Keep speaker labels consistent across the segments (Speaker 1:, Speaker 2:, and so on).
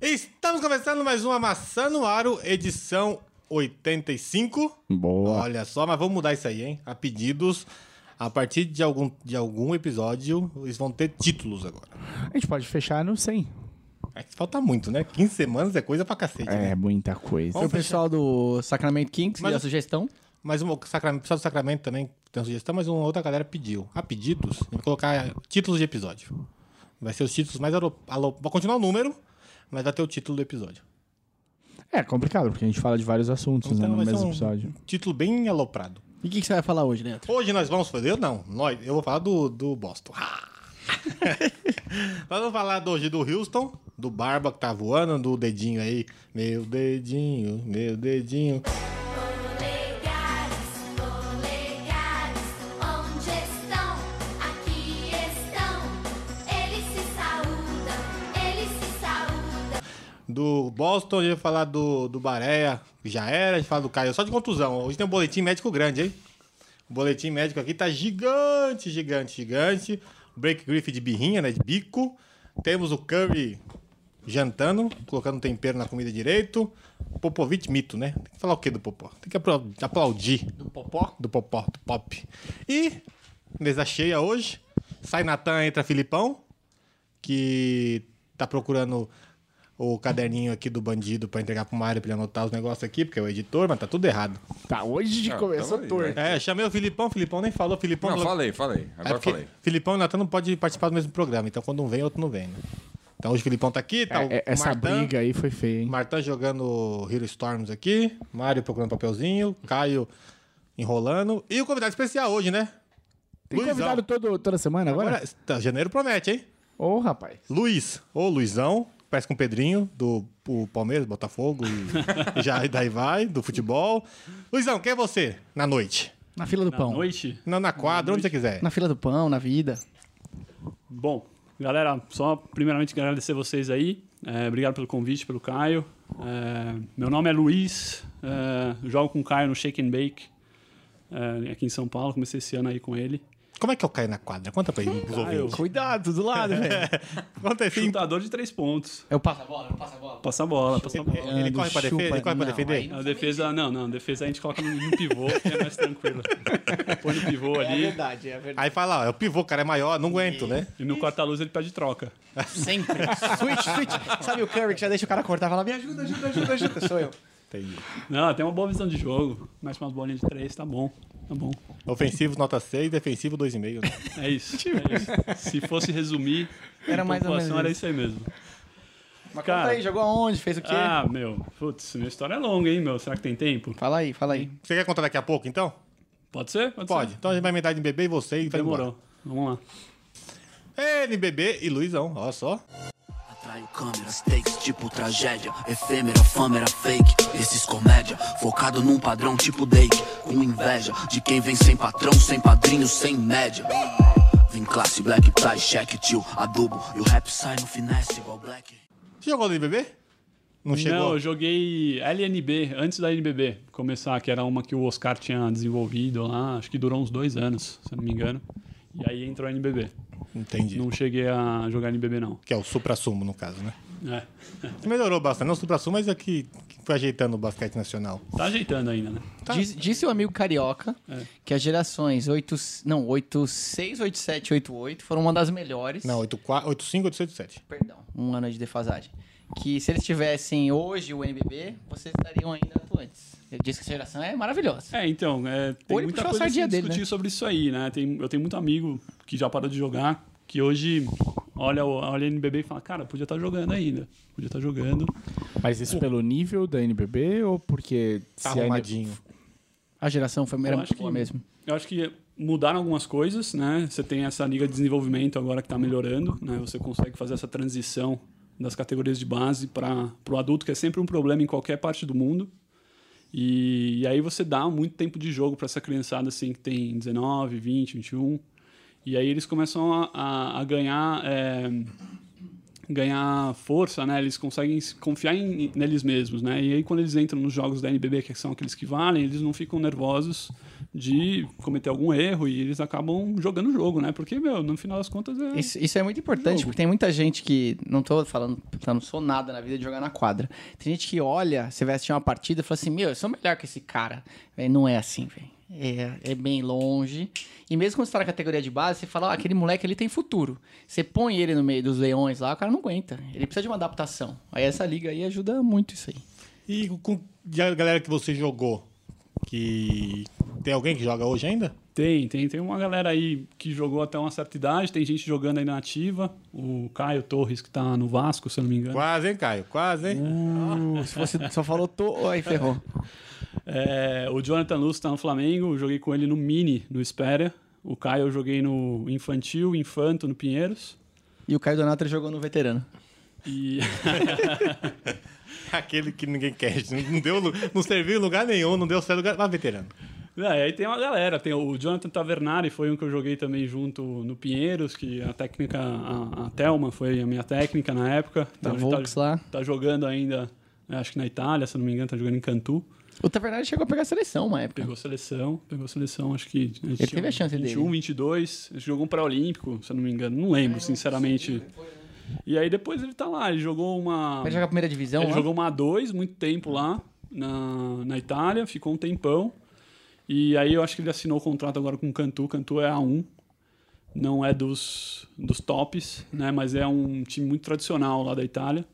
Speaker 1: Estamos começando mais uma Maçã no Aro, edição 85.
Speaker 2: Boa.
Speaker 1: Olha só, mas vamos mudar isso aí, hein? A pedidos, a partir de algum, de algum episódio, eles vão ter títulos agora.
Speaker 2: Ah, A gente pode fechar no 100.
Speaker 1: É que falta muito, né? 15 semanas é coisa pra cacete, né?
Speaker 2: É muita coisa.
Speaker 1: Vamos
Speaker 3: o pessoal do Sacramento Kings
Speaker 1: Mas-
Speaker 3: deu a sugestão.
Speaker 1: Mas um, o Sacramento- o pessoal do Sacramento também tem uma sugestão, mas uma outra galera pediu. A pedidos, eu vou colocar títulos de episódio. Vai ser os títulos mais... Alo, alo- vai continuar o número, mas vai ter o título do episódio.
Speaker 2: É complicado, porque a gente fala de vários assuntos né,
Speaker 1: Então
Speaker 2: no
Speaker 1: vai ser
Speaker 2: mesmo
Speaker 1: um
Speaker 2: episódio.
Speaker 1: título bem aloprado.
Speaker 3: E o que, que você vai falar hoje, Leandro?
Speaker 1: Hoje nós vamos fazer. Eu não, nós, eu vou falar do, do Boston. Ah! nós vamos falar do- hoje do Houston, do Barba que tá voando, do dedinho aí. Meu dedinho, meu dedinho.
Speaker 4: Polegares, polegares, onde estão? Aqui estão. Eles se saúdam, eles se saúdam.
Speaker 1: Do Boston, a gente vai falar do, do Baréia, que já era, a gente fala do Caio, só de contusão. Hoje tem um boletim médico grande, hein? O boletim médico aqui tá gigante, gigante, gigante. Break Griffith de birrinha, né? De bico. Temos o Curry jantando, colocando um tempero na comida direito. Popovic mito, né? Tem que falar o que do Popó? Tem que apla- aplaudir. Do Popó? Do Popó, do Pop. E mesa cheia hoje. Sai Natan, entra Filipão, que tá procurando o caderninho aqui do bandido pra entregar pro Mário pra ele anotar os negócios aqui, porque é o editor, mas tá tudo errado.
Speaker 2: Tá, hoje
Speaker 1: Ah,
Speaker 2: começou
Speaker 5: tamo aí,
Speaker 2: torto.
Speaker 1: É, chamei o Filipão, o Filipão nem falou, o Filipão...
Speaker 5: Não,
Speaker 1: falou-
Speaker 5: falei, falei.
Speaker 1: É
Speaker 5: Agora
Speaker 1: porque
Speaker 5: falei.
Speaker 1: Filipão e Natan não podem participar do mesmo programa, então quando um vem, outro não vem, né? Então hoje o Filipão tá aqui, tá o
Speaker 2: É, é, essa
Speaker 1: Martã-
Speaker 2: briga aí foi feia, hein?
Speaker 1: Martã jogando Hero Storms aqui, Mário procurando papelzinho, Caio enrolando. E o convidado especial hoje, né?
Speaker 2: Tem
Speaker 1: Luizão.
Speaker 2: convidado todo, toda semana agora?
Speaker 1: Agora, tá, janeiro promete, hein?
Speaker 2: Ô, rapaz.
Speaker 1: Luiz, ou Luizão, parece com o Pedrinho, do o Palmeiras, Botafogo, e, e já e daí vai, do futebol. Luizão, quem é você na noite?
Speaker 3: Na fila do pão.
Speaker 6: Noite.
Speaker 1: Na, na quadra, onde você quiser.
Speaker 3: Na fila do pão, na vida.
Speaker 6: Bom, galera, só primeiramente quero agradecer vocês aí. É, obrigado pelo convite, pelo Caio. É, meu nome é Luiz, é, jogo com o Caio no Shake and Bake, é, aqui em São Paulo. Comecei esse ano aí com ele.
Speaker 1: Como é que eu caio na quadra? Conta pra ele, pros ouvintes.
Speaker 3: Ah, Cuidado, do lado, velho.
Speaker 1: Conta assim.
Speaker 6: Chutador de três pontos. É,
Speaker 3: Eu passo a bola, eu passo a bola.
Speaker 6: Passa a bola, passa a bola.
Speaker 1: É, Ele, ele corre pra
Speaker 3: Chupa.
Speaker 1: defender? Ele corre pra
Speaker 3: Não,
Speaker 1: defender?
Speaker 6: A defesa, não, não, a defesa a gente coloca no, no pivô, que é mais tranquilo. Põe no pivô ali.
Speaker 3: verdade, é verdade.
Speaker 1: Aí fala, ó, é o pivô, o cara é maior, não aguento, né?
Speaker 6: E no corta-luz ele pede troca.
Speaker 3: Sempre. switch, switch. Sabe o Curry que já deixa o cara cortar e fala, me ajuda, ajuda, ajuda, ajuda. Sou eu.
Speaker 1: Entendi.
Speaker 6: Não, tem uma boa visão de jogo. Mais umas bolinhas de três, tá bom. Tá bom.
Speaker 3: É.
Speaker 1: Ofensivo, nota 6, defensivo, 2,5. né?
Speaker 6: É isso. é isso. Se fosse resumir,
Speaker 3: Era
Speaker 6: em
Speaker 3: mais ou
Speaker 6: pontuação,
Speaker 3: menos
Speaker 6: era
Speaker 3: isso.
Speaker 6: isso aí mesmo.
Speaker 3: Mas
Speaker 6: Cara.
Speaker 3: conta aí, jogou aonde, fez o quê?
Speaker 6: Ah, meu, putz, minha história é longa, hein, meu? Será que tem tempo?
Speaker 3: Fala aí, fala aí.
Speaker 1: Você quer contar daqui a pouco, então?
Speaker 6: Pode ser? Pode.
Speaker 1: Pode.
Speaker 6: ser.
Speaker 1: Então a gente vai emendar de bebê e você e vai embora. É,
Speaker 6: Demorou. Vamos lá.
Speaker 1: NBB e Luizão, olha só.
Speaker 7: Atraio câmeras, takes tipo tragédia, efêmera, fâmera, fake. Esses comédia, focado num padrão tipo Dake, com inveja de quem vem sem patrão, sem padrinho, sem média. Vim classe, black tie, check, tio, adubo, e o rap sai no finesse igual black.
Speaker 1: Você jogou no NBB? Não
Speaker 6: Não,
Speaker 1: chegou?
Speaker 6: eu joguei LNB, antes da NBB começar, que era uma que o Oscar tinha desenvolvido lá, acho que durou uns dois anos, se eu não me engano. E aí entrou a NBB.
Speaker 1: Entendi.
Speaker 6: Não cheguei a jogar NBB, não.
Speaker 1: Que é o supra-sumo, no caso, né?
Speaker 6: É.
Speaker 1: Melhorou bastante. Não o supra-sumo, mas é que que foi ajeitando o basquete nacional.
Speaker 6: Tá ajeitando ainda, né?
Speaker 3: Diz, disse o amigo carioca
Speaker 6: É.
Speaker 3: que as gerações 8, não, 86, 87, 88 foram uma das melhores.
Speaker 1: Não, 84, 85, 86, 87.
Speaker 3: Perdão, um ano de defasagem. Que se eles tivessem hoje o NBB, vocês estariam ainda atuantes. Ele disse que essa geração é maravilhosa.
Speaker 6: É, então, é,
Speaker 3: Ou
Speaker 6: tem
Speaker 3: ele
Speaker 6: muita
Speaker 3: puxou a
Speaker 6: coisa a se
Speaker 3: sardinha dele,
Speaker 6: discutir
Speaker 3: né?
Speaker 6: sobre isso aí, né? Tem- eu tenho muito amigo que já parou de jogar, que hoje olha o olha o NBB e fala, cara, podia estar jogando ainda. Podia estar jogando.
Speaker 2: Mas isso pelo nível da NBB ou porque...
Speaker 1: Tá
Speaker 2: se a N-
Speaker 1: arrumadinho.
Speaker 3: A geração foi era
Speaker 6: Eu
Speaker 3: muito
Speaker 6: acho
Speaker 3: boa
Speaker 6: que-
Speaker 3: mesmo.
Speaker 6: Eu acho que mudaram algumas coisas, né? Você tem essa liga de desenvolvimento agora que tá melhorando, né? Você consegue fazer essa transição das categorias de base para o adulto, que é sempre um problema em qualquer parte do mundo. E, e aí você dá muito tempo de jogo para essa criançada assim que tem 19, eh, 20, 21. E aí eles começam a, a, a ganhar é, ganhar força, né? Eles conseguem se confiar em- neles mesmos, né? E aí quando eles entram nos jogos da NBB, que são aqueles que valem, eles não ficam nervosos de cometer algum erro e eles acabam jogando o jogo, né? Porque, meu, no final das contas é...
Speaker 3: Isso, isso é muito importante,
Speaker 6: Jogo.
Speaker 3: porque tem muita gente que. Não tô falando, eu não sou nada na vida de jogar na quadra. Tem gente que olha, você vai assistir uma partida e fala assim: Meu, eu sou melhor que esse cara. Véi, não é assim, velho. É, é bem longe. E mesmo quando você tá na categoria de base, você fala: "Ó, aquele moleque ali tem futuro. Você põe ele no meio dos leões lá, o cara não aguenta. Ele precisa de uma adaptação. Aí essa liga aí ajuda muito isso aí.
Speaker 1: E com e a galera que você jogou, que tem alguém que joga hoje ainda?
Speaker 6: Tem, tem, tem uma galera aí que jogou até uma certa idade, tem gente jogando aí na ativa, o Caio Torres que tá no Vasco, se eu não me engano.
Speaker 1: Quase, hein, Caio? Quase, hein?
Speaker 3: se você só falou, tô. Aí ferrou.
Speaker 6: É, o Jonathan Luz tá no Flamengo, eu joguei com ele no Mini, no Espéria. O Caio eu joguei no Infantil, Infanto, no Pinheiros.
Speaker 3: E o Caio Donato ele jogou no veterano.
Speaker 6: E
Speaker 1: Aquele que ninguém quer. Não, deu, lu- não serviu em lugar nenhum, não deu certo em lugar. Mas veterano.
Speaker 6: É, aí tem uma galera, tem o Jonathan Tavernari, foi um que eu joguei também junto no Pinheiros, que a técnica, a, a Thelma foi a minha técnica na época.
Speaker 3: Da
Speaker 6: a gente
Speaker 3: Volks lá.
Speaker 6: tá jogando ainda, né, acho que na Itália, se eu não me engano, tá jogando em Cantu.
Speaker 3: O Tavernari chegou a pegar a seleção uma época.
Speaker 6: Pegou seleção, pegou seleção, acho que. Ele
Speaker 3: teve a chance dele.
Speaker 6: 21, 22, ele jogou um pré-olímpico, se eu não me engano, não lembro, sinceramente. E aí depois ele tá lá, ele jogou uma.
Speaker 3: Ele joga a primeira divisão.
Speaker 6: Ele
Speaker 3: Então, lá.
Speaker 6: jogou uma A2 muito tempo lá na, na Itália, ficou um tempão. E aí eu acho que ele assinou o contrato agora com o Cantu. Cantu é A1, não é dos, dos tops, né? Mas é um time muito tradicional lá da Itália.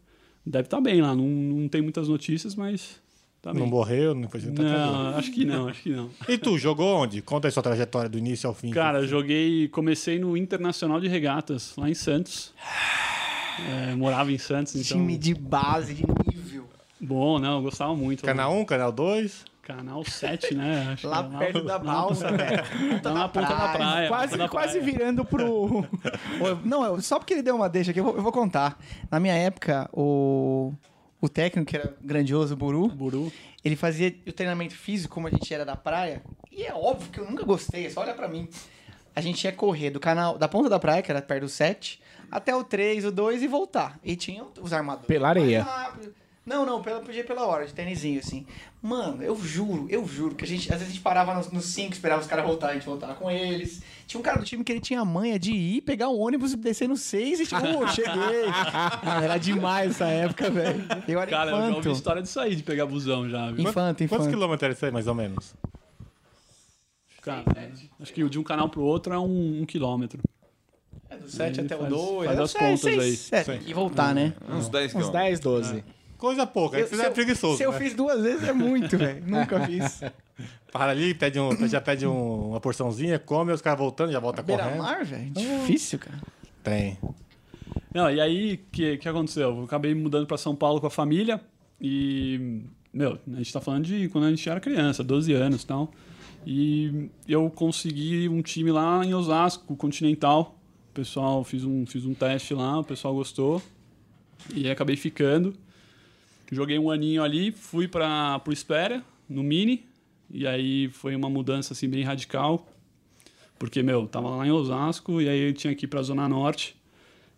Speaker 6: Deve estar bem lá, não, não tem muitas notícias, mas tá bem.
Speaker 1: Não morreu, não foi sentado.
Speaker 6: não, acho que não, acho que não.
Speaker 1: E tu, jogou onde? Conta aí sua trajetória do início ao fim.
Speaker 6: Cara, eu joguei, comecei no Internacional de Regatas, lá em Santos. É, morava em Santos, então.
Speaker 3: Time de base, de nível.
Speaker 6: Bom, não, eu gostava muito.
Speaker 1: Canal 1, canal 2.
Speaker 6: Canal 7, né? Acho
Speaker 3: Lá
Speaker 6: que era
Speaker 3: perto da balsa, velho.
Speaker 6: Lá na ponta da praia.
Speaker 5: quase
Speaker 6: ponta da
Speaker 5: quase
Speaker 6: praia.
Speaker 5: virando pro. Ô,
Speaker 3: Não, eu- só porque ele deu uma deixa aqui, eu vou, eu vou contar. Na minha época, o, o técnico, que era grandioso, o Buru,
Speaker 6: Buru.
Speaker 3: ele fazia o treinamento físico, como a gente era da praia. E é óbvio que eu nunca gostei, é só olha pra mim. A gente ia correr do canal, da ponta da praia, que era perto do 7, até o 3, o 2 e voltar. E tinha os armadores.
Speaker 2: Pela areia.
Speaker 3: Mais rápido. Não, não, pela, podia ir pela hora, de tênisinho, assim. Mano, eu juro, eu juro que a gente, às vezes a gente parava nos 5, esperava os caras voltarem, a gente voltava com eles. Tinha um cara do time que ele tinha a manha de ir, pegar um ônibus, descer no 6 e tipo, ô, cheguei. Ah, era demais essa época, velho. Eu era
Speaker 6: Cara, eu já ouvi
Speaker 3: infanto.
Speaker 6: história disso aí, de pegar busão já, viu?
Speaker 3: Infanto,
Speaker 1: Quantos-
Speaker 3: infanto.
Speaker 1: Quantos quilômetros era isso aí, mais ou menos?
Speaker 6: Cara, acho que de um canal pro outro é um, um quilômetro.
Speaker 3: É, do 7 até o
Speaker 6: faz-
Speaker 3: 2.
Speaker 6: faz as contas aí.
Speaker 3: aí. E voltar, né?
Speaker 8: Uns 10
Speaker 5: uns
Speaker 8: quilômetros.
Speaker 5: 10, 12.
Speaker 1: Ah. Coisa pouca.
Speaker 3: Eu-
Speaker 1: Você é preguiçoso.
Speaker 3: se eu
Speaker 1: né?
Speaker 3: fiz duas vezes é muito, velho. Nunca fiz.
Speaker 1: Para ali, pede um, já pede um- uma porçãozinha, come, os caras voltando, já volta correndo.
Speaker 3: Beira-mar, velho? Difícil, cara.
Speaker 1: Tem.
Speaker 6: Não, e aí, o que, que aconteceu? Eu acabei mudando pra São Paulo com a família e, meu, a gente tá falando de quando a gente era criança, 12 anos e tal. E eu consegui um time lá em Osasco, Continental. O pessoal, fiz um, fiz um teste lá, o pessoal gostou. E aí acabei ficando. Joguei um aninho ali, fui para pro Espéria, no Mini. E aí foi uma mudança assim bem radical. Porque, meu, tava lá em Osasco e aí eu tinha que ir pra Zona Norte.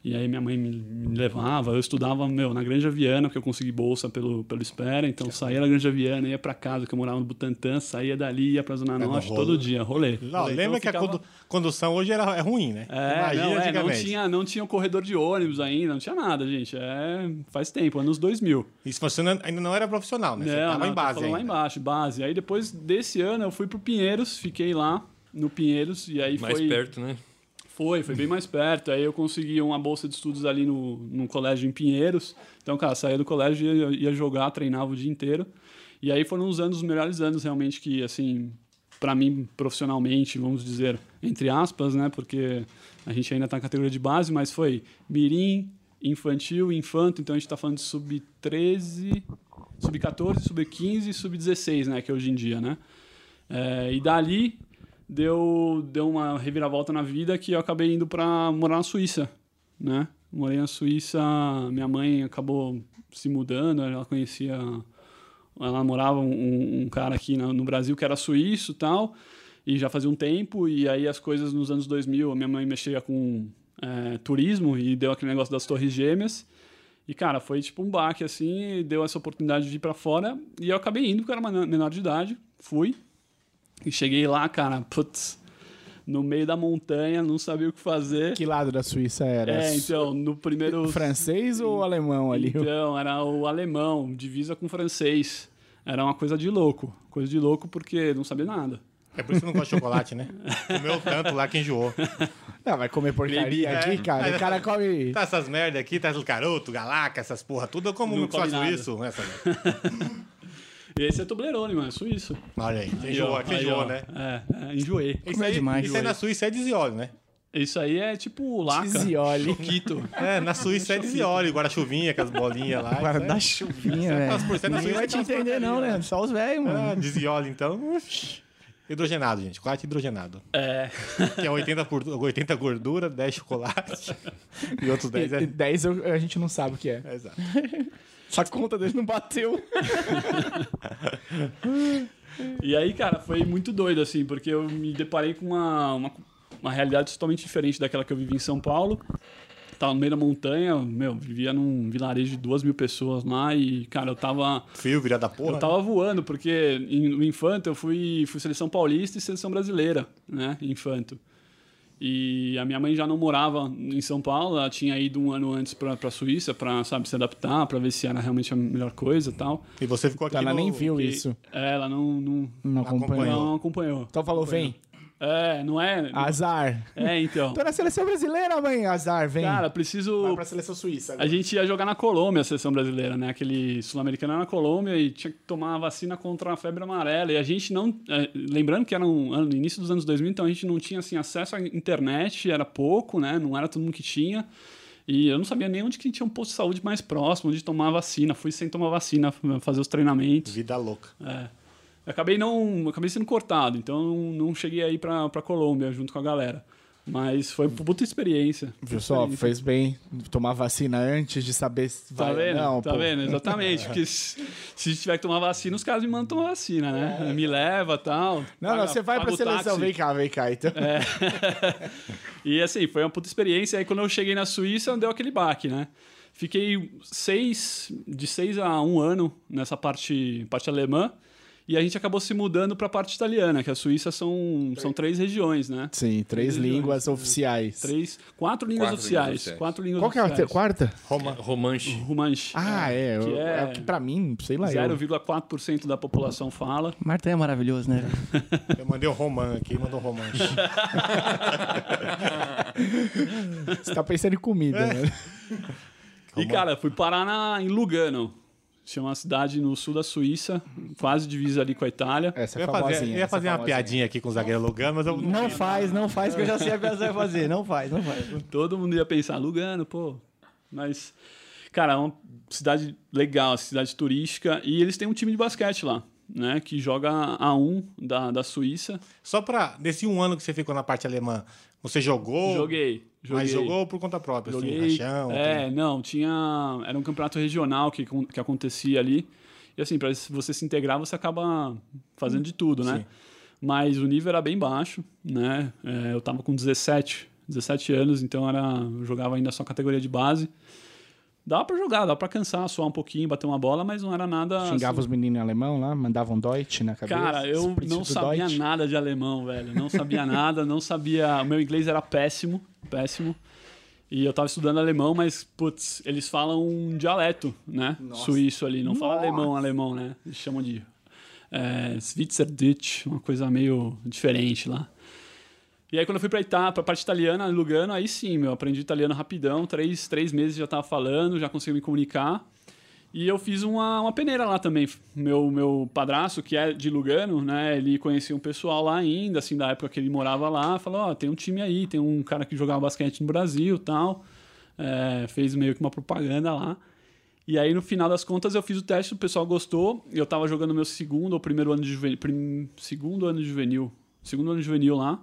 Speaker 6: E aí minha mãe me, me levava, eu estudava, meu, na Granja Viana, porque eu consegui bolsa pelo, pelo Espera, então saía da Granja Viana, ia pra casa, que eu morava no Butantã, saía dali, ia pra Zona
Speaker 1: no
Speaker 6: Norte,
Speaker 1: rolo,
Speaker 6: todo
Speaker 1: né?
Speaker 6: dia, rolê.
Speaker 1: Não,
Speaker 6: rolê. Então
Speaker 1: lembra
Speaker 6: eu
Speaker 1: que é a
Speaker 6: ficava-
Speaker 1: condu- condução hoje era, é ruim, né?
Speaker 6: é, não, é, não
Speaker 1: antigamente.
Speaker 6: tinha, não tinha o corredor de ônibus ainda, não tinha nada, gente. É, faz tempo, anos É, 2000.
Speaker 1: Isso você não- ainda não era profissional, né? Você
Speaker 6: Não,
Speaker 1: tava
Speaker 6: não,
Speaker 1: em
Speaker 6: tô
Speaker 1: base
Speaker 6: falando
Speaker 1: ainda.
Speaker 6: lá embaixo, base. Aí depois desse ano eu fui pro Pinheiros, fiquei lá no Pinheiros e aí
Speaker 8: Mais
Speaker 6: foi
Speaker 8: perto, né?
Speaker 6: foi, foi bem mais perto. Aí eu consegui uma bolsa de estudos ali no, num colégio em Pinheiros. Então, cara, saía do colégio e ia, ia jogar, treinava o dia inteiro. E aí foram uns anos, os melhores anos realmente que, assim, pra mim, profissionalmente, vamos dizer, entre aspas, né? Porque a gente ainda tá na categoria de base, mas foi mirim, infantil, infanto. Então a gente tá falando de sub-13, sub-14, sub-15 e sub-16, né? Que é hoje em dia, né? É, e dali deu, deu uma reviravolta na vida que eu acabei indo para morar na Suíça, né? Morei na Suíça, minha mãe acabou se mudando, ela conhecia, ela morava um, um cara aqui na- no Brasil que era suíço e tal, e já fazia um tempo, e aí as coisas nos anos 2000, a minha mãe mexia com é, turismo e deu aquele negócio das Torres Gêmeas. E, cara, foi tipo um baque, assim, e deu essa oportunidade de ir pra fora. E eu acabei indo, porque eu era mena- menor de idade. Fui. E cheguei lá, cara, putz, no meio da montanha, não sabia o que fazer.
Speaker 2: Que lado da Suíça era?
Speaker 6: É, então, no primeiro.
Speaker 2: Francês ou alemão ali?
Speaker 6: Então, era o alemão, divisa com francês. Era uma coisa de louco. Coisa de louco porque não sabia nada.
Speaker 1: É por isso que eu não gosto de chocolate, né? Comeu tanto lá que enjoou.
Speaker 2: Ah, vai comer
Speaker 1: Bebi,
Speaker 2: porcaria
Speaker 1: é.
Speaker 2: aqui, cara. O cara come.
Speaker 1: Tá essas merda aqui, tá esses caroto, galaca, essas porra, tudo eu como
Speaker 6: Não
Speaker 1: eu faço
Speaker 6: come nada.
Speaker 1: isso. Essa,
Speaker 6: E esse é Toblerone, mano, é suíço.
Speaker 1: olha aí, você
Speaker 6: Aí,
Speaker 1: enjoou,
Speaker 6: ó,
Speaker 1: você
Speaker 6: aí,
Speaker 1: enjoou,
Speaker 6: ó.
Speaker 1: né?
Speaker 6: É, é, enjoei.
Speaker 1: Isso aí,
Speaker 3: demais,
Speaker 1: isso aí na Suíça é desióleo, né?
Speaker 6: Isso aí é tipo laca.
Speaker 1: Tá
Speaker 2: Tizioli.
Speaker 6: Quito.
Speaker 1: É, na Suíça é desióleo, guarda-chuvinha, com as bolinhas lá.
Speaker 3: Cara,
Speaker 1: isso aí.
Speaker 3: dá chuvinha,
Speaker 1: Mas por ser
Speaker 3: velho.
Speaker 1: na
Speaker 3: Ninguém
Speaker 1: Suíça,
Speaker 3: vai te
Speaker 1: tá as
Speaker 3: entender, não, né? Só os velhos, mano.
Speaker 1: Ah, desióleo, então. Ux. Hidrogenado, gente. Chocolate hidrogenado.
Speaker 6: É.
Speaker 1: Que é 80, por- 80 gordura, 10 chocolate. e outros 10 é.
Speaker 2: 10 eu- a gente não sabe o que é.
Speaker 1: é Exato.
Speaker 3: Só que a conta deles não bateu.
Speaker 6: E aí, cara, foi muito doido, assim, porque eu me deparei com uma, uma, uma realidade totalmente diferente daquela que eu vivi em São Paulo. Tava no meio da montanha, meu, vivia num vilarejo de duas mil pessoas lá e, cara, eu tava.
Speaker 1: Fio virado da porra.
Speaker 6: Eu tava voando, porque em- no Infanto eu fui, fui seleção paulista e seleção brasileira, né? Infanto. E a minha mãe já não morava em São Paulo, ela tinha ido um ano antes pra, pra Suíça pra, sabe, se adaptar, pra ver se era realmente a melhor coisa e tal.
Speaker 1: E você ficou aqui
Speaker 2: Ela
Speaker 1: no...
Speaker 2: nem viu isso.
Speaker 1: Tá
Speaker 6: É, ela não, não,
Speaker 2: Não
Speaker 1: acompanhou.
Speaker 2: acompanhou.
Speaker 6: não acompanhou.
Speaker 2: Então falou, vem.
Speaker 6: É, não é?
Speaker 2: Ah, Azar.
Speaker 6: É, então.
Speaker 2: Tô na seleção brasileira, mãe. Azar, vem.
Speaker 6: Cara, preciso.
Speaker 2: tá Vai pra seleção suíça.
Speaker 6: A né? gente ia jogar na Colômbia, a seleção brasileira, né? Aquele sul-americano era na Colômbia e tinha que tomar a vacina contra a febre amarela. E a gente não. eh, Lembrando que era um, ano- no início dos anos 2000, então a gente não tinha assim, acesso à internet, era pouco, né? Não era todo mundo que tinha. E eu não sabia nem onde que tinha um posto de saúde mais próximo, onde tomar a vacina. Fui sem tomar vacina, f- fazer os treinamentos.
Speaker 1: Vida louca.
Speaker 6: É. Eu Acabei não, acabei sendo cortado, então não não cheguei aí pra, pra Colômbia junto com a galera. Mas foi uma puta experiência.
Speaker 2: Viu só? Fez bem tomar vacina antes de saber se
Speaker 6: Tá
Speaker 2: vai ou
Speaker 6: vendo?
Speaker 2: não.
Speaker 6: tá
Speaker 2: pô.
Speaker 6: vendo? Exatamente. Porque se, se tiver que tomar vacina, os caras me mandam tomar vacina, né? Me leva e tal.
Speaker 2: É. Não, não, você vai pra seleção. Vem cá, vem cá. Então.
Speaker 6: É. E assim, foi uma puta experiência. Aí quando eu cheguei na Suíça, deu aquele baque, né? Fiquei seis, de seis a um ano nessa parte, parte alemã. E a gente acabou se mudando pra parte italiana, que a Suíça são, são três regiões, né?
Speaker 2: Sim, três línguas oficiais.
Speaker 6: Três, quatro línguas
Speaker 8: Quatro
Speaker 6: oficiais.
Speaker 8: línguas oficiais.
Speaker 6: Quatro línguas
Speaker 2: Qual que é a te-
Speaker 6: oficiais.
Speaker 2: quarta?
Speaker 8: Romanche.
Speaker 6: Rumanche.
Speaker 2: Ah, é. eu-
Speaker 6: que é-
Speaker 2: é o que pra mim, sei lá. eu-
Speaker 6: 0,4% da população fala.
Speaker 3: Marta é maravilhoso, né? velho?
Speaker 1: Eu mandei o Roman aqui, mandou um o Roman.
Speaker 2: Você tá pensando em comida,
Speaker 6: É.
Speaker 2: né?
Speaker 6: E, cara, fui parar na, em Lugano. Isso é uma cidade no sul da Suíça, quase divisa ali com a Itália.
Speaker 2: Essa
Speaker 1: Eu
Speaker 2: é
Speaker 1: ia fazer, eu
Speaker 2: famosinha.
Speaker 1: ia
Speaker 2: essa é
Speaker 1: fazer uma
Speaker 2: famosinha.
Speaker 1: piadinha aqui com o zagueiro Lugano, mas eu
Speaker 3: Não faz, não faz, que eu já sei o que você vai fazer. Não faz, não faz.
Speaker 6: Todo mundo ia pensar, Lugano, pô. Mas, cara, é uma cidade legal, cidade turística. E eles têm um time de basquete lá, né? Que joga A1 da, da Suíça.
Speaker 1: Só pra. Nesse um ano que você ficou na parte alemã, você jogou?
Speaker 6: Joguei. joguei.
Speaker 1: Mas jogou por conta própria,
Speaker 6: Joguei.
Speaker 1: assim, rachão.
Speaker 6: é, não, tinha. Era um campeonato regional que, con- que acontecia ali. E assim, para você se integrar, você acaba fazendo de tudo, né? Mas o nível era bem baixo, né? É, eu tava com 17, 17 anos, então era, eu jogava ainda só categoria de base. Dava pra jogar, dava pra cansar, suar um pouquinho, bater uma bola, mas não era nada.
Speaker 2: Xingava os meninos em alemão lá, mandavam Deutsch na cabeça.
Speaker 6: Cara, eu
Speaker 2: Spritz
Speaker 6: não
Speaker 2: do
Speaker 6: sabia
Speaker 2: Deutsch.
Speaker 6: nada de alemão, velho. Não sabia nada, não sabia. O meu inglês era péssimo, péssimo. E eu tava estudando alemão, mas, putz, eles falam um dialeto, né? Suíço ali. Não fala alemão, alemão, né? Eles chamam de. É, Schweizerdeutsch, uma coisa meio diferente lá. E aí, quando eu fui pra Itália, pra parte italiana, Lugano, aí sim, meu, aprendi italiano rapidão. Três, três meses já tava falando, já consegui me comunicar. E eu fiz uma, uma peneira lá também. Meu, meu padrasto, que é de Lugano, né? Ele conhecia um pessoal lá ainda, assim, da época que ele morava lá. Falou, ó, tem um time aí, tem um cara que jogava basquete no Brasil e tal. É, fez meio que uma propaganda lá. E aí, no final das contas, eu fiz o teste, o pessoal gostou. e Eu tava jogando meu segundo ou primeiro ano de juvenil. prim- segundo ano de juvenil. Segundo ano de juvenil lá.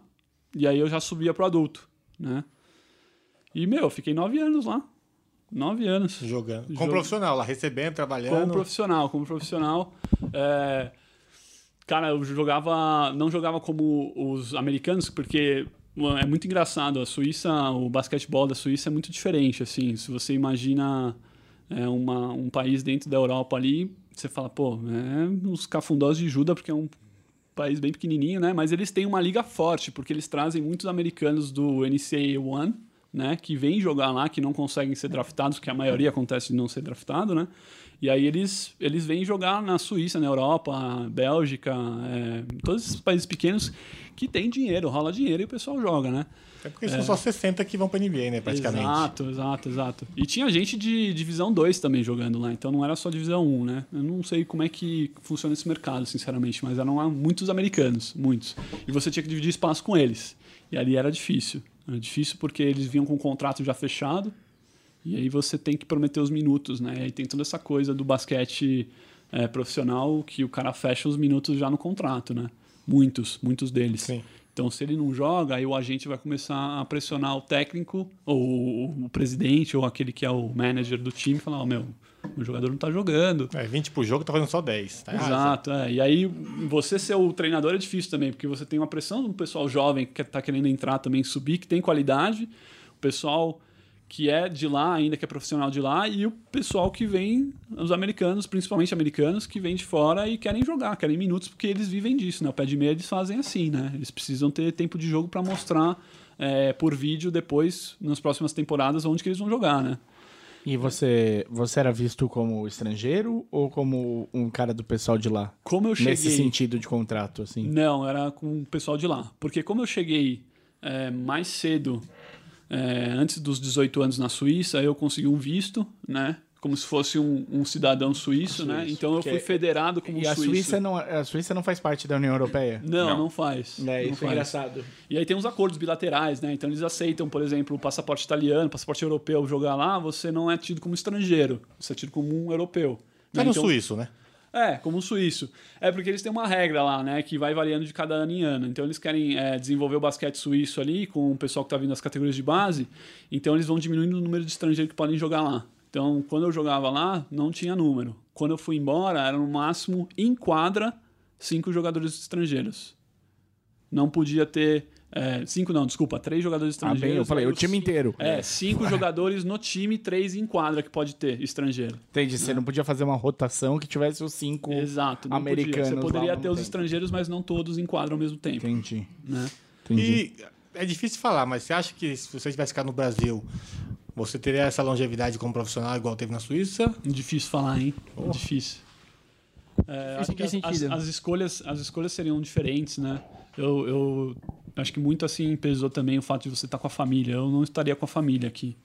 Speaker 6: E aí eu já subia pro adulto, né? E, meu, eu fiquei nove anos lá. Nove anos.
Speaker 1: Jogando. Como
Speaker 6: Jogo.
Speaker 1: profissional, lá recebendo,
Speaker 6: Como
Speaker 1: trabalhando.
Speaker 6: profissional, como profissional. é, Cara, eu jogava. Não jogava como os americanos, porque Mano, É muito engraçado. A Suíça, o basquetebol da Suíça é muito diferente, assim. Se você imagina é, uma, um país dentro da Europa ali, você fala, pô, é uns cafundós de Juda, porque é um país bem pequenininho, né? Mas eles têm uma liga forte, porque eles trazem muitos americanos do NCAA One, né? Que vêm jogar lá, que não conseguem ser draftados, que a maioria acontece de não ser draftado, né? E aí eles, eles vêm jogar na Suíça, na Europa, Bélgica, é, todos esses países pequenos que tem dinheiro, rola dinheiro e o pessoal joga, né?
Speaker 1: É porque são só 60 que vão pra NBA, né, praticamente.
Speaker 6: Exato, exato, exato. E tinha gente de divisão 2 também jogando lá, então não era só divisão 1, né? Eu não sei como é que funciona esse mercado, sinceramente, mas eram lá muitos americanos, muitos. E você tinha que dividir espaço com eles. E ali era difícil. Era difícil porque eles vinham com o contrato já fechado, e aí você tem que prometer os minutos, né? E aí tem toda essa coisa do basquete eh, profissional que o cara fecha os minutos já no contrato, né? Muitos, muitos deles.
Speaker 1: Sim.
Speaker 6: Então, se ele não joga, aí o agente vai começar a pressionar o técnico, ou o- o presidente, ou aquele que é o manager do time, e falar: Ó, meu, o jogador não tá jogando.
Speaker 1: É, 20 pro jogo, tá fazendo só 10. Tá errado,
Speaker 6: Exato, é. E aí você ser o treinador é difícil também, porque você tem uma pressão do pessoal jovem que tá querendo entrar também, subir, que tem qualidade, o pessoal que é de lá ainda, que é profissional de lá, e o pessoal que vem, os americanos, principalmente americanos, que vêm de fora e querem jogar, querem minutos, porque eles vivem disso, né? O pé de meia eles fazem assim, né? Eles precisam ter tempo de jogo para mostrar é, por vídeo depois, nas próximas temporadas, onde que eles vão jogar, né?
Speaker 2: E você, você era visto como estrangeiro ou como um cara do pessoal de lá?
Speaker 6: Como eu cheguei...
Speaker 2: Nesse sentido de contrato, assim.
Speaker 6: Não, era com o pessoal de lá. Porque como eu cheguei é, mais cedo, é, antes dos 18 anos na Suíça, eu consegui um visto, né? Como se fosse um, um cidadão suíço, né? Então eu
Speaker 2: Que
Speaker 6: fui
Speaker 2: é-
Speaker 6: federado como
Speaker 2: E a
Speaker 6: suíço.
Speaker 2: Suíça, não, é, a Suíça não faz parte da União Europeia?
Speaker 6: Não, não,
Speaker 8: Não.
Speaker 6: faz.
Speaker 2: É,
Speaker 6: Não
Speaker 2: isso é
Speaker 6: faz.
Speaker 2: engraçado.
Speaker 6: E aí tem uns acordos bilaterais, né? Então eles aceitam, por exemplo, o passaporte italiano, passaporte europeu jogar lá, você não é tido como estrangeiro, você é tido como um europeu.
Speaker 1: Tá
Speaker 6: né?
Speaker 1: no
Speaker 6: Então-
Speaker 1: suíço, né?
Speaker 6: é, como um suíço. É porque eles têm uma regra lá, né? Que vai variando de cada ano em ano. Então eles querem é, desenvolver o basquete suíço ali com o pessoal que tá vindo das categorias de base. Então eles vão diminuindo o número de estrangeiros que podem jogar lá. Então, quando eu jogava lá, não tinha número. Quando eu fui embora, era no máximo em quadra cinco jogadores estrangeiros. Não podia ter. é, cinco não, desculpa, três jogadores
Speaker 2: Ah,
Speaker 6: estrangeiros.
Speaker 2: bem, eu falei, o
Speaker 6: Os
Speaker 2: time
Speaker 6: cinco-
Speaker 2: inteiro.
Speaker 6: É, cinco jogadores no time, três em quadra que pode ter estrangeiro.
Speaker 2: Entendi, você não podia fazer uma rotação que tivesse os cinco.
Speaker 6: Exato, não
Speaker 2: americanos
Speaker 6: podia. Você
Speaker 2: lá
Speaker 6: poderia
Speaker 2: não
Speaker 6: ter os
Speaker 2: tem.
Speaker 6: estrangeiros, mas não todos em quadro ao mesmo tempo.
Speaker 2: Entendi.
Speaker 6: Né?
Speaker 2: Entendi.
Speaker 1: E é difícil falar, mas você acha que se você tivesse ficado no Brasil, você teria essa longevidade como profissional igual teve na Suíça?
Speaker 6: É Difícil falar, hein? Difícil. É, acho
Speaker 3: Difícil em que
Speaker 6: que as, as,
Speaker 3: sentido?
Speaker 6: as escolhas, as escolhas seriam diferentes, né? Eu, eu acho que muito assim pesou também o fato de você estar com a família. Eu não estaria com a família aqui.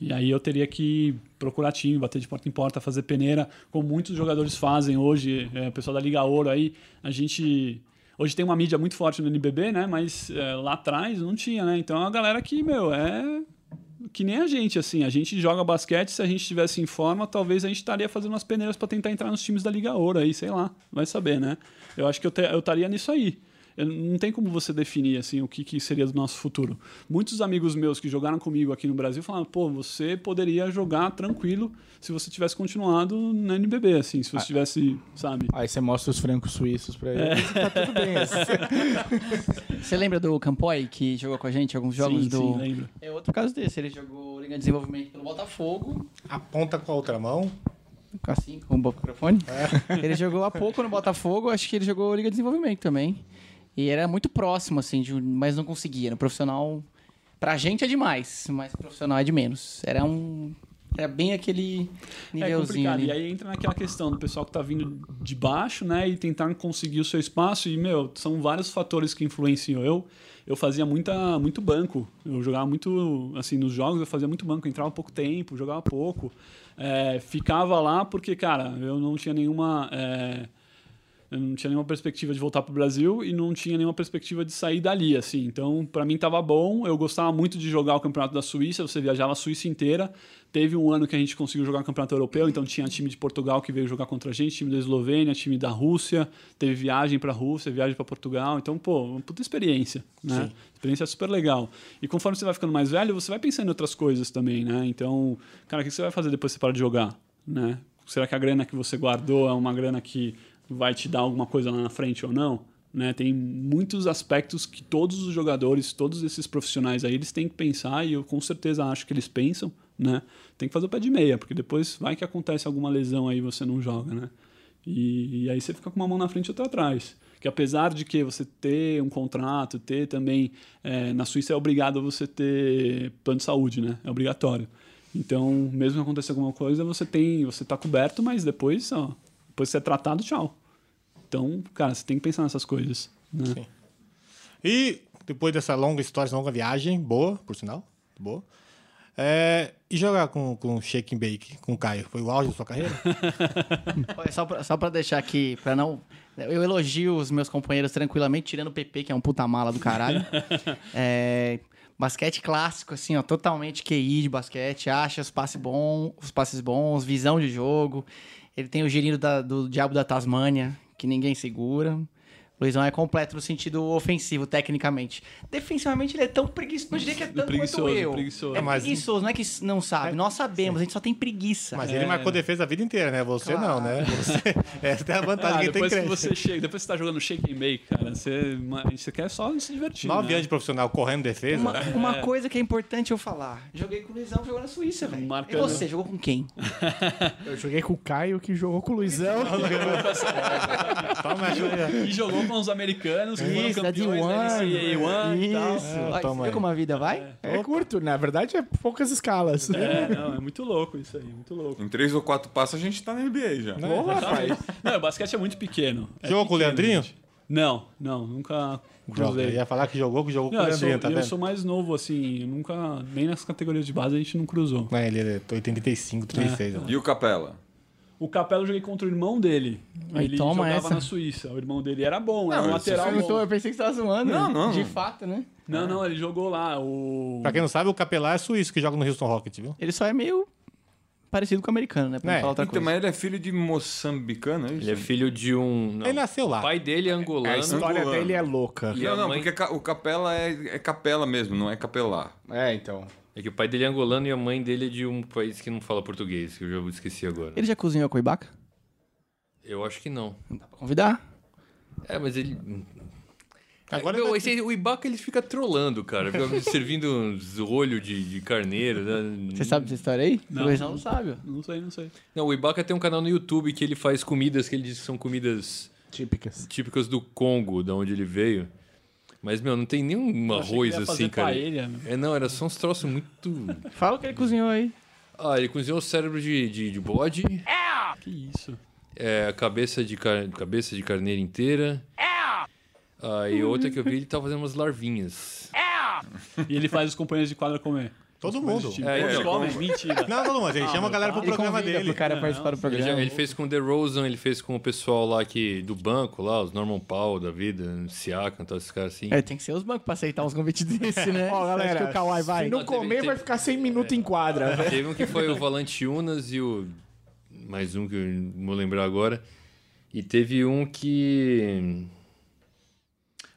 Speaker 6: E aí eu teria que procurar time, bater de porta em porta, fazer peneira, como muitos jogadores fazem hoje. É, o pessoal da Liga Ouro aí, a gente. Hoje tem uma mídia muito forte no NBB, né? Mas é, lá atrás não tinha, né? Então é uma galera que, meu, é. Que nem a gente, assim. A gente joga basquete, se a gente estivesse em forma, talvez a gente estaria fazendo umas peneiras para tentar entrar nos times da Liga Ouro aí, sei lá. Vai saber, né? Eu acho que eu te- eu estaria nisso aí. Eu- Não tem como você definir assim o que, que seria do nosso futuro. Muitos amigos meus que jogaram comigo aqui no Brasil falaram: pô, você poderia jogar tranquilo se você tivesse continuado na NBB, assim,
Speaker 3: Ah,
Speaker 6: se você tivesse, sabe?
Speaker 2: Aí você mostra os francos suíços pra ele. Tá tudo bem.
Speaker 3: Você lembra do Campoy, que jogou com a gente alguns jogos
Speaker 6: sim,
Speaker 3: do...
Speaker 6: sim, lembro.
Speaker 3: é outro caso desse, ele jogou Liga de Desenvolvimento pelo Botafogo,
Speaker 1: Aponta com a outra mão.
Speaker 3: assim, com o microfone.
Speaker 6: É.
Speaker 3: Ele jogou há pouco no Botafogo, acho que ele jogou Liga de Desenvolvimento também. E era muito próximo, assim, de um- mas não conseguia. No profissional, pra gente é demais, mas pro profissional é de menos. Era um... Era bem aquele
Speaker 6: É
Speaker 3: nívelzinho
Speaker 6: complicado.
Speaker 3: ali.
Speaker 6: E aí entra naquela questão do pessoal que tá vindo de baixo, né? E tentar conseguir o seu espaço. E, meu, são vários fatores que influenciam. Eu eu fazia muita, muito banco. Eu jogava muito, assim, nos jogos eu fazia muito banco. Eu entrava pouco tempo, jogava pouco. É, ficava lá porque, cara, eu não tinha nenhuma... é, eu não tinha nenhuma perspectiva de voltar pro Brasil e não tinha nenhuma perspectiva de sair dali, assim. Então, para mim tava bom. Eu gostava muito de jogar o Campeonato da Suíça, você viajava a Suíça inteira. Teve um ano que a gente conseguiu jogar o Campeonato Europeu, então tinha time de Portugal que veio jogar contra a gente, time da Eslovênia, time da Rússia, teve viagem pra Rússia, viagem pra Portugal. Então, pô, uma puta experiência, né? Experiência super legal. E conforme você vai ficando mais velho, você vai pensando em outras coisas também, né? Então, cara, o que você vai fazer depois que você para de jogar, né? Será que a grana que você guardou é uma grana que vai te dar alguma coisa lá na frente ou não? né? né? Tem muitos aspectos que todos os jogadores, todos esses profissionais aí, eles têm que pensar e eu com certeza acho que eles pensam, né? Tem que fazer o pé de meia, porque depois vai que acontece alguma lesão aí e você não joga, né? E, e aí você fica com uma mão na frente e outra atrás. Que apesar de que você ter um contrato, ter também. eh, na Suíça é obrigado você ter plano de saúde, né? É obrigatório. Então, mesmo que aconteça alguma coisa, você tem. Você tá coberto, mas depois, ó, depois que você é tratado, tchau. Então, cara, você tem que pensar nessas coisas. Né?
Speaker 1: E depois dessa longa história, essa longa viagem, boa, por sinal, boa. É, e jogar com, com Shake and Bake, com o Caio, foi o auge da sua carreira?
Speaker 3: Olha, Só pra, só pra deixar aqui, pra não. Eu elogio os meus companheiros tranquilamente, tirando o PP, que é um puta mala do caralho. É, basquete clássico, assim, ó, totalmente QI de basquete, acha os passes bons, os passes bons, visão de jogo. Ele tem o girinho da- do Diabo da Tasmânia, que ninguém segura. Luizão é completo no sentido ofensivo, tecnicamente. Defensivamente, ele é tão preguiçoso. Não diria que é tanto
Speaker 6: Preguiçoso,
Speaker 3: quanto eu.
Speaker 6: preguiçoso.
Speaker 3: É
Speaker 1: Mas-
Speaker 3: preguiçoso, não é que s- não sabe. Nós sabemos, a gente só tem preguiça.
Speaker 1: Mas
Speaker 6: É.
Speaker 1: ele marcou defesa a vida inteira, né? Você não, né? Você, essa é a vantagem
Speaker 6: Ah,
Speaker 1: que ele tem
Speaker 6: depois que
Speaker 1: crédito.
Speaker 6: você chega, depois que você tá jogando shake and make, cara, você, você quer só se divertir.
Speaker 1: Nove
Speaker 6: né?
Speaker 1: anos de profissional correndo defesa.
Speaker 3: Uma, uma coisa que é importante eu falar. Joguei com o Luizão, jogou na Suíça, velho. E
Speaker 6: Marcando.
Speaker 3: você, jogou com quem?
Speaker 2: Eu joguei com o Caio, que jogou com o Luizão.
Speaker 1: Toma ajuda.
Speaker 6: E jogou com os americanos, que foram
Speaker 3: Isso, é um da
Speaker 6: campeões né, da
Speaker 3: D1,
Speaker 6: NCAA
Speaker 1: Um
Speaker 6: One um e tal.
Speaker 3: Isso.
Speaker 1: É, toma
Speaker 3: Olha, você
Speaker 1: aí.
Speaker 3: viu como a vida vai?
Speaker 2: É curto, na verdade é poucas escalas.
Speaker 6: É, não, é muito louco isso aí, muito louco. É,
Speaker 8: Em três ou quatro passos a gente tá na NBA já.
Speaker 6: Né?
Speaker 2: Porra, rapaz.
Speaker 6: Não, o basquete é muito pequeno. É
Speaker 1: Jogou com o
Speaker 6: pequeno,
Speaker 1: Leandrinho?
Speaker 6: gente. Não, não, nunca
Speaker 1: Joga, eu
Speaker 6: cruzei.
Speaker 1: ia falar que jogou, que jogou
Speaker 6: Não,
Speaker 1: com o
Speaker 6: eu, sou,
Speaker 1: Leandrinho, tá
Speaker 6: eu
Speaker 1: vendo?
Speaker 6: sou mais novo, assim, eu nunca, nem nas categorias de base a gente não cruzou.
Speaker 1: Não, ele é 85, 36. ó.
Speaker 8: E o Capela?
Speaker 6: O Capela eu joguei contra o irmão dele.
Speaker 3: Aí
Speaker 6: ele
Speaker 3: toma
Speaker 6: jogava
Speaker 3: essa.
Speaker 6: na Suíça. O irmão dele era bom, era
Speaker 8: Não,
Speaker 6: um
Speaker 8: isso
Speaker 6: lateral
Speaker 8: foi-
Speaker 6: bom.
Speaker 3: eu pensei que você tava zoando.
Speaker 8: Não, não,
Speaker 3: De
Speaker 8: não.
Speaker 3: fato, né?
Speaker 6: Não, não, ele jogou lá. O...
Speaker 1: Pra quem não sabe, o Capelar é suíço que joga no Houston Rocket, viu?
Speaker 3: Ele só é meio parecido com o americano, né? Pra
Speaker 1: É,
Speaker 3: não falar outra
Speaker 8: Então,
Speaker 3: coisa.
Speaker 8: mas ele é filho de moçambicano, é isso?
Speaker 9: Ele é filho de um. Não.
Speaker 1: Ele nasceu lá.
Speaker 9: O pai dele é
Speaker 2: A
Speaker 9: angolano.
Speaker 2: história
Speaker 8: Angolano.
Speaker 2: dele é louca.
Speaker 9: E
Speaker 8: Não,
Speaker 9: a
Speaker 8: não,
Speaker 9: mãe-
Speaker 8: porque ca- o Capela é, é capela mesmo, não é capelar.
Speaker 2: É, então.
Speaker 9: É que o pai dele é angolano e a mãe dele é de um país que não fala português, que eu já esqueci agora.
Speaker 3: Ele já cozinhou a coibaca?
Speaker 9: Eu acho que não.
Speaker 3: Dá pra convidar?
Speaker 9: É, mas ele.
Speaker 1: Agora
Speaker 9: Meu,
Speaker 1: ele vai-
Speaker 9: esse- o Ibaka ele fica trolando, cara. Fica me servindo uns olho de, de carneiro. né?
Speaker 3: Você sabe dessa história aí?
Speaker 6: Não.
Speaker 3: O Luizão não sabe. ó.
Speaker 6: Não sei, não sei.
Speaker 9: Não, o Ibaka tem um canal no YouTube que ele faz comidas que ele diz que são comidas
Speaker 2: Típicas.
Speaker 9: típicas do Congo, da onde ele veio. Mas, meu, não tem nenhum
Speaker 6: Eu achei que ele
Speaker 9: arroz
Speaker 6: ia
Speaker 9: assim,
Speaker 6: fazer
Speaker 9: cara.
Speaker 6: Paella, meu.
Speaker 9: É, não, era só uns troços muito.
Speaker 3: Fala o que ele cozinhou aí.
Speaker 9: Ah, ele cozinhou o cérebro de, de, de bode,
Speaker 6: Que isso.
Speaker 9: é, a cabeça de, car... cabeça de carneiro inteira. Ah, e outra que eu vi, ele tava fazendo umas larvinhas.
Speaker 6: E ele faz os companheiros de quadra comer.
Speaker 1: Todo mundo.
Speaker 9: É,
Speaker 6: Eles
Speaker 9: então.
Speaker 6: comem? Mentira.
Speaker 1: Não, todo mundo. Ele chama a galera pro
Speaker 3: Ele
Speaker 1: programa
Speaker 3: convida
Speaker 1: dele.
Speaker 3: pro cara participar do
Speaker 9: Ele, já-
Speaker 3: programa.
Speaker 9: ele fez com o DeRozan, ele fez com o pessoal lá que, do banco, lá, os Norman Powell da vida, Siakam, tal, esses caras assim.
Speaker 3: É, tem que ser os bancos pra aceitar uns convites desse, né?
Speaker 2: Ó, galera,
Speaker 3: Acho que o Kawhi vai.
Speaker 2: se não
Speaker 9: Ah, teve-
Speaker 2: comer,
Speaker 9: teve-
Speaker 2: vai ficar 100 minutos em quadra. velho.
Speaker 9: Teve um que foi o Valantiunas e o. Mais um que eu não vou lembrar agora. E teve um que.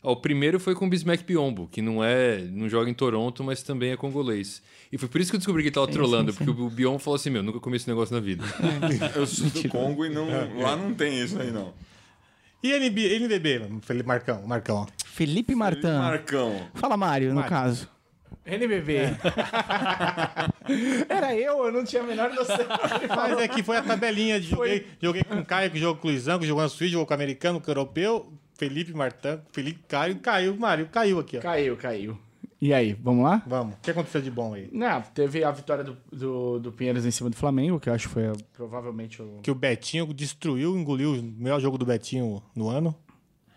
Speaker 9: Ah, o primeiro foi com o Bismack Biombo, que não é. não joga em Toronto, mas também é congolês. E foi por isso que eu descobri que ele tava trolando, porque o Biombo falou assim, meu, nunca comi esse negócio na vida.
Speaker 8: Eu sou do Congo e não, lá não tem isso aí, não.
Speaker 1: E NB, NBB, Felipe Marcão, Marcão. ó.
Speaker 3: Felipe
Speaker 2: Tá.
Speaker 3: Martã.
Speaker 8: Marcão.
Speaker 3: Fala Mário, no caso.
Speaker 2: NBB. Era eu, eu não tinha a menor noção.
Speaker 1: Mas é que foi a tabelinha de joguei, joguei com o Caio, que jogou com o Luizão, que jogou na Suíça, jogou com o americano, com o europeu, Felipe Martã, Felipe Caio, caiu, Mário, caiu aqui, ó.
Speaker 2: Caiu, caiu. E aí, vamos lá?
Speaker 1: Vamos. O que aconteceu de bom aí?
Speaker 2: Não, Né, teve a vitória do, do, do Pinheiros em cima do Flamengo, que eu acho que foi provavelmente o,
Speaker 1: Que o Betinho destruiu, engoliu o melhor jogo do Betinho no ano.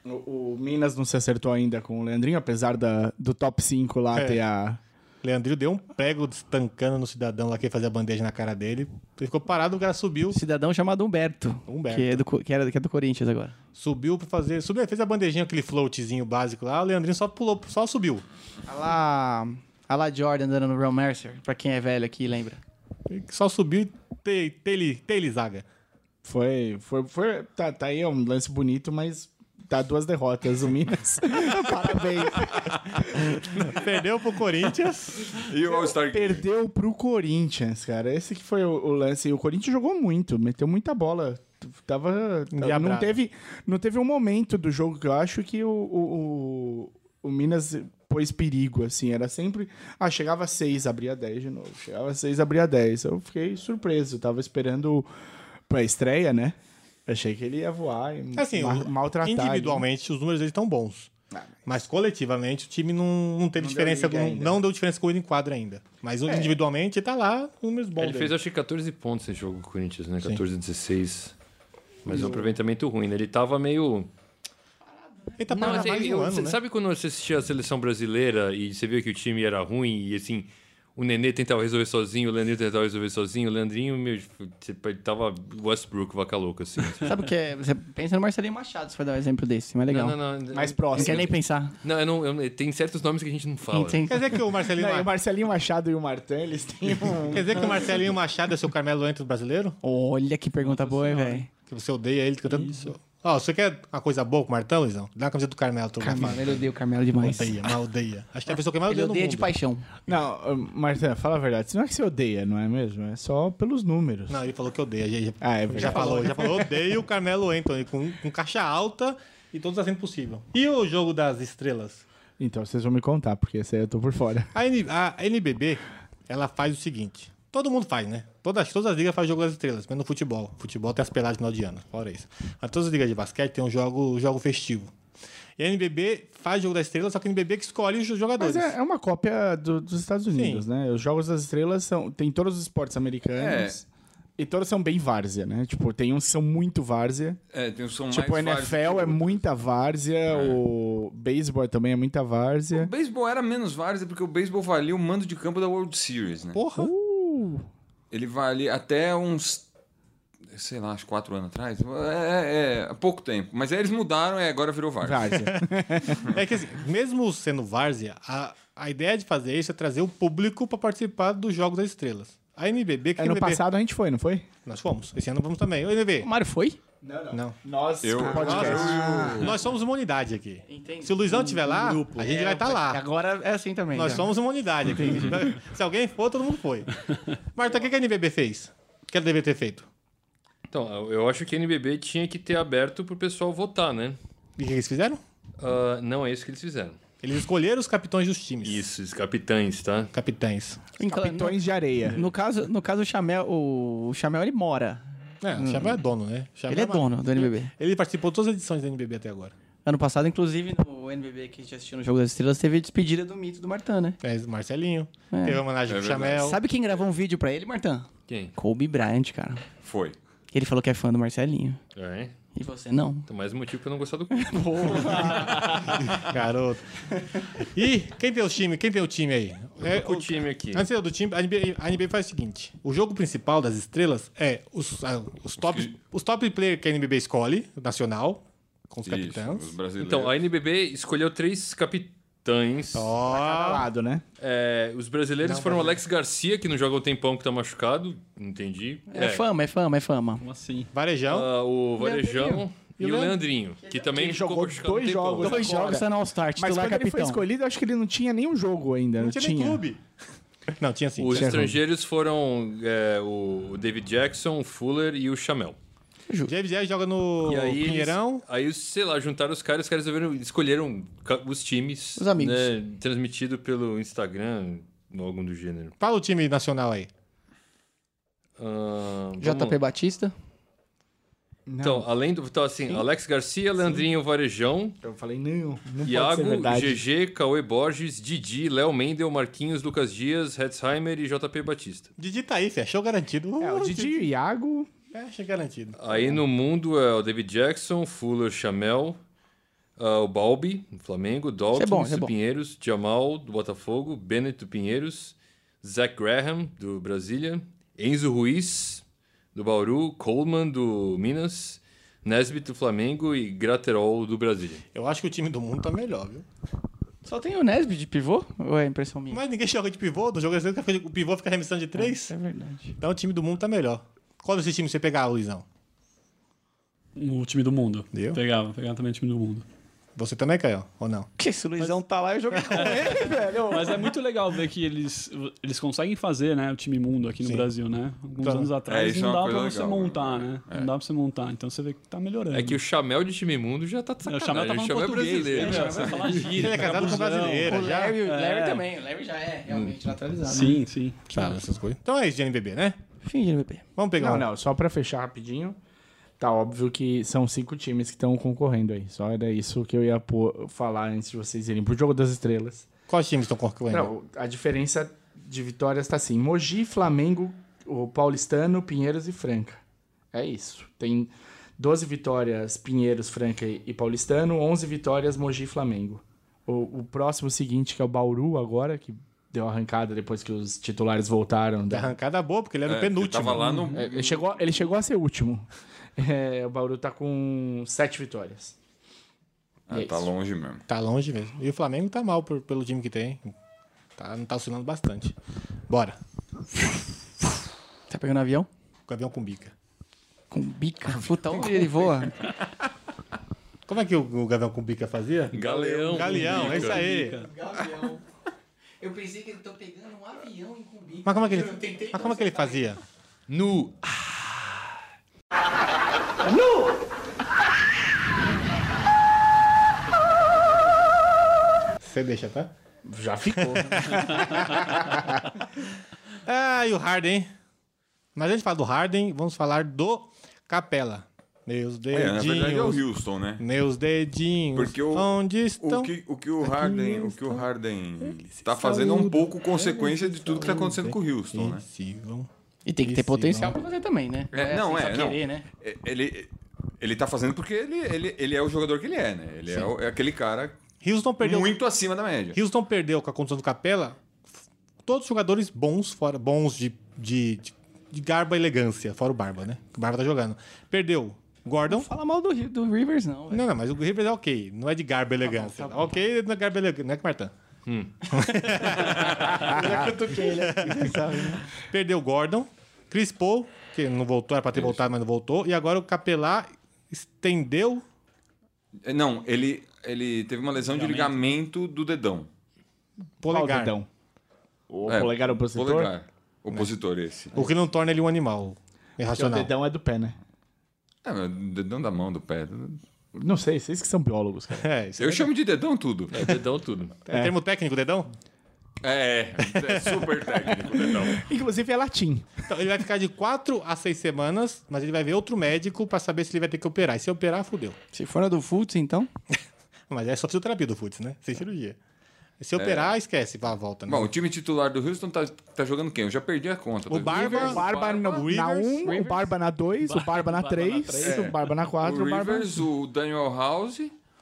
Speaker 2: o, o Minas não se acertou ainda com o Leandrinho, apesar da, do top 5 lá
Speaker 1: É.
Speaker 2: ter a.
Speaker 1: Leandrinho deu um prego estancando no cidadão lá que ia fazer a bandeja na cara dele. Ele ficou parado, o cara subiu.
Speaker 3: Cidadão chamado Humberto.
Speaker 1: Humberto.
Speaker 3: Que é do, Co- que era, que é do Corinthians agora.
Speaker 1: Subiu pra fazer. Subiu, fez a bandejinha, aquele floatzinho básico lá. O Leandrinho só pulou, só subiu.
Speaker 3: A lá, a lá Jordan andando no Real Mercer, pra quem é velho aqui, lembra?
Speaker 1: Ele Só subiu e te- tele- telizaga.
Speaker 2: Foi. foi, foi tá, tá aí, é um lance bonito, mas tá duas derrotas o Minas. Parabéns.
Speaker 1: Perdeu pro Corinthians.
Speaker 8: E o All-Star Game?
Speaker 2: Perdeu pro Corinthians, cara. Esse que foi o, o lance. E o Corinthians jogou muito, meteu muita bola. tava. Não
Speaker 1: Endiabrado.
Speaker 2: teve, não teve um momento do jogo que eu acho que o, o, o, o Minas pôs perigo, assim. Era sempre. Ah, chegava 6, abria 10 de novo. Chegava 6, abria 10. Eu fiquei surpreso. Tava esperando pra estreia, né? Achei que ele ia voar e
Speaker 1: Assim,
Speaker 2: ma-
Speaker 1: o-
Speaker 2: maltratar.
Speaker 1: individualmente os números deles estão bons. Mas coletivamente o time não, não teve
Speaker 2: Ah, Não deu
Speaker 1: diferença,
Speaker 2: liga
Speaker 1: não,
Speaker 2: ainda.
Speaker 1: não deu diferença com o enquadro ainda. Mas
Speaker 2: É.
Speaker 1: individualmente tá lá, números bons.
Speaker 9: Ele
Speaker 1: dele.
Speaker 9: fez acho que 14 pontos nesse jogo com o Corinthians, né?
Speaker 1: Sim.
Speaker 9: 14, 16. Mas
Speaker 1: E
Speaker 9: um
Speaker 1: o-
Speaker 9: aproveitamento ruim, né? Ele tava meio.
Speaker 1: Ele tá parado há
Speaker 9: assim,
Speaker 1: mais de
Speaker 9: eu-
Speaker 1: um ano,
Speaker 9: cê-
Speaker 1: né?
Speaker 9: Sabe quando você assistia a seleção brasileira e você via que o time era ruim e assim. O Nenê tentava resolver sozinho, o Leandrinho tentava resolver sozinho, o Leandrinho, meu, tipo, ele tava Westbrook, vaca louca, assim.
Speaker 3: Sabe o que é? Você pensa no Marcelinho Machado, se for dar um exemplo desse, mas legal.
Speaker 9: Não, não, não.
Speaker 3: Não quer nem pensar.
Speaker 9: Não, eu não, eu- tem certos nomes que a gente não fala.
Speaker 3: Tem-
Speaker 1: Quer dizer que o Marcelinho,
Speaker 2: Não, e o Marcelinho Machado e o Martin, eles têm um.
Speaker 1: Quer dizer que o Marcelinho Machado é seu Carmelo Anthony brasileiro?
Speaker 3: Olha que pergunta boa, hein, velho.
Speaker 1: Que você odeia ele cantando. Ó, você quer uma coisa boa com o Martão, Luizão? Dá uma camiseta do Carmelo, tu
Speaker 3: Carmelo, ele odeia o Carmelo demais.
Speaker 1: Odeia, mas odeia. Acho que é a pessoa que mais
Speaker 3: Ele
Speaker 1: odeia no
Speaker 3: odeia
Speaker 1: mundo.
Speaker 3: de paixão.
Speaker 2: Não, Martin, fala a verdade. Isso não é que você odeia, não é mesmo? É só pelos números.
Speaker 1: Não, ele falou que odeia. Já, já-
Speaker 2: Ah, é
Speaker 1: já
Speaker 2: verdade.
Speaker 1: falou, já falou. Odeio o Carmelo Anthony com, com caixa alta e todos assim possível. E o jogo das estrelas?
Speaker 2: Então vocês vão me contar, porque esse aí eu tô por fora.
Speaker 1: A, N- a NBB, ela faz o seguinte. Todo mundo faz, né? Todas, todas as ligas fazem jogo das estrelas, menos no futebol. Futebol tem as peladas de final de ano, fora isso. Mas todas as ligas de basquete tem um jogo, jogo festivo. E a NBB faz jogo das estrelas, só que a NBB que escolhe os jogadores.
Speaker 2: Mas é, é uma cópia do- dos Estados Unidos, né? Os Jogos das Estrelas são, tem todos os esportes
Speaker 1: É.
Speaker 2: americanos. E todos são bem várzea, né? Tipo, tem uns que são muito várzea.
Speaker 8: É, tem um som
Speaker 2: tipo, o
Speaker 8: mais
Speaker 2: NFL é muita várzea,
Speaker 1: É.
Speaker 2: o beisebol também é muita várzea.
Speaker 8: O beisebol era menos várzea porque o beisebol valia o mando de campo da World Series, né?
Speaker 1: Porra!
Speaker 2: Uh.
Speaker 8: Ele valia até uns. Sei lá, uns quatro anos atrás. É, é, é, há pouco tempo. Mas aí eles mudaram e agora virou várzea.
Speaker 2: Várzea.
Speaker 1: É que assim, mesmo sendo várzea, a, a ideia de fazer isso é trazer o público pra participar dos Jogos das Estrelas. A NBB, que a
Speaker 2: ano
Speaker 1: NBB?
Speaker 2: É, passado a gente foi, não foi?
Speaker 1: Nós fomos. Esse ano vamos também. O NBB?
Speaker 3: O Mário foi?
Speaker 1: Não.
Speaker 2: Nós,
Speaker 8: Eu-
Speaker 2: podcast.
Speaker 1: Nós somos uma unidade aqui.
Speaker 3: Entendi.
Speaker 1: Se o Luizão estiver lá,
Speaker 3: Grupo.
Speaker 1: a gente
Speaker 3: É,
Speaker 1: vai estar lá.
Speaker 3: Agora é assim também.
Speaker 1: Nós
Speaker 3: já.
Speaker 1: somos uma unidade aqui. Se alguém for, todo mundo foi. Marta, o que que a NBB fez? O que ela deveria ter feito?
Speaker 9: Então, eu- eu acho que a NBB tinha que ter aberto pro pessoal votar, né?
Speaker 1: E o que eles fizeram?
Speaker 9: Ah, não é isso que eles fizeram.
Speaker 1: Eles escolheram os capitães dos times.
Speaker 9: Isso, os capitães, tá?
Speaker 1: Capitães.
Speaker 3: Então,
Speaker 2: Capitões de areia.
Speaker 3: No, no caso, no caso o, Chamel, o, o Chamel, ele mora.
Speaker 1: É,
Speaker 9: Hum.
Speaker 1: o Xavier é dono, né? O Xavier
Speaker 3: Ele é
Speaker 1: uma-
Speaker 3: dono do NBB.
Speaker 1: Ele participou de todas as edições da NBB até agora.
Speaker 3: Ano passado, inclusive, no NBB que a gente assistiu no Jogo das Estrelas, teve a despedida do mito do Martã, né?
Speaker 1: É, Marcelinho,
Speaker 3: É.
Speaker 1: teve a homenagem
Speaker 8: É
Speaker 1: pro
Speaker 8: verdade.
Speaker 1: Chamel.
Speaker 3: Sabe quem gravou um vídeo pra ele, Martã?
Speaker 9: Quem?
Speaker 3: Kobe Bryant, cara.
Speaker 8: Foi.
Speaker 3: Ele falou que é fã do Marcelinho.
Speaker 9: É.
Speaker 3: E você não.
Speaker 9: Então, mais um motivo pra eu não gostar do clube.
Speaker 1: Garoto. E quem tem o time? Quem tem o time aí? É,
Speaker 9: o time aqui.
Speaker 1: Antes do time, a NBA, a NBA faz o seguinte: o jogo principal das estrelas é os, ah, os top, os top player que a NBB escolhe, o nacional, com os
Speaker 8: Isso,
Speaker 1: capitães.
Speaker 8: os brasileiros.
Speaker 9: Então, a NBB escolheu três capitães.
Speaker 1: Ó,
Speaker 2: Lado, né?
Speaker 9: É, os brasileiros foram o Alex Garcia, que não joga um tempão, que tá machucado. Entendi.
Speaker 3: É, fama, é fama, é fama.
Speaker 6: Como assim?
Speaker 1: Varejão.
Speaker 9: Ah, o Varejão e, o
Speaker 1: Leandrinho.
Speaker 9: Leandrinho, que também
Speaker 2: Ele
Speaker 9: ficou
Speaker 2: jogou
Speaker 9: machucado um
Speaker 2: dois
Speaker 9: tempão.
Speaker 2: jogos.
Speaker 3: Dois
Speaker 2: Agora.
Speaker 3: jogos tá no All-Star,
Speaker 2: Mas
Speaker 3: titular
Speaker 2: quando ele foi
Speaker 3: capitão.
Speaker 2: escolhido, eu acho que ele não tinha nenhum jogo ainda. Não,
Speaker 1: Não tinha nem clube. Não, tinha
Speaker 2: assim,
Speaker 1: sim.
Speaker 9: Os
Speaker 1: tinha.
Speaker 9: estrangeiros foram é, o David Jackson, o Fuller e o Chamel.
Speaker 1: James Harden joga no
Speaker 9: E aí,
Speaker 1: Pinheirão.
Speaker 9: eles, aí, sei lá, juntaram os caras, os caras resolveram- escolheram ca- os times.
Speaker 3: Os amigos.
Speaker 9: né, transmitido pelo Instagram, ou algum do gênero.
Speaker 1: Fala o time nacional aí.
Speaker 9: Ah, vamos
Speaker 3: JP
Speaker 9: lá.
Speaker 3: Batista.
Speaker 9: Então, além do. Então, assim, Alex Garcia, Leandrinho Varejão,
Speaker 2: Eu falei, não, não pode
Speaker 9: Iago,
Speaker 2: ser verdade.
Speaker 9: GG, Cauê Borges, Didi, Léo Mendel, Marquinhos, Lucas Dias, Hetzheimer e JP Batista.
Speaker 1: Didi tá aí, fi, achou garantido.
Speaker 2: É, o Didi e o Iago.
Speaker 1: É, achei garantido.
Speaker 9: Aí no mundo é o David Jackson, Fuller, Chamel, ah, o Balbi, do Flamengo, Dalton,
Speaker 3: Isso é bom, isso é
Speaker 9: do
Speaker 3: bom.
Speaker 9: Pinheiros, Jamal, do Botafogo, Bennett, do Pinheiros, Zach Graham, do Brasília, Enzo Ruiz, do Bauru, Coleman, do Minas, Nesbitt, do Flamengo e Graterol, do Brasília.
Speaker 1: Eu acho que o time do mundo tá melhor, viu?
Speaker 3: Só tem o Nesby de pivô? Ou é impressão minha?
Speaker 1: Mas ninguém joga de pivô, do jogo às vezes o pivô fica remissão de três.
Speaker 3: É verdade.
Speaker 1: Então o time do mundo tá melhor. Qual desse time você pegar, Luizão?
Speaker 6: O time do mundo.
Speaker 1: Deu?
Speaker 6: Pegava, pegava também o time do mundo.
Speaker 1: Você também, Caio? Ou não?
Speaker 3: Porque se o Luizão tá lá, eu joguei com ele, velho.
Speaker 6: Mas é muito legal ver que eles, eles conseguem fazer, né, o time mundo aqui no
Speaker 1: Sim.
Speaker 6: Brasil, né? Alguns
Speaker 1: Então,
Speaker 6: anos
Speaker 8: é,
Speaker 6: atrás
Speaker 8: isso é
Speaker 6: não
Speaker 8: uma
Speaker 6: dá
Speaker 8: coisa
Speaker 6: pra você
Speaker 8: legal,
Speaker 6: montar, né? Não dá pra você montar. Então você vê que tá melhorando.
Speaker 9: É
Speaker 3: Uhum.
Speaker 9: que o Chamel de time mundo já tá de
Speaker 6: o
Speaker 9: sacanagem.
Speaker 6: Chamel tá falando
Speaker 9: é
Speaker 6: português.
Speaker 9: brasileiro.
Speaker 6: né, meu? Vai falar gíria,
Speaker 1: Ele é casado com
Speaker 6: abusão.
Speaker 1: brasileira,
Speaker 3: O
Speaker 1: já.
Speaker 3: Larry, o Larry
Speaker 6: É.
Speaker 3: também. O Larry já é realmente naturalizado. Né?
Speaker 6: Sim, sim.
Speaker 1: Sabe, essas coisas. Então é isso de NBB, né?
Speaker 3: Fim de MVP.
Speaker 1: Vamos pegar
Speaker 2: Não,
Speaker 1: um.
Speaker 2: não, só pra fechar rapidinho. Tá óbvio que são cinco times que estão concorrendo aí. Só era isso que eu ia pôr- falar antes de vocês irem pro Jogo das Estrelas.
Speaker 1: Quais times estão concorrendo?
Speaker 2: Não, a diferença de vitórias tá assim: Mogi, Flamengo, o Paulistano, Pinheiros e Franca. É isso. Tem 12 vitórias Pinheiros, Franca e e Paulistano, 11 vitórias Mogi e Flamengo. O, o próximo seguinte, que é o Bauru agora, que deu arrancada depois que os titulares voltaram
Speaker 1: Tá
Speaker 2: da,
Speaker 1: arrancada boa, porque ele era
Speaker 8: É,
Speaker 1: o
Speaker 8: que
Speaker 1: penúltimo. né?
Speaker 8: Tava lá no.
Speaker 2: é, Ele chegou, ele chegou a ser último. É, o Bauru tá com sete vitórias.
Speaker 8: Ah, tá longe mesmo.
Speaker 1: Tá longe mesmo. E o Flamengo tá mal por- pelo time que tem. Tá, não tá oscilando bastante. Bora.
Speaker 3: Tá pegando avião?
Speaker 1: Campeão com bica.
Speaker 3: Com bica. Puta, onde ele voa?
Speaker 1: Como é que o, o Gavião com bica fazia?
Speaker 9: Galeão.
Speaker 1: Galeão, é isso aí.
Speaker 3: Avião. Eu pensei que ele tá pegando um avião com bica.
Speaker 1: Mas como é que ele, mas como é que ele fazia?
Speaker 9: Nu.
Speaker 1: Você deixa, tá?
Speaker 2: Já ficou.
Speaker 1: Ah, e o Harden. Mas antes de falar do Harden, vamos falar do Capela. Meus
Speaker 8: É, na
Speaker 1: dedinhos.
Speaker 8: verdade é o Houston, né?
Speaker 1: Meus dedinhos.
Speaker 8: Porque o-
Speaker 1: onde estão?
Speaker 8: O que, o Então, é que o Harden, o que o Harden tá fazendo é um pouco consequência de tudo que tá acontecendo com o Houston, né?
Speaker 1: Sigam.
Speaker 3: E tem que ter
Speaker 1: Esse
Speaker 3: potencial
Speaker 1: não.
Speaker 3: pra fazer também, né?
Speaker 8: É, não,
Speaker 3: assim,
Speaker 8: é,
Speaker 3: só
Speaker 8: não.
Speaker 3: querer, né?
Speaker 8: É, Ele ele tá fazendo porque ele, ele, ele é o jogador que ele é, né? Ele é, o- é aquele cara
Speaker 1: Houston perdeu.
Speaker 8: muito acima da média.
Speaker 1: Houston perdeu com a condição do Capela f- todos os jogadores bons, fora bons de, de, de, de garba e elegância, fora o Barba, né? O Barba tá jogando. Perdeu Gordon.
Speaker 3: Não fala mal do, Ri- do Rivers, não. velho.
Speaker 1: Não, não, mas o Rivers é ok. Não é de
Speaker 2: Tá
Speaker 1: garba e elegância. Ok, não é garba e elegância. Não é que Martã.
Speaker 2: né?
Speaker 1: Perdeu Gordon, Chris Paul, que não voltou, era pra ter voltado, mas não voltou. E agora o Capelá estendeu.
Speaker 8: É, Não, ele, ele teve uma lesão de ligamento do dedão.
Speaker 1: Polegar.
Speaker 2: Dedão. O
Speaker 8: É,
Speaker 2: polegar opositor?
Speaker 8: Polegar. Opositor esse.
Speaker 1: O que não torna ele um animal
Speaker 2: Porque o
Speaker 1: irracional.
Speaker 2: dedão é do pé, né?
Speaker 8: É, mas dedão da mão, do pé.
Speaker 2: Não sei, vocês que são biólogos, cara.
Speaker 1: É, isso
Speaker 8: Eu chamo de dedão tudo.
Speaker 9: É dedão tudo.
Speaker 1: é termo técnico, dedão?
Speaker 8: É, é super técnico o dedão.
Speaker 2: Inclusive é latim.
Speaker 1: Então, ele vai ficar de 4 a 6 semanas, mas ele vai ver outro médico pra saber se ele vai ter que operar. E se operar, fudeu.
Speaker 3: Se for na do Fultz, então.
Speaker 1: Mas é só fisioterapia do Futs, né?
Speaker 2: É.
Speaker 1: Sem cirurgia. E se operar, esquece. Vá, volta. Né?
Speaker 8: Bom, o time titular do Houston tá, tá jogando quem? Eu já perdi a conta.
Speaker 1: o Barba.
Speaker 2: O Barba na na
Speaker 1: Rivers,
Speaker 2: um, o Barba na dois, o Barba na três, o Barba na
Speaker 8: o
Speaker 2: quatro, o Barba...
Speaker 8: Rivers, o Daniel House.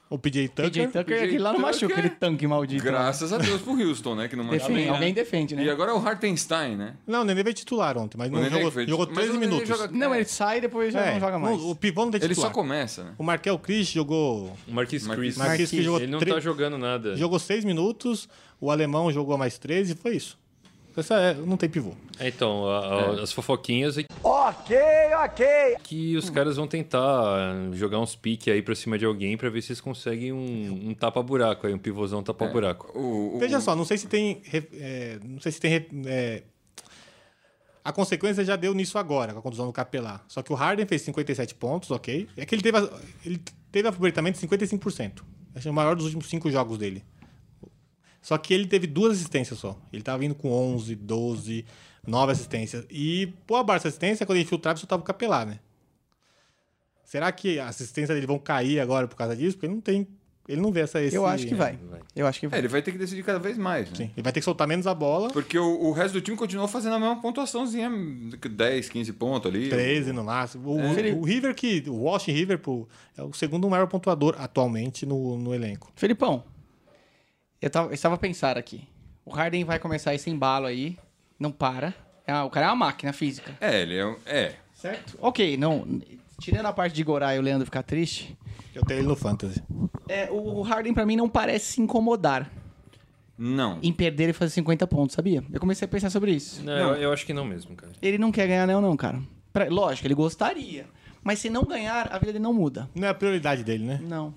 Speaker 1: O PJ
Speaker 3: PJ
Speaker 1: Tucker.
Speaker 3: Tucker é
Speaker 8: PJ
Speaker 3: aquele lá não
Speaker 8: Tucker.
Speaker 3: machuca, aquele tanque maldito. lá.
Speaker 8: Graças a Deus pro Houston, né? Que não
Speaker 3: Defende,
Speaker 8: machucou.
Speaker 3: Alguém defende, né?
Speaker 8: E agora é o Hartenstein, né?
Speaker 1: Não, o Nenê veio titular ontem, mas
Speaker 8: O
Speaker 1: não
Speaker 8: Nenê
Speaker 1: jogou,
Speaker 8: que fez-
Speaker 1: jogou
Speaker 8: mas
Speaker 1: 13
Speaker 8: o Nenê
Speaker 1: minutos.
Speaker 8: joga-
Speaker 3: Não, ele sai e depois já
Speaker 1: É,
Speaker 3: não joga mais.
Speaker 1: não, O pivô não tem
Speaker 8: Ele
Speaker 1: titular.
Speaker 8: só começa, né?
Speaker 1: O Markel Cris jogou
Speaker 9: O Marquis Chris.
Speaker 1: Marquis que jogou
Speaker 9: Ele não
Speaker 1: tre-
Speaker 9: tá jogando
Speaker 8: É.
Speaker 9: nada.
Speaker 1: jogou 6 minutos, o alemão jogou mais 13 e foi isso. Essa é- não tem pivô.
Speaker 9: É, Então, a- a- as fofoquinhas é
Speaker 5: Ok, ok.
Speaker 9: que os caras vão tentar jogar uns piques aí pra cima de alguém pra ver se eles conseguem um, um tapa-buraco aí, um pivôzão tapa-buraco.
Speaker 8: O, o-
Speaker 1: Veja só, não sei se tem. re- é, não sei se tem. re- é, a consequência já deu nisso agora, com a condução do Capelá. Só que o Harden fez 57 pontos, ok. É que ele teve, a- ele teve aproveitamento de 55%. Acho que é o maior dos últimos 5 jogos dele. Só que ele teve duas assistências só. Ele tava vindo com 11, 12, 9 assistências. E pô, a barra dessa assistência, quando ele infiltrava, só tava o Capelá, né? Será que a assistência dele vão cair agora por causa disso? Porque ele não tem. Ele não vê essa. Esse,
Speaker 3: Eu acho que vai. Eu acho que
Speaker 8: É,
Speaker 3: vai.
Speaker 8: ele vai ter que decidir cada vez mais, né?
Speaker 1: Sim, Ele vai ter que soltar menos a bola.
Speaker 8: Porque o, o resto do time continuou fazendo a mesma pontuaçãozinha, 10, 15 pontos ali.
Speaker 1: 13 no máximo. O,
Speaker 6: É.
Speaker 1: o River que. O Washington River pô, é o segundo maior pontuador atualmente no, no elenco.
Speaker 3: Felipão, eu, tava, eu estava a pensar aqui. O Harden vai começar esse embalo aí, não para. É uma- o cara é uma máquina física.
Speaker 8: É, ele é. um- é.
Speaker 3: Certo? Ok, não. Tirando a parte de Gorai e o Leandro ficar triste,
Speaker 1: Eu tenho ele no Fantasy.
Speaker 3: é, o Harden pra mim não parece se incomodar
Speaker 8: Não.
Speaker 3: em perder e fazer 50 pontos, sabia? Eu comecei a pensar sobre isso.
Speaker 9: Não, Eu, eu acho que não mesmo, cara.
Speaker 3: Ele não quer ganhar anel não, cara. Pra- lógico, ele gostaria. Mas se não ganhar, a vida dele não muda.
Speaker 1: Não é a prioridade dele, né?
Speaker 3: Não.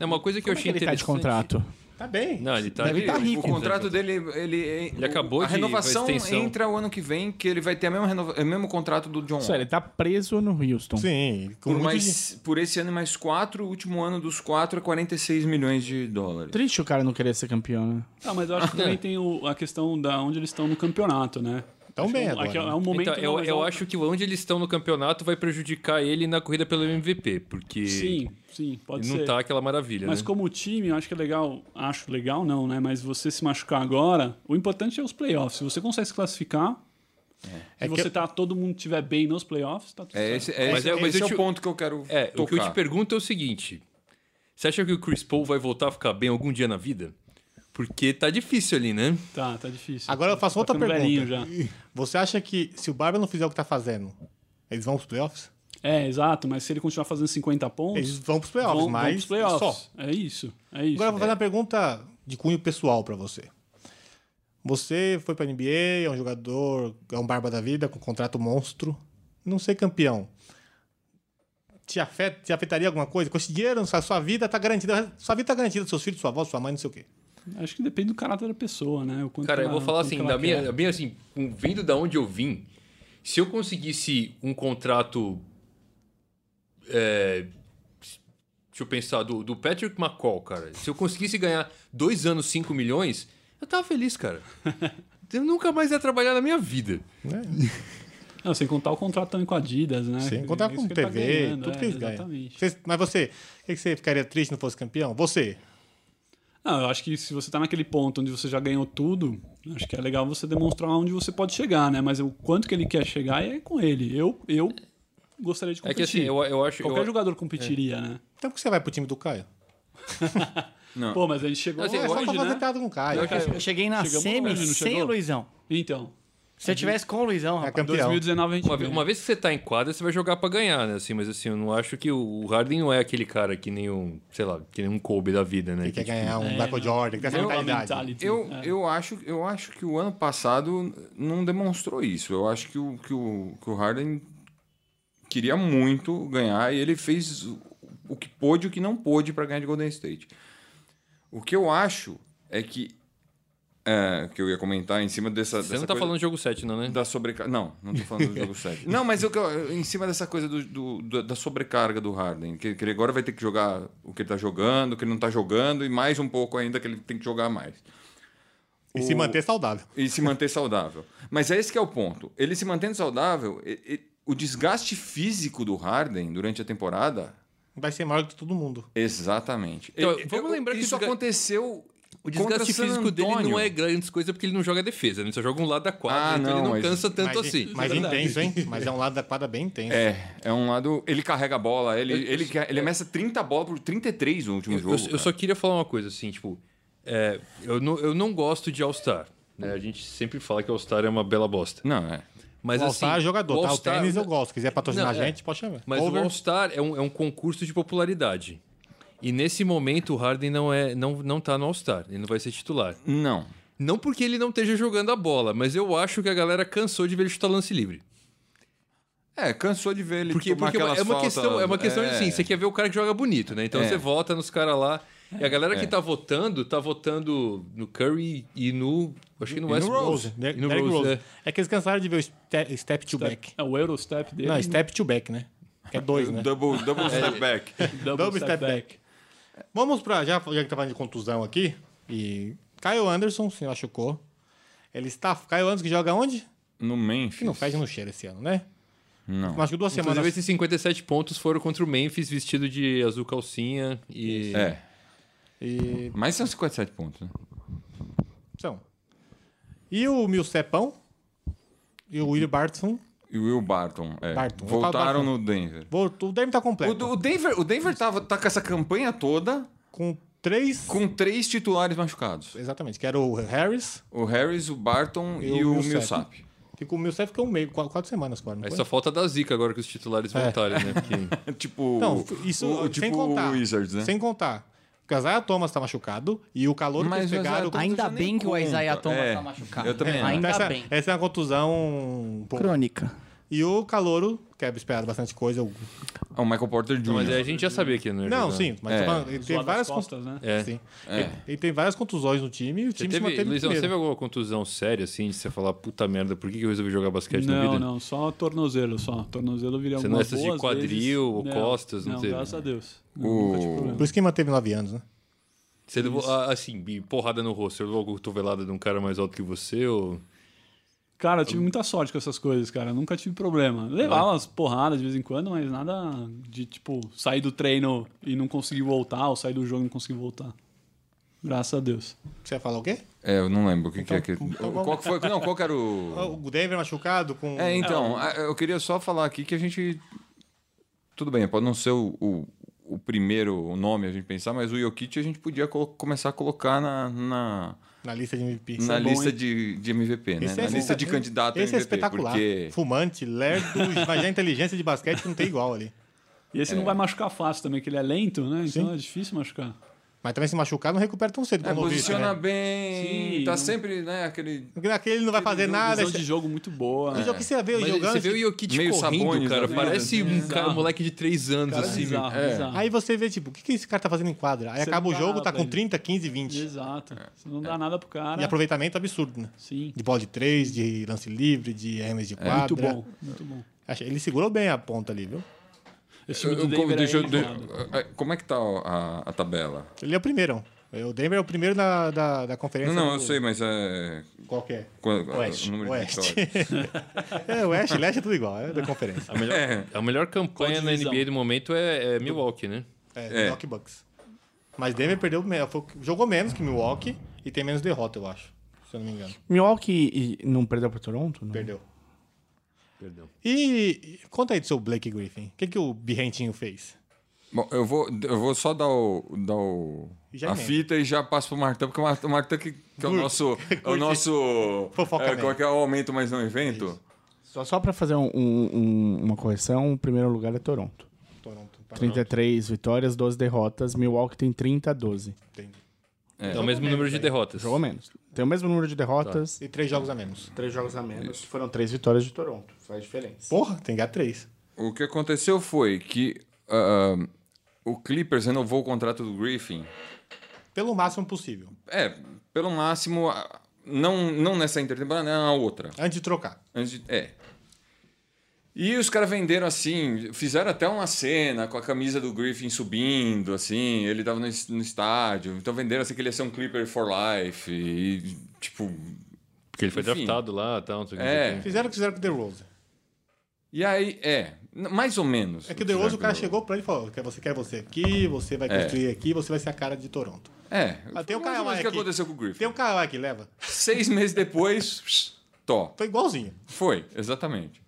Speaker 9: Não, uma coisa que eu
Speaker 2: Como é
Speaker 9: achei
Speaker 2: que ele tá de
Speaker 9: interessante.
Speaker 2: contrato?
Speaker 1: Tá bem.
Speaker 9: Não, ele tá
Speaker 2: Deve
Speaker 9: de-
Speaker 2: tá rico.
Speaker 9: O
Speaker 8: O contrato dele, ele,
Speaker 9: Ele acabou
Speaker 8: a
Speaker 9: de-
Speaker 8: renovação
Speaker 9: vai extensão.
Speaker 8: entra o ano que vem, que ele vai ter a mesma renova- é o mesmo contrato do John.
Speaker 2: Isso, ele tá preso no Houston.
Speaker 1: Sim, com muito
Speaker 8: Por,
Speaker 1: dinheiro.
Speaker 8: mais, por esse ano e mais quatro, o último ano dos quatro é 46 milhões de dólares.
Speaker 2: Triste o cara não querer ser campeão, né?
Speaker 6: Ah, mas eu acho que também tem o- a questão da onde eles estão no campeonato, né?
Speaker 1: Tão
Speaker 6: Acho
Speaker 1: bem
Speaker 6: que é um-
Speaker 1: agora,
Speaker 6: aqui
Speaker 1: né?
Speaker 6: É um momento...
Speaker 9: Então,
Speaker 6: não,
Speaker 9: eu,
Speaker 6: mas
Speaker 9: eu
Speaker 6: é um-
Speaker 9: acho que onde eles estão no campeonato vai prejudicar ele na corrida pelo MVP, porque
Speaker 6: Sim, sim, pode
Speaker 9: não
Speaker 6: ser.
Speaker 9: tá aquela maravilha,
Speaker 6: Mas
Speaker 9: né?
Speaker 6: como time, eu acho que é legal. Acho legal não, né? Mas você se machucar agora, o importante é os playoffs. Se você consegue se classificar, se
Speaker 1: É que
Speaker 6: você
Speaker 1: eu-
Speaker 6: tá, todo mundo tiver bem nos playoffs, tá tudo
Speaker 8: É
Speaker 6: certo.
Speaker 8: esse, é
Speaker 9: Mas
Speaker 8: esse,
Speaker 9: é- mas
Speaker 8: esse
Speaker 9: eu
Speaker 8: é
Speaker 9: te-
Speaker 8: o ponto que eu quero
Speaker 9: É,
Speaker 8: tocar.
Speaker 9: o que eu te pergunto é o seguinte: você acha que o Chris Paul vai voltar a ficar bem algum dia na vida? Porque tá difícil ali, né?
Speaker 6: Tá, tá difícil.
Speaker 1: Agora eu faço
Speaker 6: Tá
Speaker 1: outra
Speaker 6: ficando
Speaker 1: pergunta.
Speaker 6: velhinho já.
Speaker 1: Você acha que se o Barba não fizer o que tá fazendo, eles vão pros playoffs?
Speaker 6: É, exato, mas se ele continuar fazendo 50 pontos,
Speaker 1: Eles vão pros
Speaker 6: vão,
Speaker 1: playoffs,
Speaker 6: vão
Speaker 1: mas
Speaker 6: pros playoffs.
Speaker 1: só.
Speaker 6: É isso, é isso.
Speaker 1: Agora eu vou fazer uma pergunta de cunho pessoal pra você. Você foi pra NBA, é um jogador, é um barba da vida, com contrato monstro. Não ser campeão. Te, afeta, te afetaria alguma coisa? Com esse dinheiro, sua sua vida tá garantida. Sua vida tá garantida, seus filhos, sua avó, sua mãe, não sei o quê.
Speaker 6: É, Acho que depende do caráter da pessoa, né? O quanto
Speaker 9: Cara, eu
Speaker 6: ela-
Speaker 9: vou falar
Speaker 6: quanto
Speaker 9: assim,
Speaker 6: ela
Speaker 9: da minha,
Speaker 6: quer.
Speaker 9: da minha, assim, com- vindo da onde eu vim, se eu conseguisse um contrato. é, deixa eu pensar, do, do Patrick McCall, cara. Se eu conseguisse ganhar dois anos, 5 milhões, eu tava feliz, cara. Eu nunca mais ia trabalhar na minha vida.
Speaker 6: Não, sem contar o contrato também com a Adidas, né?
Speaker 1: né? Sem contar
Speaker 6: Isso
Speaker 1: com
Speaker 6: que ele tá
Speaker 1: TV,
Speaker 6: ganhando,
Speaker 1: tudo
Speaker 6: é,
Speaker 1: que eles ganham.
Speaker 6: Exatamente.
Speaker 1: Vocês- mas você, o que que você ficaria triste se não fosse campeão? Você.
Speaker 6: Não, eu acho que se você tá naquele ponto onde você já ganhou tudo, acho que é legal você demonstrar onde você pode chegar, né? Mas o quanto que ele quer chegar é com ele. Eu, eu gostaria de
Speaker 9: É
Speaker 6: competir.
Speaker 9: que assim, eu, eu acho.
Speaker 6: Qualquer
Speaker 9: eu,
Speaker 6: jogador competiria, né?
Speaker 1: Então por que você vai pro time do Caio?
Speaker 8: Não.
Speaker 6: Pô, mas a gente chegou
Speaker 9: Assim,
Speaker 1: É
Speaker 6: longe,
Speaker 1: só pra fazer
Speaker 6: né?
Speaker 1: piada com o Caio.
Speaker 3: Eu cheguei na
Speaker 6: Chegamos
Speaker 3: semi
Speaker 6: longe,
Speaker 3: sem
Speaker 6: não chegou?
Speaker 3: o Luizão.
Speaker 6: Então,
Speaker 3: Se eu tivesse com o Luizão,
Speaker 1: É
Speaker 3: rapaz.
Speaker 1: campeão.
Speaker 6: 2019 a gente
Speaker 9: Uma, ve-
Speaker 6: ganha.
Speaker 9: uma vez que você tá em quadra, você vai jogar pra ganhar, né? Assim, mas assim, eu não acho que o o Harden não é aquele cara que nem um, sei lá, que nem um Kobe da vida, né?
Speaker 1: Que quer
Speaker 9: tipo,
Speaker 1: ganhar um Michael Jordan, que tem essa
Speaker 6: Não, a
Speaker 1: mentalidade.
Speaker 6: mentality.
Speaker 8: Eu,
Speaker 6: É.
Speaker 8: eu, acho, eu acho que o ano passado não demonstrou isso. Eu acho que o, que o, que o Harden queria muito ganhar e ele fez o- o que pôde e o que não pôde para ganhar de Golden State. O que eu acho é que. é, que eu ia comentar em cima dessa.
Speaker 9: Você
Speaker 8: dessa
Speaker 9: não tá
Speaker 8: coisa-
Speaker 9: falando de jogo 7, não, né?
Speaker 8: da sobrecarga. Não, não tô falando do jogo 7. Não, mas eu, eu- em cima dessa coisa do, do- da- da sobrecarga do Harden, que, que ele agora vai ter que jogar o que ele tá jogando, o que ele não tá jogando, e mais um pouco ainda que ele tem que jogar mais.
Speaker 1: E se manter saudável.
Speaker 8: E se manter saudável. Mas é esse que é o ponto. Ele se mantendo saudável, e- e- o desgaste físico do Harden durante a temporada.
Speaker 1: Vai ser maior que todo mundo.
Speaker 8: Exatamente.
Speaker 9: Então,
Speaker 8: E-
Speaker 9: vamos
Speaker 8: eu-
Speaker 9: lembrar que
Speaker 8: isso
Speaker 9: o desga-
Speaker 8: aconteceu.
Speaker 9: O desgaste físico dele não é
Speaker 8: grande.
Speaker 9: grandes coisa porque ele não joga defesa, né? Ele só joga um lado da quadra,
Speaker 8: Ah,
Speaker 9: então ele
Speaker 8: não,
Speaker 9: não
Speaker 8: mas-
Speaker 9: cansa tanto
Speaker 1: mas,
Speaker 9: assim.
Speaker 1: Mas intenso, hein? Mas é um lado da quadra bem intenso.
Speaker 8: É, é um lado. Ele carrega a bola, ele, ele, ele, ele ameaça 30 bolas por 33 no último
Speaker 9: Eu-
Speaker 8: jogo.
Speaker 9: eu,
Speaker 1: é.
Speaker 9: eu só queria falar uma coisa, assim, tipo, é, eu, não, eu não gosto de All-Star. Né? A gente sempre fala que All-Star é uma bela bosta.
Speaker 8: Não, é.
Speaker 9: Mas,
Speaker 1: o
Speaker 9: assim,
Speaker 1: All-Star é jogador,
Speaker 9: o
Speaker 1: tá? O
Speaker 9: All-Star-
Speaker 1: tênis eu gosto. Se quiser patrocinar
Speaker 9: Não,
Speaker 1: a
Speaker 9: é.
Speaker 1: gente, pode chamar.
Speaker 9: Mas
Speaker 1: Over.
Speaker 9: o All-Star é um, é um concurso de popularidade. E nesse momento o Harden não, é, não, não tá no All-Star. Ele não vai ser titular.
Speaker 8: Não.
Speaker 9: Não porque ele não esteja jogando a bola, mas eu acho que a galera cansou de ver ele chutar lance livre.
Speaker 8: É, cansou de ver ele
Speaker 9: Porque,
Speaker 8: tomar
Speaker 9: porque é uma
Speaker 8: aquelas faltas-
Speaker 9: questão, é uma questão de assim, você quer ver o cara que joga bonito, né? Então
Speaker 8: É.
Speaker 9: você vota nos caras lá. E a galera que
Speaker 8: É.
Speaker 9: tá votando, tá votando no Curry e no. Acho que no
Speaker 8: E no
Speaker 9: Westbrook.
Speaker 1: Rose. né?
Speaker 9: E
Speaker 1: Derrick
Speaker 9: no
Speaker 1: Rose.
Speaker 9: Rose, é.
Speaker 1: É que eles cansaram de ver o Step, step to Back.
Speaker 6: É o Eurostep dele.
Speaker 1: Não, Step to Back, né? Que é dois, né?
Speaker 8: Double, double step back.
Speaker 6: double,
Speaker 1: Double step back. Vamos pra. Já, já que tá falando de contusão aqui. E. Caio Anderson se machucou. Ele está. Caio Anderson que joga onde?
Speaker 8: No Memphis.
Speaker 1: Que não faz no cheiro esse ano, né?
Speaker 8: Não.
Speaker 1: Machucou duas
Speaker 9: Inclusive,
Speaker 1: semanas.
Speaker 9: esses 57 pontos foram contra o Memphis vestido de azul calcinha e.
Speaker 8: É.
Speaker 1: E.
Speaker 8: Mas são 57 pontos, né?
Speaker 1: São. E o Milcepão? E o Willie Bartson?
Speaker 8: E o Will Barton. é.
Speaker 1: Barton.
Speaker 8: Voltaram
Speaker 1: Barton.
Speaker 8: no Denver.
Speaker 1: Voltou. O Derby tá
Speaker 8: O,
Speaker 1: completo.
Speaker 8: do- o Denver, o Denver tava, tá com essa campanha toda
Speaker 1: Com três.
Speaker 8: com três titulares machucados.
Speaker 1: Exatamente, que era o Harris.
Speaker 8: O Harris, o Barton e,
Speaker 1: E o
Speaker 8: o
Speaker 1: Millsap.
Speaker 8: Millsap.
Speaker 1: Que com o Milsef ficou um meio, quatro, quatro semanas fora, não
Speaker 9: Aí
Speaker 1: foi?
Speaker 9: só falta da zica agora que os titulares voltarem, né? Porque-
Speaker 8: tipo,
Speaker 1: Não, isso
Speaker 8: o, o, tipo
Speaker 1: sem contar.
Speaker 8: o Wizards, né?
Speaker 1: Sem contar. Porque o Isaiah Thomas tá machucado e o calor que é eles
Speaker 8: Mas o
Speaker 1: pegaram...
Speaker 8: Isaiah Thomas
Speaker 3: Ainda
Speaker 8: eu nem
Speaker 3: bem que o
Speaker 8: conto.
Speaker 3: Isaiah Thomas
Speaker 8: É,
Speaker 3: tá machucado.
Speaker 8: Eu também
Speaker 3: Ainda
Speaker 1: essa,
Speaker 3: bem.
Speaker 1: essa é uma contusão... pô.
Speaker 3: Crônica.
Speaker 1: E o calouro Porque era esperado bastante coisa. eu-
Speaker 8: Ah, o Michael Porter Jr.
Speaker 9: Não, então, mas aí a gente já sabia que não ia
Speaker 1: Não,
Speaker 9: jogar.
Speaker 1: sim, mas
Speaker 8: É.
Speaker 1: tô falando, ele teve
Speaker 6: Zoado
Speaker 1: várias
Speaker 6: as costas, né?
Speaker 9: É.
Speaker 1: Sim.
Speaker 8: É.
Speaker 1: Ele, ele tem várias contusões no time e o
Speaker 9: Você
Speaker 1: time se
Speaker 9: teve,
Speaker 1: manteve
Speaker 9: Luizão,
Speaker 1: em
Speaker 9: você teve
Speaker 1: primeiro.
Speaker 9: alguma contusão séria, assim, de você falar, puta merda, por que que eu resolvi jogar basquete na
Speaker 6: Não,
Speaker 9: vida?
Speaker 6: não, só tornozelo, só. Tornozelo viria
Speaker 9: Você
Speaker 6: algumas
Speaker 9: não é essas de
Speaker 6: boas
Speaker 9: quadril ou
Speaker 6: vezes.
Speaker 9: costas, não
Speaker 6: não
Speaker 9: teve?
Speaker 6: graças a Deus.
Speaker 8: O-
Speaker 6: Nunca tive problema.
Speaker 1: Por isso que ele manteve nove anos, né?
Speaker 9: Você levou, ah, assim, bi- porrada no rosto, você levou a cotovelada de um cara mais alto que você ou...
Speaker 6: Cara, eu tive muita sorte com essas coisas, cara. Nunca tive problema. Levava umas porradas de vez em quando, mas nada de, tipo, sair do treino e não conseguir voltar, ou sair do jogo e não conseguir voltar. Graças a Deus.
Speaker 1: Você ia falar o quê?
Speaker 8: É, eu não lembro o que, que é que.
Speaker 1: vamos-
Speaker 8: qual que foi? Não, qual que era o.
Speaker 1: O Denver machucado com.
Speaker 8: É, então, a- eu queria só falar aqui que a gente. Tudo bem, pode não ser o, o, o primeiro o nome a gente pensar, mas o Jokic a gente podia colo- começar a colocar na, na,
Speaker 1: Na lista de MVP.
Speaker 8: na
Speaker 6: é bom,
Speaker 8: lista
Speaker 6: hein?
Speaker 8: de, de MVP, né?
Speaker 1: Esse
Speaker 8: na
Speaker 1: é
Speaker 8: lista de
Speaker 1: espetacular.
Speaker 8: candidato a
Speaker 1: Esse
Speaker 8: MVP.
Speaker 1: é espetacular.
Speaker 8: Porque
Speaker 1: Fumante, lerdo, mas já a inteligência de basquete não tem igual ali.
Speaker 6: E
Speaker 1: É.
Speaker 6: esse não vai machucar fácil também, que ele é lento, né? Então é difícil machucar.
Speaker 1: Mas também se machucar não recupera tão cedo
Speaker 8: é,
Speaker 1: como o Novice,
Speaker 8: posiciona
Speaker 1: né?
Speaker 8: bem,
Speaker 6: Sim,
Speaker 8: tá
Speaker 6: não-
Speaker 8: sempre, né, aquele.
Speaker 1: Porque naquele ele não vai fazer nada.
Speaker 6: Visão de
Speaker 1: esse-
Speaker 6: jogo muito boa. é.
Speaker 1: O jogo que você vê
Speaker 9: Mas
Speaker 1: jogando.
Speaker 9: você vê o Jokic
Speaker 8: meio
Speaker 9: correndo,
Speaker 8: Sabonis,
Speaker 9: cara,
Speaker 8: né?
Speaker 9: parece um cara,
Speaker 6: Bizarro.
Speaker 9: moleque de 3 anos,
Speaker 6: Cara,
Speaker 9: assim.
Speaker 6: bizarro,
Speaker 8: é.
Speaker 6: bizarro.
Speaker 1: Aí você vê, tipo, o que, que esse cara tá fazendo em quadra? Aí
Speaker 6: Você
Speaker 1: acaba o
Speaker 6: não dá
Speaker 1: jogo,
Speaker 6: nada
Speaker 1: tá
Speaker 6: pra
Speaker 1: com
Speaker 6: ele.
Speaker 1: 30, 15, 20.
Speaker 6: Exato.
Speaker 8: É,
Speaker 6: Você não dá nada pro cara.
Speaker 1: E aproveitamento absurdo, né?
Speaker 6: Sim.
Speaker 1: De bola de 3, de lance livre, de arremesso de
Speaker 8: É
Speaker 1: quadra.
Speaker 6: Muito bom, muito bom.
Speaker 1: Achei- Ele segurou bem a ponta ali, viu?
Speaker 6: Esse time do
Speaker 8: Eu- como-
Speaker 6: Denver
Speaker 8: deixa
Speaker 6: é
Speaker 8: eu- de-
Speaker 6: enjoado.
Speaker 8: como é que tá a, a tabela?
Speaker 1: Ele é o primeiro. O Denver é o primeiro da, da, da
Speaker 8: Não,
Speaker 1: conferência.
Speaker 8: não, eu
Speaker 1: do-
Speaker 8: sei, mas é.
Speaker 1: Qual que é?
Speaker 8: qual- qual-
Speaker 1: Oeste.
Speaker 8: O número
Speaker 1: Oeste.
Speaker 8: de vitórias.
Speaker 1: É, o Oeste e Leste é tudo igual, é da conferência.
Speaker 9: A melhor,
Speaker 8: É.
Speaker 9: a melhor campanha
Speaker 6: Qual
Speaker 9: na
Speaker 6: divisão?
Speaker 9: NBA do momento é, é Milwaukee, né?
Speaker 1: É,
Speaker 8: É.
Speaker 1: Milwaukee Bucks. Mas Denver perdeu, me- foi o que- jogou menos que Milwaukee e tem menos derrota, eu acho. Se eu não me engano.
Speaker 2: Milwaukee e- não perdeu pra Toronto? né? Não.
Speaker 1: Perdeu.
Speaker 9: Perdão.
Speaker 1: E e conta aí do seu Blake Griffin. O que, que o Birrentinho fez?
Speaker 8: Bom, eu vou, eu vou só dar o. Dar o
Speaker 1: E já
Speaker 8: a
Speaker 1: emenda.
Speaker 8: fita e já passo pro Martão, porque o Martão, o Martão que, que é o nosso. É o nosso.
Speaker 1: Fofoca
Speaker 8: é,
Speaker 1: mesmo.
Speaker 8: qual que é o aumento mais não evento?
Speaker 2: Só, só pra fazer um- um- um- uma correção, o primeiro lugar é Toronto.
Speaker 1: Toronto. Paraná,
Speaker 2: 33 vitórias, 12 derrotas. Milwaukee tem 30 a 12.
Speaker 1: entendi.
Speaker 9: É, o mesmo número de derrotas.
Speaker 2: Jogou menos. Tem o mesmo número de derrotas.
Speaker 1: E três jogos a menos.
Speaker 2: Três jogos a menos. Foram três vitórias de Toronto. Faz diferença.
Speaker 1: Porra, tem que ganhar três.
Speaker 8: O que aconteceu foi que ah, o Clippers renovou o contrato do Griffin.
Speaker 1: Pelo máximo possível.
Speaker 8: É, pelo máximo, ah, não, não nessa intertemporada, né, na outra.
Speaker 1: Antes de trocar.
Speaker 8: Antes de- é. E os caras venderam assim, fizeram até uma cena com a camisa do Griffin subindo, assim, ele tava no, es- no estádio. Então venderam assim que ele ia ser um Clipper for life. E, tipo.
Speaker 9: Porque ele foi
Speaker 8: Enfim.
Speaker 9: draftado lá e tal, não sei o que. não sei o
Speaker 8: É.
Speaker 9: que.
Speaker 1: Fizeram o que fizeram com o The Rose.
Speaker 8: E aí, é. n- Mais ou menos.
Speaker 1: É que o The Rose, o cara
Speaker 8: Fizeram
Speaker 1: chegou pra ele e falou: "Quer- você quer você aqui, você vai
Speaker 8: É.
Speaker 1: construir aqui, você vai ser a cara de Toronto.
Speaker 8: com- É.
Speaker 1: Ah, tem o
Speaker 8: mais
Speaker 1: Kawhi
Speaker 8: ou menos o que
Speaker 1: aqui.
Speaker 8: aconteceu com o Griffin.
Speaker 1: Tem um cara lá que leva.
Speaker 8: Seis meses depois, tó.
Speaker 1: Foi igualzinho.
Speaker 8: Foi, exatamente.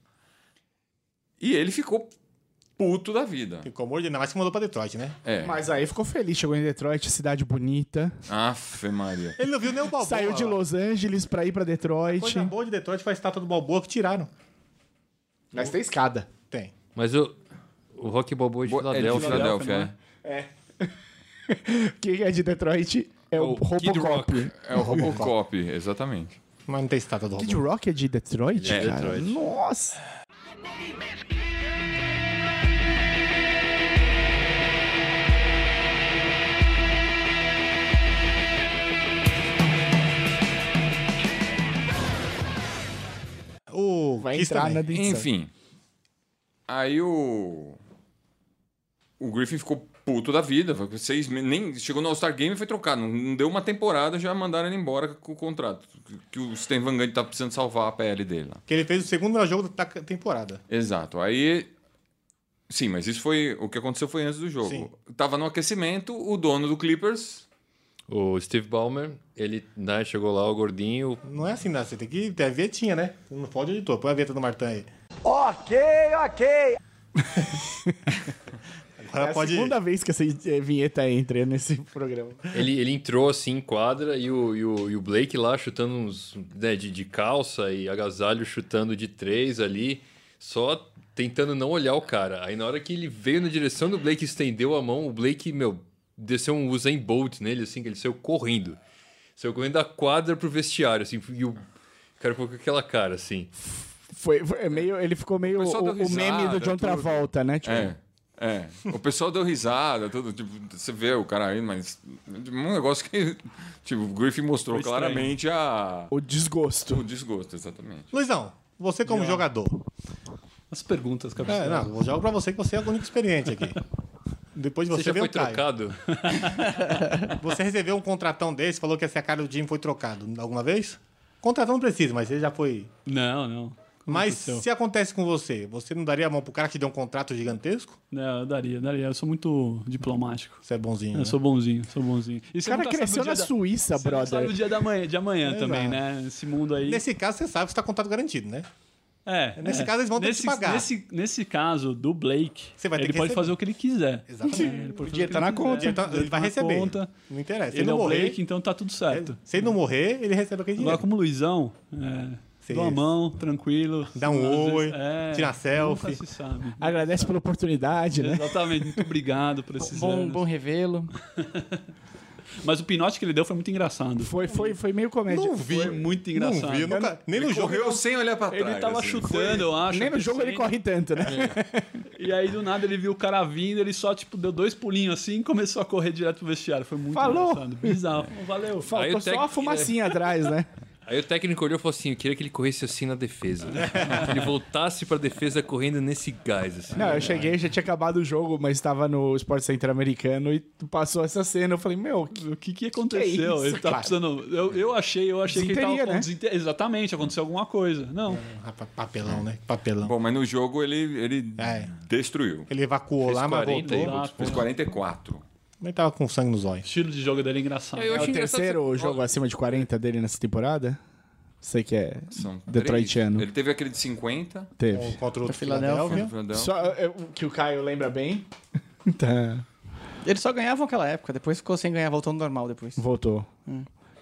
Speaker 8: E ele ficou puto da vida.
Speaker 1: Ficou mordido, ainda mais que mandou pra Detroit, né?
Speaker 8: É. Tá
Speaker 2: Mas aí ficou feliz. Chegou em Detroit, cidade bonita.
Speaker 8: Afe Maria.
Speaker 1: Ele não viu nem o Balboa.
Speaker 2: Saiu de
Speaker 1: lá.
Speaker 2: Los Angeles pra ir pra Detroit.
Speaker 1: Coisa boa de Detroit foi a estátua do Balboa que tiraram.
Speaker 2: Mas tem escada.
Speaker 1: Tem.
Speaker 9: Mas o, o Rock Balboa de
Speaker 8: Bo- é de
Speaker 9: Filadélfia...
Speaker 8: Filadélfia,
Speaker 1: né?
Speaker 8: é.
Speaker 2: Quem é de Detroit é o,
Speaker 9: O Kid
Speaker 2: Robocop.
Speaker 9: Rock.
Speaker 8: É o Robocop, exatamente.
Speaker 1: Mas não tem estátua do
Speaker 2: Kid
Speaker 1: Balboa.
Speaker 2: Rock é de Detroit,
Speaker 9: Ele é de
Speaker 2: cara?
Speaker 9: Detroit.
Speaker 2: Nossa!
Speaker 1: O
Speaker 2: Vai
Speaker 1: Kiss
Speaker 2: entrar
Speaker 1: também.
Speaker 2: na edição.
Speaker 8: Enfim. Aí o. O Griffin ficou puto da vida. foi com Seis, me- nem chegou no All-Star Game e foi trocado. Não, não deu uma temporada, já mandaram ele embora com o contrato. Que, que o Stan Van Gundy tá precisando salvar a pele dele lá.
Speaker 1: Que ele fez o segundo melhor jogo da ta- temporada.
Speaker 8: Exato. Aí. Sim, mas isso foi. O que aconteceu foi antes do jogo.
Speaker 1: Sim.
Speaker 8: Tava no aquecimento, o dono do Clippers.
Speaker 9: O Steve Ballmer, ele né, chegou lá, o gordinho,
Speaker 1: Não é assim, né? Você tem que ter a vietinha, né? Não pode editor. Põe a vieta do Martin aí.
Speaker 5: Ok, ok.
Speaker 1: Agora
Speaker 2: É a
Speaker 1: pode.
Speaker 2: segunda vez que essa eh, vinheta entra nesse programa.
Speaker 9: ele, ele entrou assim em quadra e o, e o, e o Blake lá chutando uns né, de, de calça e agasalho chutando de três ali, só tentando não olhar o cara. Aí na hora que ele veio na direção do Blake e estendeu a mão, o Blake, meu, desceu um Usain Bolt nele, assim, que ele saiu correndo. Saiu correndo da quadra pro vestiário, assim, e o cara ficou com aquela cara, assim.
Speaker 2: Foi, foi meio, ele ficou meio
Speaker 8: O pessoal
Speaker 2: o,
Speaker 8: deu
Speaker 2: o meme
Speaker 8: risada,
Speaker 2: do John
Speaker 8: tudo.
Speaker 2: Travolta, né? Tipo,
Speaker 8: É. É. O pessoal deu risada, tudo. Tipo, você vê o cara aí, mas. Um negócio que. Tipo, o Griffin mostrou
Speaker 6: Foi estranho.
Speaker 8: claramente a.
Speaker 2: o desgosto.
Speaker 8: O desgosto, exatamente.
Speaker 1: Luizão, você como jogador.
Speaker 6: As perguntas, cara.
Speaker 1: É, não, eu jogo pra você que você é o único experiente aqui. Depois de
Speaker 9: Você
Speaker 1: você,
Speaker 9: já
Speaker 1: vem
Speaker 9: foi
Speaker 1: o Caio.
Speaker 9: trocado?
Speaker 1: Você recebeu um contratão desse, falou que essa é a cara do time foi trocado alguma vez? Contratão não precisa, mas ele já foi.
Speaker 6: Não, não. Como
Speaker 1: mas
Speaker 6: aconteceu?
Speaker 1: se acontece com você, você não daria a mão pro cara que te deu um contrato gigantesco?
Speaker 6: Não, eu daria, eu daria. Eu sou muito diplomático.
Speaker 1: Você é bonzinho. né?
Speaker 6: Eu sou bonzinho, sou bonzinho. E
Speaker 2: O cara cresceu na Suíça,
Speaker 6: Sabe o
Speaker 2: brother.
Speaker 6: dia da manhã, de amanhã
Speaker 1: Exato.
Speaker 6: também, né? Esse mundo aí.
Speaker 1: Nesse caso, você sabe que você tá contrato garantido, né?
Speaker 6: é,
Speaker 1: nesse
Speaker 6: é.
Speaker 1: caso, eles vão ter que
Speaker 6: nesse,
Speaker 1: te pagar.
Speaker 6: Nesse, nesse caso do Blake,
Speaker 1: Você vai ter
Speaker 6: ele
Speaker 1: que
Speaker 6: pode
Speaker 1: receber.
Speaker 6: fazer o que ele quiser.
Speaker 1: Exatamente.
Speaker 6: É, ele pode fazer o dinheiro
Speaker 2: tá na conta.
Speaker 1: Ele, tá- ele vai receber. Não interessa. Se
Speaker 6: Ele é
Speaker 1: não
Speaker 6: o
Speaker 1: morrer, é,
Speaker 6: Blake, então tá tudo certo.
Speaker 1: se ele não morrer, ele recebe aquele
Speaker 6: Agora,
Speaker 1: dinheiro.
Speaker 6: como o Luizão, é,
Speaker 1: Sim.
Speaker 6: dou a mão, tranquilo.
Speaker 1: Dá um
Speaker 6: Às
Speaker 1: oi,
Speaker 6: é,
Speaker 1: tira
Speaker 6: nunca
Speaker 1: selfie.
Speaker 6: se sabe.
Speaker 2: Agradece pela oportunidade, né?
Speaker 6: Exatamente, muito obrigado por esses
Speaker 3: Bom,
Speaker 6: anos.
Speaker 3: bom revê-lo.
Speaker 6: Mas o pinote que ele deu foi muito engraçado.
Speaker 2: Foi, foi, foi meio comédia.
Speaker 1: Não vi.
Speaker 6: Foi muito
Speaker 1: Não
Speaker 6: engraçado.
Speaker 1: vi, eu nunca, nem no jogo.
Speaker 8: Correu sem olhar pra trás.
Speaker 6: Ele tava
Speaker 8: assim.
Speaker 6: chutando, eu acho.
Speaker 2: Nem no jogo ele
Speaker 6: assim.
Speaker 2: corre tanto, né?
Speaker 6: E aí, do nada, ele viu o cara vindo, ele só, tipo, deu dois pulinhos assim e começou a correr direto pro vestiário. Foi muito
Speaker 2: Falou.
Speaker 6: engraçado. Bizarro. Valeu.
Speaker 9: Aí
Speaker 2: Faltou
Speaker 9: o
Speaker 2: só
Speaker 9: técnico-
Speaker 2: a fumacinha atrás, né?
Speaker 9: Aí o técnico olhou e falou assim: eu queria que ele corresse assim na defesa. que ele voltasse pra defesa correndo nesse gás, assim.
Speaker 2: Não,
Speaker 8: É.
Speaker 2: eu cheguei, já tinha acabado o jogo, mas estava no Sport Center americano e passou essa cena. Eu falei, meu,
Speaker 6: O que
Speaker 8: é
Speaker 6: que aconteceu?
Speaker 2: isso,
Speaker 6: ele tá
Speaker 2: cara?
Speaker 6: precisando... Eu, eu achei, eu achei que ele tava
Speaker 2: Desinteria,
Speaker 6: com
Speaker 2: né?
Speaker 6: desinte- Exatamente, aconteceu alguma coisa. Não.
Speaker 1: Rapaz, papelão, né? Papelão.
Speaker 8: Bom, mas no jogo ele, ele
Speaker 1: É.
Speaker 8: destruiu.
Speaker 1: Ele evacuou
Speaker 9: Fez
Speaker 1: lá, mas voltou.
Speaker 9: 40 aí.
Speaker 6: Exato.
Speaker 8: Fez 44.
Speaker 1: Mas tava com sangue nos olhos.
Speaker 6: O estilo de jogo dele é engraçado.
Speaker 9: Eu
Speaker 2: é
Speaker 9: acho
Speaker 2: o
Speaker 8: tá
Speaker 9: engraçado
Speaker 2: terceiro
Speaker 9: você-
Speaker 2: jogo acima de 40 dele nessa temporada? Sei que é.
Speaker 8: São
Speaker 2: Detroitiano.
Speaker 8: três. Ele teve aquele de 50.
Speaker 2: Teve.
Speaker 1: Contra o
Speaker 3: Da Filadélfia.
Speaker 1: Filadélfia.
Speaker 8: Fernandão.
Speaker 2: Só é, o que o Caio lembra bem. Tá.
Speaker 3: Eles só ganhavam aquela época, depois ficou sem ganhar, voltou ao normal depois.
Speaker 2: Voltou.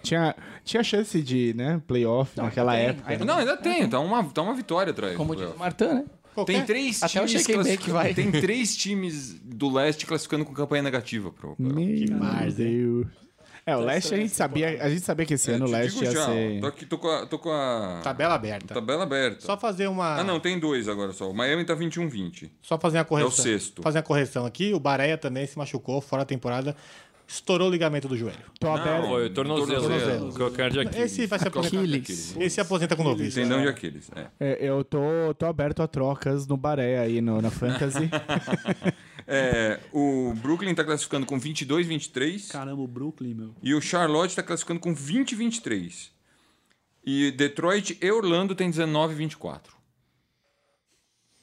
Speaker 2: Tinha, tinha chance de, né? Playoff naquela
Speaker 3: tem.
Speaker 2: época.
Speaker 3: Aí
Speaker 8: É. Não, ainda tem. Tá uma, tá uma vitória atrás.
Speaker 3: Como
Speaker 8: do
Speaker 3: diz o
Speaker 8: playoff.
Speaker 3: Martin, né?
Speaker 8: Tem três
Speaker 3: Até o
Speaker 8: times
Speaker 3: Sheikh Bay que vai.
Speaker 8: Tem três times do leste classificando com campanha negativa pro. pro-
Speaker 2: Meu Deus. É,
Speaker 8: Tá
Speaker 2: o Leste a gente sabia, a gente sabia que esse
Speaker 8: É,
Speaker 2: ano o
Speaker 8: te
Speaker 2: Leste
Speaker 8: digo
Speaker 2: ia
Speaker 8: já,
Speaker 2: ser.
Speaker 8: Tô, aqui, tô com a, tô com a
Speaker 1: Tabela aberta.
Speaker 8: tabela aberta.
Speaker 1: Só fazer uma.
Speaker 8: Tá Ah, não, tem dois agora só. O Miami tá 21-20.
Speaker 1: Só fazer uma correção.
Speaker 8: É o sexto.
Speaker 1: Fazer uma correção aqui. O Bareia também se machucou fora da temporada. Estourou o ligamento do joelho.
Speaker 2: Tô aberto.
Speaker 9: Foi o é tornozelo. é
Speaker 1: Tornozelo.
Speaker 9: O calcanhar de Aquiles.
Speaker 1: Esse vai se aposentar.
Speaker 3: Aquiles.
Speaker 1: Esse se aposenta com novício.
Speaker 8: Tendão de Aquiles. É.
Speaker 2: É, eu tô, tô aberto a trocas no Baré aí, no, na Fantasy.
Speaker 8: É, o Brooklyn tá classificando com 22-23.
Speaker 6: Caramba, o Brooklyn, meu.
Speaker 8: E o Charlotte tá classificando com 20-23. E Detroit e Orlando tem 19-24.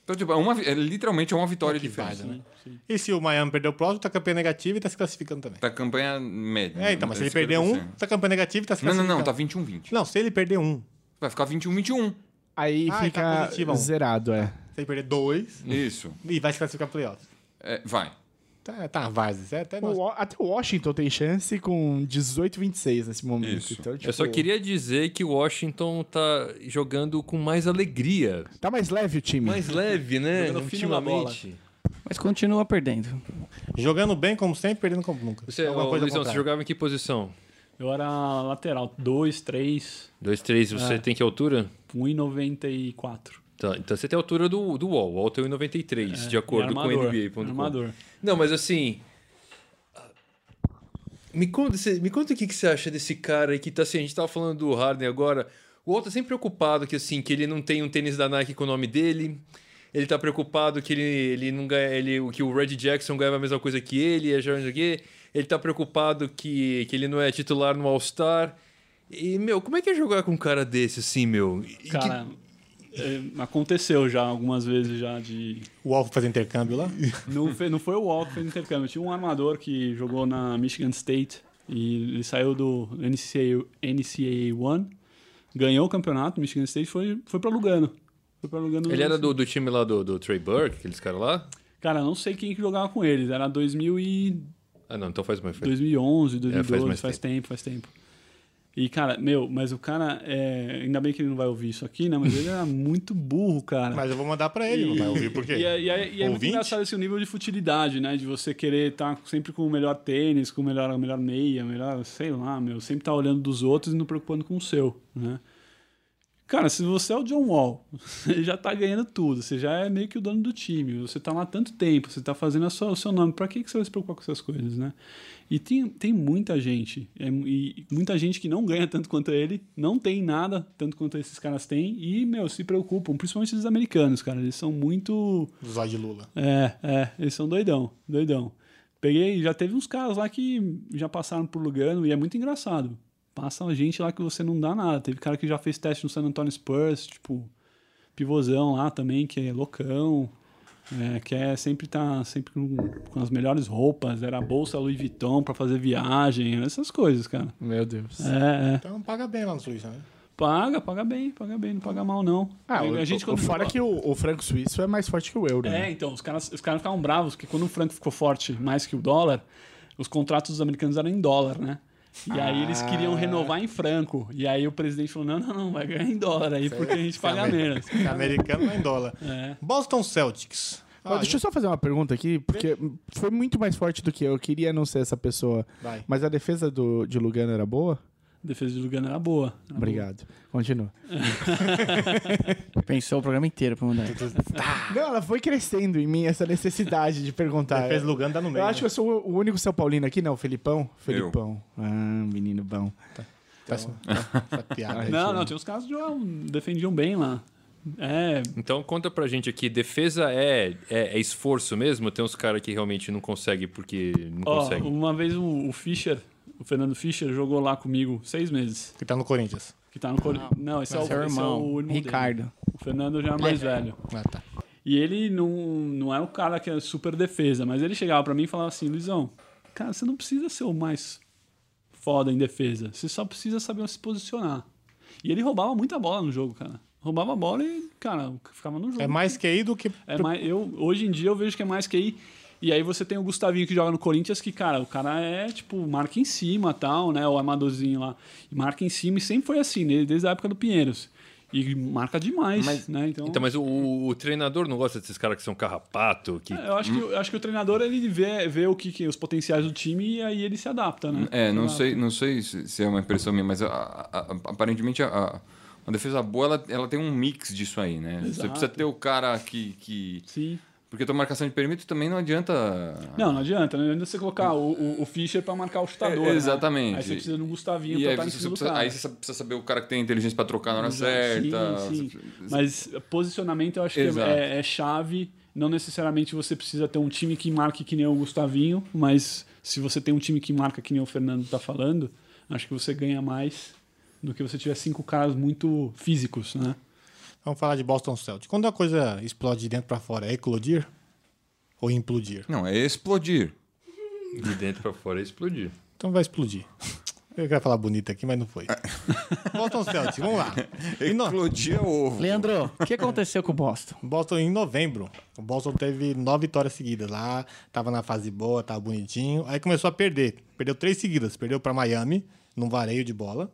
Speaker 8: Então, tipo, é, uma, vi- é literalmente é uma vitória de diferença.
Speaker 1: né? E se o Miami perder o próximo, tá campeão negativo e tá se classificando também.
Speaker 8: Tá campanha média. né?
Speaker 1: É, então, mas se ele perder
Speaker 8: 50%.
Speaker 1: um, tá campeão negativo e tá se
Speaker 8: Não, não,
Speaker 1: classificando.
Speaker 8: não, tá 21-20.
Speaker 1: Não, se ele perder um,
Speaker 8: Vai ficar 21-21.
Speaker 2: Aí
Speaker 1: Ah,
Speaker 2: fica
Speaker 1: tá positivo, ó.
Speaker 2: zerado, é.
Speaker 1: se ele perder dois,
Speaker 8: Isso.
Speaker 1: e vai se classificar playoffs.
Speaker 8: É, vai.
Speaker 1: Tá, tá uma várzea. isso é até
Speaker 2: O
Speaker 1: nosso-
Speaker 2: Wa- até o Washington tem chance com 18 26 nesse momento.
Speaker 8: Isso.
Speaker 2: Então, tipo,
Speaker 9: Eu só queria dizer que o Washington tá jogando com mais alegria.
Speaker 2: Tá mais leve o time.
Speaker 9: Mais leve, né?
Speaker 6: Jogando fino na
Speaker 9: Ultimamente.
Speaker 3: Mas continua perdendo.
Speaker 1: Jogando bem como sempre, perdendo como nunca.
Speaker 9: Você,
Speaker 1: Alguma
Speaker 9: ô,
Speaker 1: É coisa ao
Speaker 9: Luizão, você
Speaker 1: contrário.
Speaker 9: jogava em que posição?
Speaker 6: Eu era lateral, 2, 3,
Speaker 9: 2, 3, você tem que altura?
Speaker 6: 1,94.
Speaker 9: Tá, então você tem a altura do, do Wall. O Wall tem 1,93, de acordo com o
Speaker 6: É, armador,
Speaker 9: NBA.
Speaker 6: armador.
Speaker 9: Não, mas assim. Me conta, você- me conta o que, que você acha desse cara aí que tá assim. A gente tava falando do Harden agora. O Wall tá sempre preocupado que assim, que ele não tem um tênis da Nike com o nome dele. Ele tá preocupado que ele, ele não ganha. Ele, que o Red Jackson ganhava a mesma coisa que ele, e já não sei o quê. Ele tá preocupado que, que ele não é titular no All-Star. E, meu, como é que é jogar com um cara desse, assim, meu? E que-
Speaker 6: Cara, é, aconteceu já algumas vezes já de
Speaker 1: O Alvo fazer intercâmbio lá?
Speaker 6: Não, fe- não foi o Wall que fez o intercâmbio. Tinha um armador que jogou na Michigan State e ele saiu do NCAA, NCAA One, ganhou o campeonato, Michigan State foi, foi pra Lugano. Foi pra Lugano.
Speaker 9: Ele era do, do time lá do, do Trey Burke, aqueles caras lá?
Speaker 6: Cara, não sei quem que jogava com eles. Era 2000 e
Speaker 9: Ah, não, então faz mais. É, Faz.
Speaker 6: 2011, 2012,
Speaker 9: mais
Speaker 6: faz, tempo. faz tempo. E, cara, meu, mas o cara, é... ainda bem que ele não vai ouvir isso aqui, né? Mas ele era muito burro, cara.
Speaker 1: Mas eu vou mandar pra ele, não vai ouvir por quê?
Speaker 6: E é, e é- e é muito
Speaker 1: Ouvinte?
Speaker 6: engraçado esse nível de futilidade, né? De você querer estar sempre com o melhor tênis, com o melhor, a melhor tá meia, melhor, sei lá, meu. Sempre estar olhando dos outros e não preocupando com o seu, né? Cara, se você é o John Wall, você já tá ganhando tudo, você já é meio que o dono do time, você tá lá há tanto tempo, você tá fazendo a sua- o seu nome, pra que, que você vai se preocupar com essas coisas, né? E tem, tem muita gente, é, e muita gente que não ganha tanto quanto ele, não tem nada tanto quanto esses caras têm, e, meu, se preocupam, principalmente os americanos, cara, eles são muito.
Speaker 1: Zóio de Lula.
Speaker 6: É, é, eles são doidão, doidão. Peguei, já teve uns caras lá que já passaram por Lugano e é muito engraçado. Passa gente lá que você não dá nada. Teve cara que já fez teste no San Antonio Spurs, tipo, pivôzão lá também, que é loucão, é, que é sempre tá sempre com, com as melhores roupas, era a bolsa Louis Vuitton pra fazer viagem, essas coisas, cara.
Speaker 2: Meu Deus.
Speaker 6: É, é.
Speaker 1: Então paga bem lá no Suíça, né?
Speaker 6: Paga, paga bem, paga bem, não paga mal não.
Speaker 2: Ah,
Speaker 6: a
Speaker 2: o,
Speaker 6: gente
Speaker 2: o,
Speaker 6: quando-
Speaker 2: fora que o, o franco suíço é mais forte que o euro.
Speaker 6: É,
Speaker 2: né?
Speaker 6: então, os caras, os caras ficavam bravos, porque quando o franco ficou forte mais que o dólar, os contratos dos americanos eram em dólar, né? E aí eles queriam renovar em franco. E aí o presidente falou: não, não, não, vai ganhar em dólar aí, porque a gente paga menos.
Speaker 1: Que Americano não é em dólar. Boston Celtics.
Speaker 2: Ó, deixa eu só fazer uma pergunta aqui, porque foi muito mais forte do que eu. Eu queria não ser essa pessoa.
Speaker 1: Vai.
Speaker 2: Mas a defesa do, de Lugano era boa?
Speaker 6: A defesa de Lugano era boa. Era
Speaker 2: Obrigado. Continua.
Speaker 3: Pensou o programa inteiro pra mandar.
Speaker 2: Não, ela foi crescendo em mim essa necessidade de perguntar.
Speaker 1: Defesa do Lugano tá no meio.
Speaker 2: Eu acho que eu sou o único São Paulino aqui, não, Felipão? Felipão. Ah, menino bom.
Speaker 1: essa piada.
Speaker 6: boa. Não, não, tinha uns caras que jogavam- defendiam bem lá. É,
Speaker 9: Então conta pra gente aqui, defesa é, é, é esforço mesmo? Tem uns caras que realmente não conseguem porque não
Speaker 6: ó,
Speaker 9: conseguem.
Speaker 6: uma vez o, o Fischer, o Fernando Fischer, jogou lá comigo seis meses.
Speaker 1: Que tá no Corinthians.
Speaker 6: Que tá no Cori- Não, esse é, o,
Speaker 3: Seu
Speaker 6: esse é o
Speaker 3: irmão,
Speaker 6: irmão dele.
Speaker 3: Ricardo.
Speaker 6: O Fernando já é mais velho.
Speaker 1: Ah, tá.
Speaker 6: E ele não, não era o cara que é super defesa, mas ele chegava pra mim e falava assim, Luizão, cara, você não precisa ser o mais foda em defesa, você só precisa saber se posicionar. E ele roubava muita bola no jogo, cara. Roubava a bola e, cara, ficava no jogo.
Speaker 1: É mais QI do que.
Speaker 6: É mais- eu, hoje em dia eu vejo que é mais que aí. E aí você tem o Gustavinho que joga no Corinthians, que, cara, o cara é, tipo, marca em cima tal, né? O armadorzinho lá. E marca em cima e sempre foi assim, né? desde a época do Pinheiros. E marca demais, né? Então,
Speaker 9: Então, mas o, o treinador não gosta desses caras que são carrapato, que
Speaker 6: eu, acho que, eu acho que o treinador, ele vê, vê o que, que- os potenciais do time e aí ele se adapta, né?
Speaker 8: É, não
Speaker 6: Se
Speaker 8: sei, não sei se se é uma impressão minha, mas a- a- a- aparentemente a, a- uma defesa boa ela, ela tem um mix disso aí, né? Você
Speaker 6: Exato.
Speaker 8: precisa ter o cara que. que...
Speaker 6: adapta. Sim.
Speaker 8: Porque tua marcação de perímetro também não adianta.
Speaker 6: Não, não adianta. Não adianta você colocar o, o, o Fischer pra marcar o chutador,
Speaker 8: É,
Speaker 6: né?
Speaker 8: exatamente.
Speaker 6: Aí você precisa do Gustavinho
Speaker 8: E
Speaker 6: pra
Speaker 8: aí
Speaker 6: estar em
Speaker 8: você,
Speaker 6: cima do
Speaker 8: precisa,
Speaker 6: cara.
Speaker 8: aí você precisa saber o cara que tem inteligência pra trocar na hora certa.
Speaker 6: Sim,
Speaker 8: Você
Speaker 6: sim.
Speaker 8: precisa-
Speaker 6: Mas posicionamento eu acho que
Speaker 8: Exato.
Speaker 6: é, é chave. Não necessariamente você precisa ter um time que marque que nem o Gustavinho, mas se você tem um time que marca que nem o Fernando tá falando, acho que você ganha mais do que você tiver cinco caras muito físicos, né?
Speaker 1: Vamos falar de Boston Celtics. Quando a coisa explode de dentro pra fora, é eclodir? Ou implodir?
Speaker 8: Não, é explodir.
Speaker 9: de dentro pra fora é explodir.
Speaker 1: Então vai explodir. Eu queria falar bonito aqui, mas não foi. Boston Celtics, vamos lá. Em no-
Speaker 8: Explodir é ovo.
Speaker 3: Leandro, o que aconteceu com o Boston?
Speaker 1: Boston em novembro. O Boston teve nove vitórias seguidas lá, tava na fase boa, tava bonitinho. Aí começou a perder. Perdeu três seguidas. Perdeu pra Miami, num vareio de bola.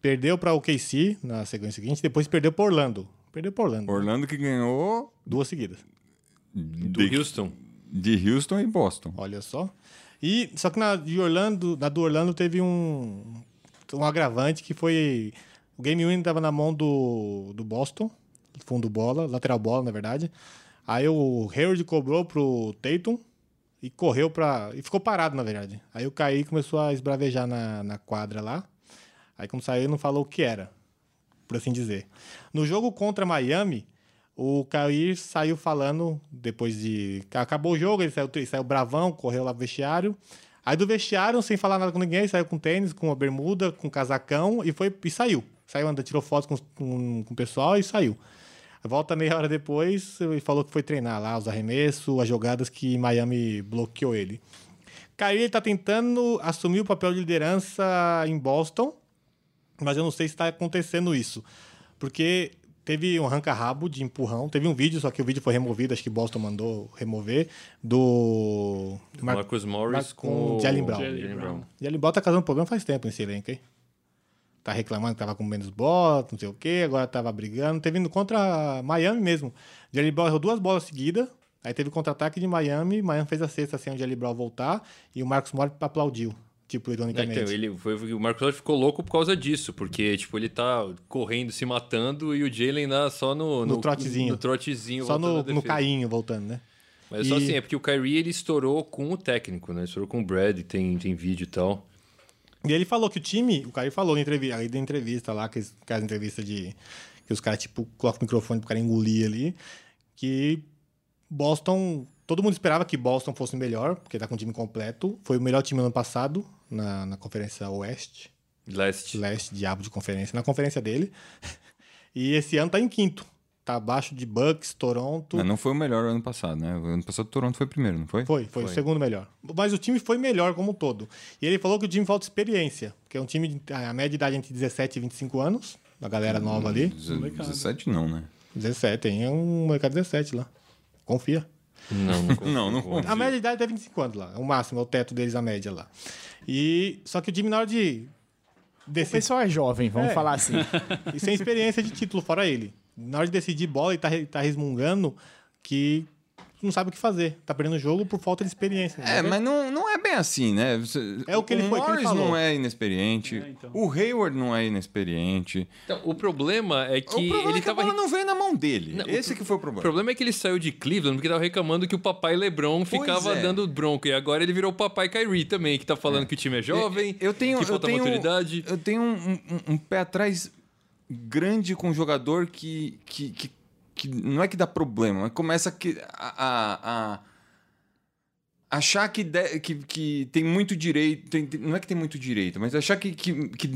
Speaker 1: Perdeu pra OKC na sequência seguinte. Depois perdeu pra Orlando. Perdeu pra Orlando.
Speaker 8: Orlando que ganhou
Speaker 1: Duas seguidas.
Speaker 9: Do Houston.
Speaker 8: de Houston e Boston.
Speaker 1: Olha só. E só que na de Orlando, na do Orlando teve um um agravante que foi o game win estava na mão do, do Boston, fundo bola, lateral bola, na verdade. Aí o Hayward cobrou pro Tatum e correu pra. e ficou parado, na verdade. Aí o Caí começou a esbravejar na, na quadra lá. Aí quando saiu, ele não falou o que era, por assim dizer. No jogo contra Miami, o Caí saiu falando, depois de. Acabou o jogo, ele saiu, ele saiu bravão, correu lá pro vestiário. Aí do vestiário, sem falar nada com ninguém, saiu com tênis, com uma bermuda, com um casacão e foi e saiu. Saiu andando, tirou foto com, os- com, com o pessoal e saiu. Volta meia hora depois e falou que foi treinar lá os arremessos, as jogadas que Miami bloqueou ele. Kyrie ele tá tentando assumir o papel de liderança em Boston, mas eu não sei se está acontecendo isso. Porque teve um arranca-rabo de empurrão, teve um vídeo, só que o vídeo foi removido, acho que Boston mandou remover, do Mar-
Speaker 9: Marcus Morris
Speaker 1: Mar-
Speaker 9: com
Speaker 1: com
Speaker 9: o
Speaker 1: Jalen Brown.
Speaker 9: Jalen Brown.
Speaker 1: Jalen Brown tá causando problema faz tempo nesse elenco, hein? Tá reclamando que tava com menos bola, não sei o quê, agora tava brigando. Teve indo contra Miami mesmo. Jalen Brown errou duas bolas seguidas, aí teve contra-ataque de Miami, Miami fez a sexta sem o Jalen Brown voltar, e o Marcos Morris aplaudiu. tipo,
Speaker 9: Né,
Speaker 1: ironicamente.
Speaker 9: então, ele foi o Marcos Lodge ficou louco por causa disso, porque tipo ele tá correndo, se matando e o Jalen lá só no,
Speaker 1: No trotezinho.
Speaker 9: no trotezinho,
Speaker 1: Só
Speaker 9: voltando
Speaker 1: no,
Speaker 9: à
Speaker 1: no
Speaker 9: defesa.
Speaker 1: cainho, voltando, né?
Speaker 9: Mas só
Speaker 1: E-
Speaker 9: assim, é porque o Kyrie ele estourou com o técnico, né? Estourou com o Brad, tem tem vídeo e tal.
Speaker 1: E ele falou que o time, o cara falou na entrevista, aí da entrevista lá, que as entrevistas de. que os caras, tipo, colocam o microfone pro cara engolir ali, que Boston. Todo mundo esperava que Boston fosse melhor, porque tá com o time completo. Foi o melhor time ano passado, na, na Conferência Oeste.
Speaker 9: Last.
Speaker 1: Leste, diabo de conferência, na conferência dele. E esse ano tá em quinto. Tá abaixo de Bucks, Toronto.
Speaker 8: Mas não foi o melhor ano passado, né? O ano passado o Toronto foi primeiro, não foi?
Speaker 1: Foi, foi, o segundo melhor. Mas o time foi melhor como um todo. E ele falou que o time falta experiência, que é um time, de, a média de idade entre 17 e 25 anos, da galera nova ali.
Speaker 8: Deze- 17 não, né?
Speaker 1: 17, tem um mercado 17 lá. Confia.
Speaker 9: Não, não confio.
Speaker 8: Não, não foi.
Speaker 1: A média de idade é 25 anos lá, é o máximo, é o teto deles, a média lá. E só que o time na hora de
Speaker 2: O
Speaker 1: decidir,
Speaker 2: pessoal é jovem, vamos
Speaker 1: É.
Speaker 2: falar assim.
Speaker 1: e sem experiência de título, fora ele. Na hora de decidir bola, ele tá, re- tá resmungando que não sabe o que fazer. Tá perdendo o jogo por falta de experiência. né?
Speaker 8: É, mas não, não é bem assim, né? Você-
Speaker 1: É o que ele foi- que ele
Speaker 8: Morris
Speaker 1: falou.
Speaker 8: não é inexperiente.
Speaker 6: É, então.
Speaker 8: O Hayward não é inexperiente.
Speaker 9: Então, o problema é que
Speaker 8: o problema
Speaker 9: ele
Speaker 8: é que
Speaker 9: tava
Speaker 8: a bola não veio na mão dele.
Speaker 9: Não, o
Speaker 8: Esse que foi o
Speaker 9: O
Speaker 8: problema.
Speaker 9: problema é que ele saiu de Cleveland porque tava reclamando que o papai LeBron ficava
Speaker 8: é.
Speaker 9: dando bronco. E agora ele virou o papai Kyrie também, que tá falando que o time é jovem,
Speaker 8: Eu tenho,
Speaker 9: que falta
Speaker 8: eu tenho,
Speaker 9: maturidade.
Speaker 8: Eu tenho um, um- um pé atrás grande com um jogador que, que, que, que não é que dá problema, mas começa que, a, a- a- achar que, de- que, que tem muito direito. tem- tem- não é que tem muito direito, mas achar que. que, que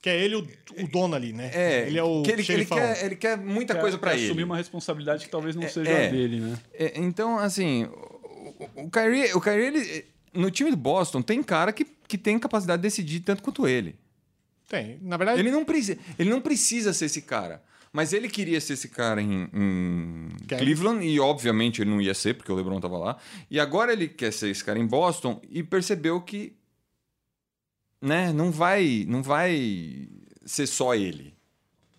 Speaker 1: Que é ele o, o dono ali, né?
Speaker 8: é,
Speaker 1: ele é o
Speaker 8: que ele, ele
Speaker 1: xerifão.
Speaker 8: quer, ele quer muita
Speaker 6: Quer-
Speaker 8: coisa pra
Speaker 6: quer
Speaker 8: ele.
Speaker 6: Assumir uma responsabilidade que talvez não seja
Speaker 8: é.
Speaker 6: a dele, né?
Speaker 8: É, então, assim, o, o- o Kyrie, o Kyrie ele, no time do Boston, tem cara que, que tem capacidade de decidir tanto quanto ele.
Speaker 1: Tem. Na verdade,
Speaker 8: Ele não, precisa, ele não precisa ser esse cara. Mas ele queria ser esse cara em, em
Speaker 1: Quer.
Speaker 8: Cleveland, e obviamente ele não ia ser, porque o LeBron tava lá. E agora ele quer ser esse cara em Boston e percebeu que. Né, não vai, não vai ser só ele.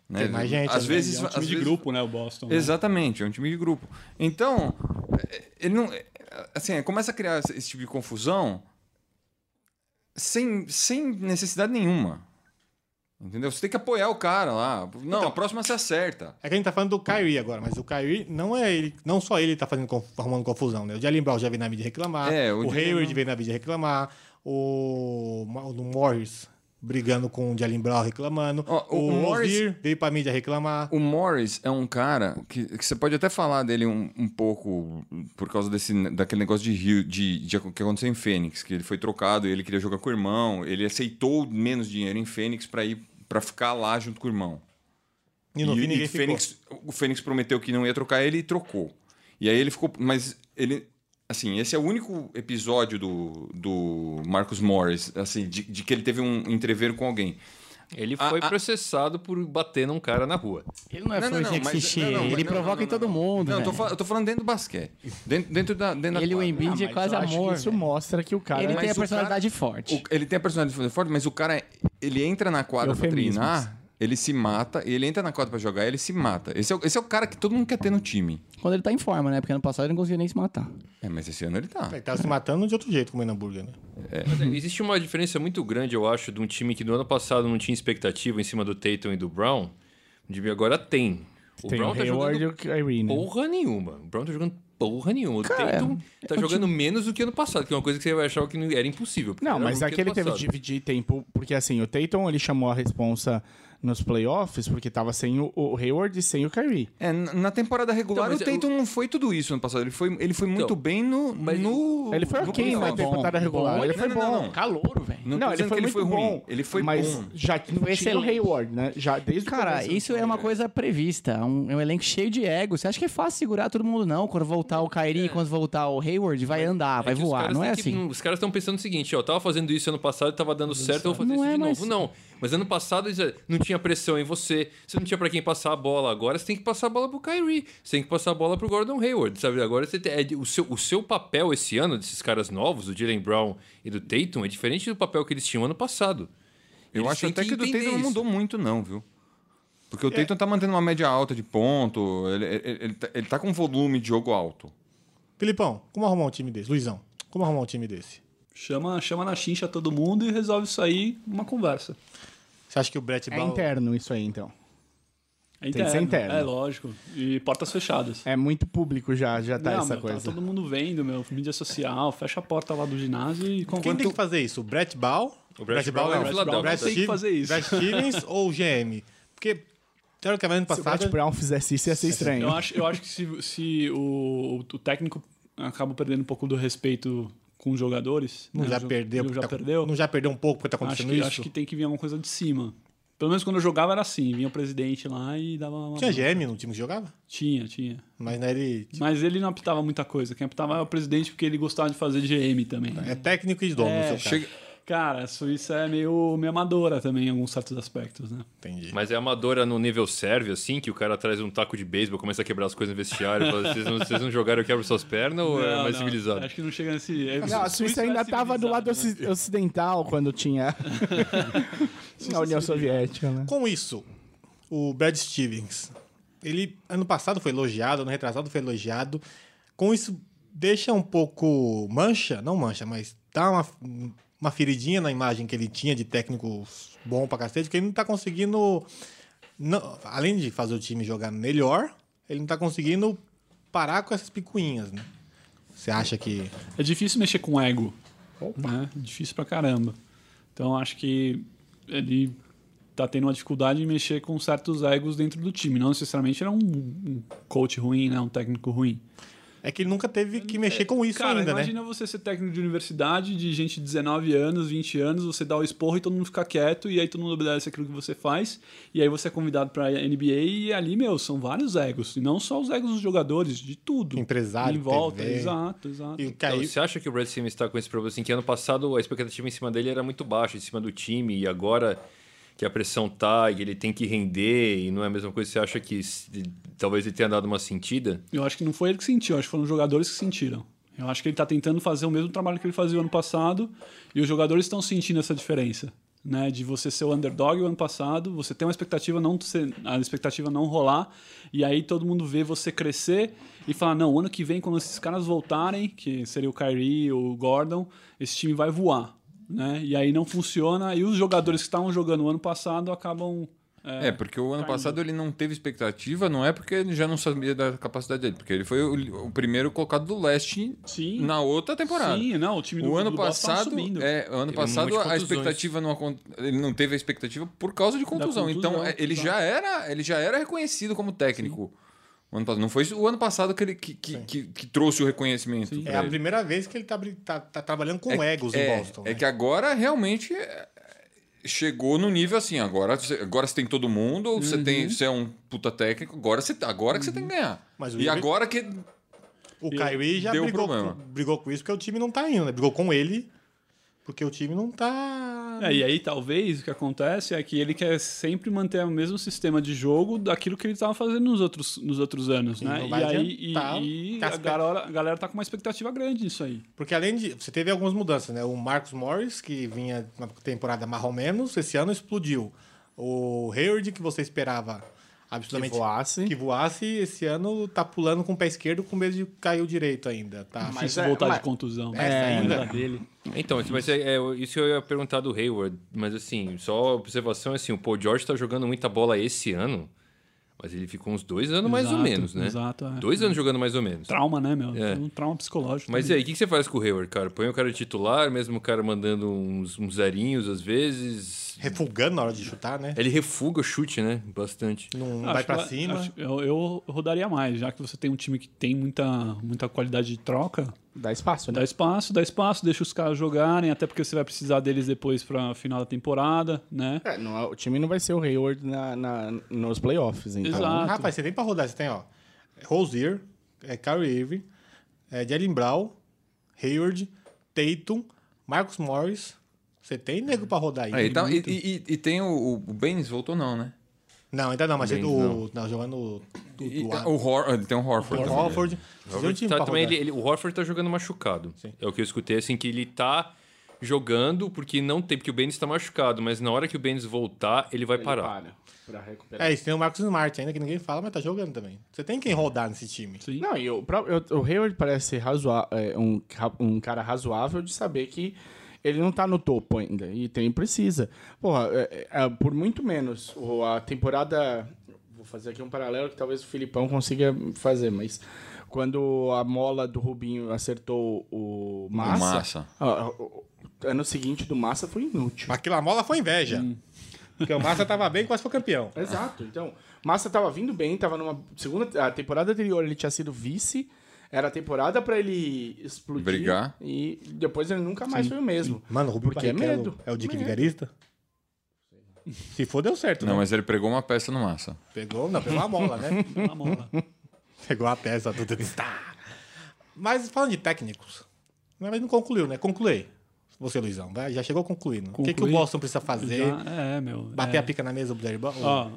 Speaker 8: Né?
Speaker 1: Tem mais gente,
Speaker 8: Às
Speaker 1: né?
Speaker 8: vezes,
Speaker 6: É um time
Speaker 8: às
Speaker 6: de
Speaker 8: vezes-
Speaker 6: grupo, né? O Boston. né?
Speaker 8: Exatamente, é um time de grupo. Então, é, ele não. é, Assim, começa a criar esse esse tipo de confusão sem, sem necessidade nenhuma. Entendeu? Você tem que apoiar o cara lá. Não, a próxima você acerta.
Speaker 1: É que a gente tá falando do Kyrie agora, mas o Kyrie não é ele, não só ele tá fazendo, conf- arrumando confusão, né? O Jalen Brown já veio na mídia reclamar,
Speaker 8: É,
Speaker 1: o,
Speaker 8: o Jalen
Speaker 1: Hayward
Speaker 8: Brown-
Speaker 1: veio na mídia reclamar, o, Ma- o Morris brigando com o Jalen Brown reclamando,
Speaker 8: Ó,
Speaker 1: o,
Speaker 8: o Morris-
Speaker 1: Ozir veio pra mídia reclamar.
Speaker 8: O Morris é um cara que, que você pode até falar dele um, um pouco por causa desse, daquele negócio de Rio, de, de ac- que aconteceu em Fênix, que ele foi trocado, ele queria jogar com o irmão, ele aceitou menos dinheiro em Fênix pra ir para ficar lá junto com o irmão.
Speaker 1: E no
Speaker 8: e,
Speaker 1: fim
Speaker 8: e
Speaker 1: ninguém
Speaker 8: o
Speaker 1: ficou.
Speaker 8: Fênix, o Fênix prometeu que não ia trocar ele e trocou. E aí ele ficou. Mas ele. Assim, esse é o único episódio do, do Marcus Morris, assim, de, de que ele teve um entreveiro com alguém.
Speaker 9: Ele foi
Speaker 8: A- a-
Speaker 9: processado por bater num cara na rua.
Speaker 3: Ele não é florzinha que se cheia.
Speaker 8: não,
Speaker 3: Ele
Speaker 8: não,
Speaker 3: provoca
Speaker 8: não,
Speaker 3: em todo
Speaker 8: não.
Speaker 3: mundo.
Speaker 8: Não, eu tô,
Speaker 3: velho.
Speaker 8: fal- eu tô falando dentro do basquete. Dentro, dentro da. Dentro
Speaker 3: Ele e
Speaker 8: da
Speaker 3: o
Speaker 8: quadra.
Speaker 3: Embiid é
Speaker 2: Mas
Speaker 3: quase
Speaker 2: eu acho que
Speaker 3: amor.
Speaker 2: isso
Speaker 3: velho.
Speaker 2: mostra que o cara.
Speaker 3: Ele
Speaker 8: Mas
Speaker 3: tem a
Speaker 8: o cara-
Speaker 3: personalidade forte.
Speaker 8: O- ele tem a personalidade forte, mas o cara, ele entra na quadra pra
Speaker 2: Eufemismos.
Speaker 8: treinar, ele se mata, ele entra na quadra pra jogar, ele se mata. Esse é, o- esse é o cara que todo mundo quer ter no time.
Speaker 3: Quando ele tá em forma, né? Porque ano passado ele não conseguia nem se matar.
Speaker 8: É, mas esse ano ele tá.
Speaker 1: Ele tava se matando de outro jeito comendo hambúrguer, né?
Speaker 9: Mas, é, existe uma diferença muito grande, eu acho, de um time que no ano passado não tinha expectativa em cima do Tatum e do Brown. O time agora tem. O
Speaker 2: Tem o
Speaker 9: Brown tá
Speaker 2: Hayward e
Speaker 9: jogando
Speaker 2: o Kyrie, né?
Speaker 9: porra nenhuma. O Brown tá jogando porra nenhuma. O Tatum
Speaker 3: é,
Speaker 9: tá jogando menos do que ano passado, que é uma coisa que você vai achar que não- era impossível. porque
Speaker 2: Não,
Speaker 9: era
Speaker 2: mas
Speaker 9: muito
Speaker 2: aquele
Speaker 9: ano
Speaker 2: teve que
Speaker 9: passado.
Speaker 2: dividir tempo, porque assim, o Tatum ele chamou a responsa nos playoffs, porque tava sem o, o Hayward e sem o Kyrie.
Speaker 8: É, n- na temporada regular
Speaker 9: Então,
Speaker 8: o
Speaker 9: mas
Speaker 8: Tatum não foi tudo isso ano passado. Ele foi, ele foi muito
Speaker 9: Então,
Speaker 8: bem no.
Speaker 9: mas-
Speaker 8: no
Speaker 2: Ele foi
Speaker 8: no
Speaker 2: ok
Speaker 8: playoff.
Speaker 2: na temporada regular.
Speaker 3: bom,
Speaker 2: Ele
Speaker 8: não,
Speaker 2: foi
Speaker 8: não,
Speaker 2: bom.
Speaker 8: não, não.
Speaker 3: Calouro, Tá velho.
Speaker 8: Não,
Speaker 2: Não,
Speaker 8: tô
Speaker 2: ele
Speaker 8: dizendo
Speaker 2: foi
Speaker 8: que ele
Speaker 2: muito
Speaker 8: foi
Speaker 2: bom.
Speaker 8: ruim. Ele foi
Speaker 2: mas
Speaker 8: bom.
Speaker 2: já que não
Speaker 3: Foi
Speaker 2: tinha o
Speaker 3: excelente.
Speaker 2: Hayward, né? Já desde o
Speaker 3: Cara,
Speaker 2: começo.
Speaker 3: isso é uma coisa prevista. Um, é um elenco cheio de ego. Você acha que é fácil segurar todo mundo? Não. Quando voltar o Kyrie, quando voltar o Hayward, vai andar, vai
Speaker 9: que os
Speaker 3: voar.
Speaker 9: caras
Speaker 3: Não é
Speaker 9: têm que-
Speaker 3: assim.
Speaker 9: os caras estão pensando o seguinte, ó, eu tava fazendo isso ano passado, tava dando certo, eu vou fazer
Speaker 3: Não
Speaker 9: isso
Speaker 3: é
Speaker 9: de
Speaker 3: mais-
Speaker 9: novo. Não, mas ano passado isso é- não tinha pressão em você, você não tinha pra quem passar a bola. Agora você tem que passar a bola pro Kyrie, você tem que passar a bola pro Gordon Hayward, sabe? Agora você tem- é de- o, seu, o seu papel esse ano desses caras novos, do Jalen Brown e do Tatum, é diferente do papel que eles tinham ano passado.
Speaker 8: Eu
Speaker 9: Eles
Speaker 8: acho
Speaker 9: têm
Speaker 8: até que, o do
Speaker 9: entender
Speaker 8: Tatum não
Speaker 9: isso.
Speaker 8: mudou muito, não, viu? Porque
Speaker 2: É.
Speaker 8: o Tatum tá mantendo uma média alta de ponto, ele, ele, ele tá, ele tá com um volume de jogo alto.
Speaker 1: Filipão, como arrumar um time desse? Luizão, como arrumar um time desse?
Speaker 6: Chama, chama na chincha todo mundo e resolve isso aí uma conversa.
Speaker 1: Você acha que o Brett
Speaker 2: É
Speaker 1: Brown...
Speaker 2: interno isso aí, então.
Speaker 6: É
Speaker 2: Tem que ser interno.
Speaker 6: É lógico. E portas fechadas.
Speaker 2: É muito público já, já tá
Speaker 6: Não,
Speaker 2: essa
Speaker 6: meu,
Speaker 2: coisa.
Speaker 6: Tá todo mundo vendo, meu. Mídia social, fecha a porta lá do ginásio e
Speaker 1: Quem tem que
Speaker 6: conquanto...
Speaker 1: fazer isso? O Brett Brown?
Speaker 9: O Brett Brown é o Philadelphia.
Speaker 1: Brett
Speaker 6: Tem que
Speaker 1: Stevens-
Speaker 6: fazer isso.
Speaker 1: Brett Stevens ou o GM? Porque, teoricamente, ano
Speaker 2: Se o Pat
Speaker 1: passado...
Speaker 2: Brown fizesse isso, é um ia ser estranho.
Speaker 6: Eu acho, eu acho que se, se o, o técnico acaba perdendo um pouco do respeito com os jogadores...
Speaker 1: Não
Speaker 6: né,
Speaker 1: já
Speaker 6: jo-
Speaker 1: perdeu.
Speaker 6: Não
Speaker 1: porque
Speaker 6: já
Speaker 1: tá-
Speaker 6: perdeu.
Speaker 1: Não já perdeu um pouco porque tá
Speaker 6: acho,
Speaker 1: acontecendo
Speaker 6: que,
Speaker 1: isso?
Speaker 6: acho que tem que vir alguma coisa de cima. Pelo menos quando eu jogava era assim. Vinha o presidente lá e dava uma...
Speaker 1: Tinha GM no time que jogava?
Speaker 6: Tinha, tinha.
Speaker 1: Mas né, ele...
Speaker 6: Mas ele não apitava muita coisa. Quem apitava era o presidente porque ele gostava de fazer GM também.
Speaker 1: É técnico e dono, no seu caso.
Speaker 8: Chega-
Speaker 6: Cara, a Suíça é meio, meio amadora também em alguns certos aspectos, né?
Speaker 1: Entendi.
Speaker 9: Mas é amadora no nível sérvio, assim, que o cara traz um taco de beisebol, começa a quebrar as coisas no vestiário. e fala, vocês, não, vocês não jogaram, eu quebro suas pernas ou é
Speaker 6: Não,
Speaker 9: mais
Speaker 6: não,
Speaker 9: civilizado?
Speaker 6: Acho que não chega nesse. é-
Speaker 2: Não, a Suíça ainda
Speaker 6: é
Speaker 2: tava do lado assim.
Speaker 6: civilizada,
Speaker 2: oci- ocidental quando tinha é a União Soviética, né?
Speaker 1: Com isso, o Brad Stevens, ele ano passado foi elogiado, ano retrasado foi elogiado. Com isso, deixa um pouco mancha, não mancha, mas dá uma, uma feridinha na imagem que ele tinha de técnico bom pra cacete, que ele não tá conseguindo. não- além de fazer o time jogar melhor, ele não tá conseguindo parar com essas picuinhas, né? Você acha que.
Speaker 6: né? É difícil mexer com ego. Né? É Difícil pra caramba. Então acho que ele tá tendo uma dificuldade em mexer com certos egos dentro do time. Não necessariamente era um, um coach ruim, né? Um técnico ruim.
Speaker 1: É que ele nunca teve que mexer com isso
Speaker 6: Cara,
Speaker 1: ainda, né?
Speaker 6: imagina você ser técnico de universidade, de gente de 19 anos, 20 anos, você dá o esporro e todo mundo fica quieto, e aí todo mundo obedece aquilo que você faz, e aí você é convidado pra NBA, e ali, meu, são vários egos. E não só os egos dos jogadores, de tudo.
Speaker 1: Empresário,
Speaker 6: Em volta,
Speaker 1: TV.
Speaker 6: exato, exato.
Speaker 1: E
Speaker 9: Então,
Speaker 1: caiu.
Speaker 9: você acha que o Brad Stevens está com esse problema? Assim, que ano passado a expectativa em cima dele era muito baixa, em cima do time, e agora que a pressão tá e ele tem que render e não é a mesma coisa, você acha que se- talvez ele tenha dado uma sentida?
Speaker 6: Eu acho que não foi ele que sentiu, eu acho que foram os jogadores que sentiram. Eu acho que ele tá tentando fazer o mesmo trabalho que ele fazia o ano passado e os jogadores estão sentindo essa diferença, né? De você ser o underdog o ano passado, você tem uma expectativa não ser, a expectativa não rolar e aí todo mundo vê você crescer e falar não, ano que vem quando esses caras voltarem, que seria o Kyrie ou o Gordon, esse time vai voar, né? E aí não funciona e os jogadores que estavam jogando o ano passado acabam
Speaker 8: É, porque
Speaker 9: Tá
Speaker 8: o ano passado ele não teve expectativa, não é porque ele já não sabia da capacidade dele, porque ele foi o, o primeiro colocado do leste
Speaker 6: Sim.
Speaker 8: na outra temporada.
Speaker 6: Sim, não, o time do,
Speaker 8: O ano
Speaker 6: do Boston tá tava
Speaker 8: passado,
Speaker 6: subindo.
Speaker 8: é, o ano
Speaker 9: Teve um
Speaker 8: passado
Speaker 9: monte de
Speaker 8: a
Speaker 9: contusões.
Speaker 8: expectativa não acon- ele não teve a expectativa por causa de contusão. então
Speaker 6: contusão,
Speaker 8: é, ele
Speaker 6: exato.
Speaker 8: já era, ele já era reconhecido como técnico. O ano passado não foi o ano passado que ele que, que, que, que trouxe o reconhecimento. pra
Speaker 1: É a
Speaker 8: ele.
Speaker 1: primeira vez que ele tá, brin- tá- tá trabalhando com egos
Speaker 8: é,
Speaker 1: em Boston.
Speaker 8: É
Speaker 1: né?
Speaker 8: que agora realmente é, chegou no nível assim, agora você, agora você tem todo mundo, você tem, você é um puta técnico, agora você tá, agora que você tem que ganhar.
Speaker 1: Mas o
Speaker 8: e
Speaker 1: Irving-
Speaker 8: agora que
Speaker 1: O Kyrie já
Speaker 8: deu
Speaker 1: brigou com,
Speaker 8: problema.
Speaker 1: brigou com isso porque o time não tá indo, né? Brigou com ele porque o time não tá.
Speaker 6: É, e aí talvez o que acontece é que ele quer sempre manter o mesmo sistema de jogo daquilo que ele estava fazendo nos outros, nos outros anos,
Speaker 1: E
Speaker 6: né?
Speaker 1: não
Speaker 6: E
Speaker 1: vai
Speaker 6: aí e-
Speaker 1: adiantar,
Speaker 6: e
Speaker 1: tá
Speaker 6: a,
Speaker 1: certo.
Speaker 6: galera, a galera tá com uma expectativa grande nisso aí.
Speaker 1: Porque além de. Você teve algumas mudanças, né? O Marcos Morris, que vinha na temporada mais ou menos, esse ano explodiu. O Hayward, que você esperava absolutamente
Speaker 2: Que voasse.
Speaker 1: que voasse, esse ano tá pulando com o pé esquerdo com medo de cair o direito ainda. Tá
Speaker 2: Mas
Speaker 6: Difícil
Speaker 2: é-
Speaker 6: Tipo, voltar
Speaker 2: mas-
Speaker 6: de contusão.
Speaker 1: É,
Speaker 6: Lembra
Speaker 1: ainda.
Speaker 6: dele.
Speaker 9: Então, mas é, é, isso eu ia perguntar do Hayward, mas assim, só observação assim, o Paul George tá jogando muita bola esse ano, mas ele ficou uns dois anos mais ou
Speaker 6: Exato,
Speaker 9: menos, né?
Speaker 6: exato, é.
Speaker 9: Dois anos jogando mais ou menos.
Speaker 6: Trauma, né, meu?
Speaker 9: É.
Speaker 6: Um trauma psicológico.
Speaker 9: Mas e
Speaker 6: também.
Speaker 9: aí, o que, que você faz com o Hayward, cara? Põe o cara de titular, mesmo o cara mandando uns, uns zerinhos às vezes.
Speaker 1: refugando na hora de chutar, né?
Speaker 9: Ele refuga o chute, né? Bastante.
Speaker 1: Não
Speaker 6: Acho
Speaker 1: vai pra
Speaker 6: que-
Speaker 1: cima.
Speaker 6: acho- eu, eu rodaria mais, já que você tem um time que tem muita, muita qualidade de troca.
Speaker 2: Dá espaço, né?
Speaker 6: Dá espaço, dá espaço, deixa os caras jogarem, até porque você vai precisar deles depois pra final da temporada, né?
Speaker 2: É, não, o time não vai ser o Hayward na, na- nos playoffs, então.
Speaker 6: Exato.
Speaker 1: Tá Rapaz, você tem pra rodar. Você tem, ó. Rosier, é, Kyrie Irving, é, Jalen Brown, Hayward, Tatum, Marcos Morris. Você tem nego pra rodar aí.
Speaker 8: aí tá, e, e- e- e tem o, o Baines voltou não, né?
Speaker 1: Não, ainda não, mas tem
Speaker 9: Bem,
Speaker 1: o. Não, jogando o. do-
Speaker 8: E- tá,
Speaker 1: do-
Speaker 8: o Hor, ele tem o Horford.
Speaker 1: o
Speaker 8: também. né?
Speaker 1: Horford. Você tem um time
Speaker 9: Tá,
Speaker 1: pra
Speaker 9: também
Speaker 1: rodar.
Speaker 9: ele- ele- o Horford tá jogando machucado. É o que eu escutei, assim, que ele tá jogando, porque não tem, porque o Benz tá machucado, mas na hora que o Benz voltar, ele vai parar.
Speaker 2: pra recuperar.
Speaker 1: É, isso tem o Marcos Smart ainda, que ninguém fala, mas tá jogando também. Você tem quem rodar nesse time.
Speaker 6: Sim.
Speaker 2: Não, e o, próprio- o- o Hayward parece razoa- é, um, ca- um cara razoável de saber que ele não tá no topo ainda. E tem precisa. Porra, é- é- é, por muito menos. O- a temporada. Vou fazer aqui um paralelo que talvez o Filipão consiga fazer, mas. Quando a mola do Rubinho acertou o Massa.
Speaker 8: Massa.
Speaker 2: a- o- o ano seguinte do Massa foi inútil.
Speaker 1: Mas aquela mola foi inveja. Porque o Massa tava bem, quase foi campeão.
Speaker 2: Exato. Então, Massa tava vindo bem, tava numa segunda a temporada anterior ele tinha sido vice, era a temporada pra ele explodir
Speaker 8: Brigar.
Speaker 2: e depois ele nunca mais foi o mesmo.
Speaker 1: Mano, o Rubinho
Speaker 2: Porque é
Speaker 1: Barrichello
Speaker 2: medo.
Speaker 1: é o Dick
Speaker 2: Medo.
Speaker 1: Vigarista? Se for, deu certo.
Speaker 8: Não,
Speaker 1: né?
Speaker 8: mas ele pregou uma peça no Massa.
Speaker 1: Pegou, não, pegou a mola, né?
Speaker 6: Tá Na mola.
Speaker 1: Pegou a peça tudo. Tá. Mas falando de técnicos, na verdade não concluiu, né? Concluí. Você, Luizão, vai, já chegou concluindo. O que, que o
Speaker 6: Concluí.
Speaker 1: Boston precisa fazer?
Speaker 6: Já- é, meu.
Speaker 1: Bater
Speaker 6: é.
Speaker 1: a pica na mesa do Deribão?
Speaker 6: Ó,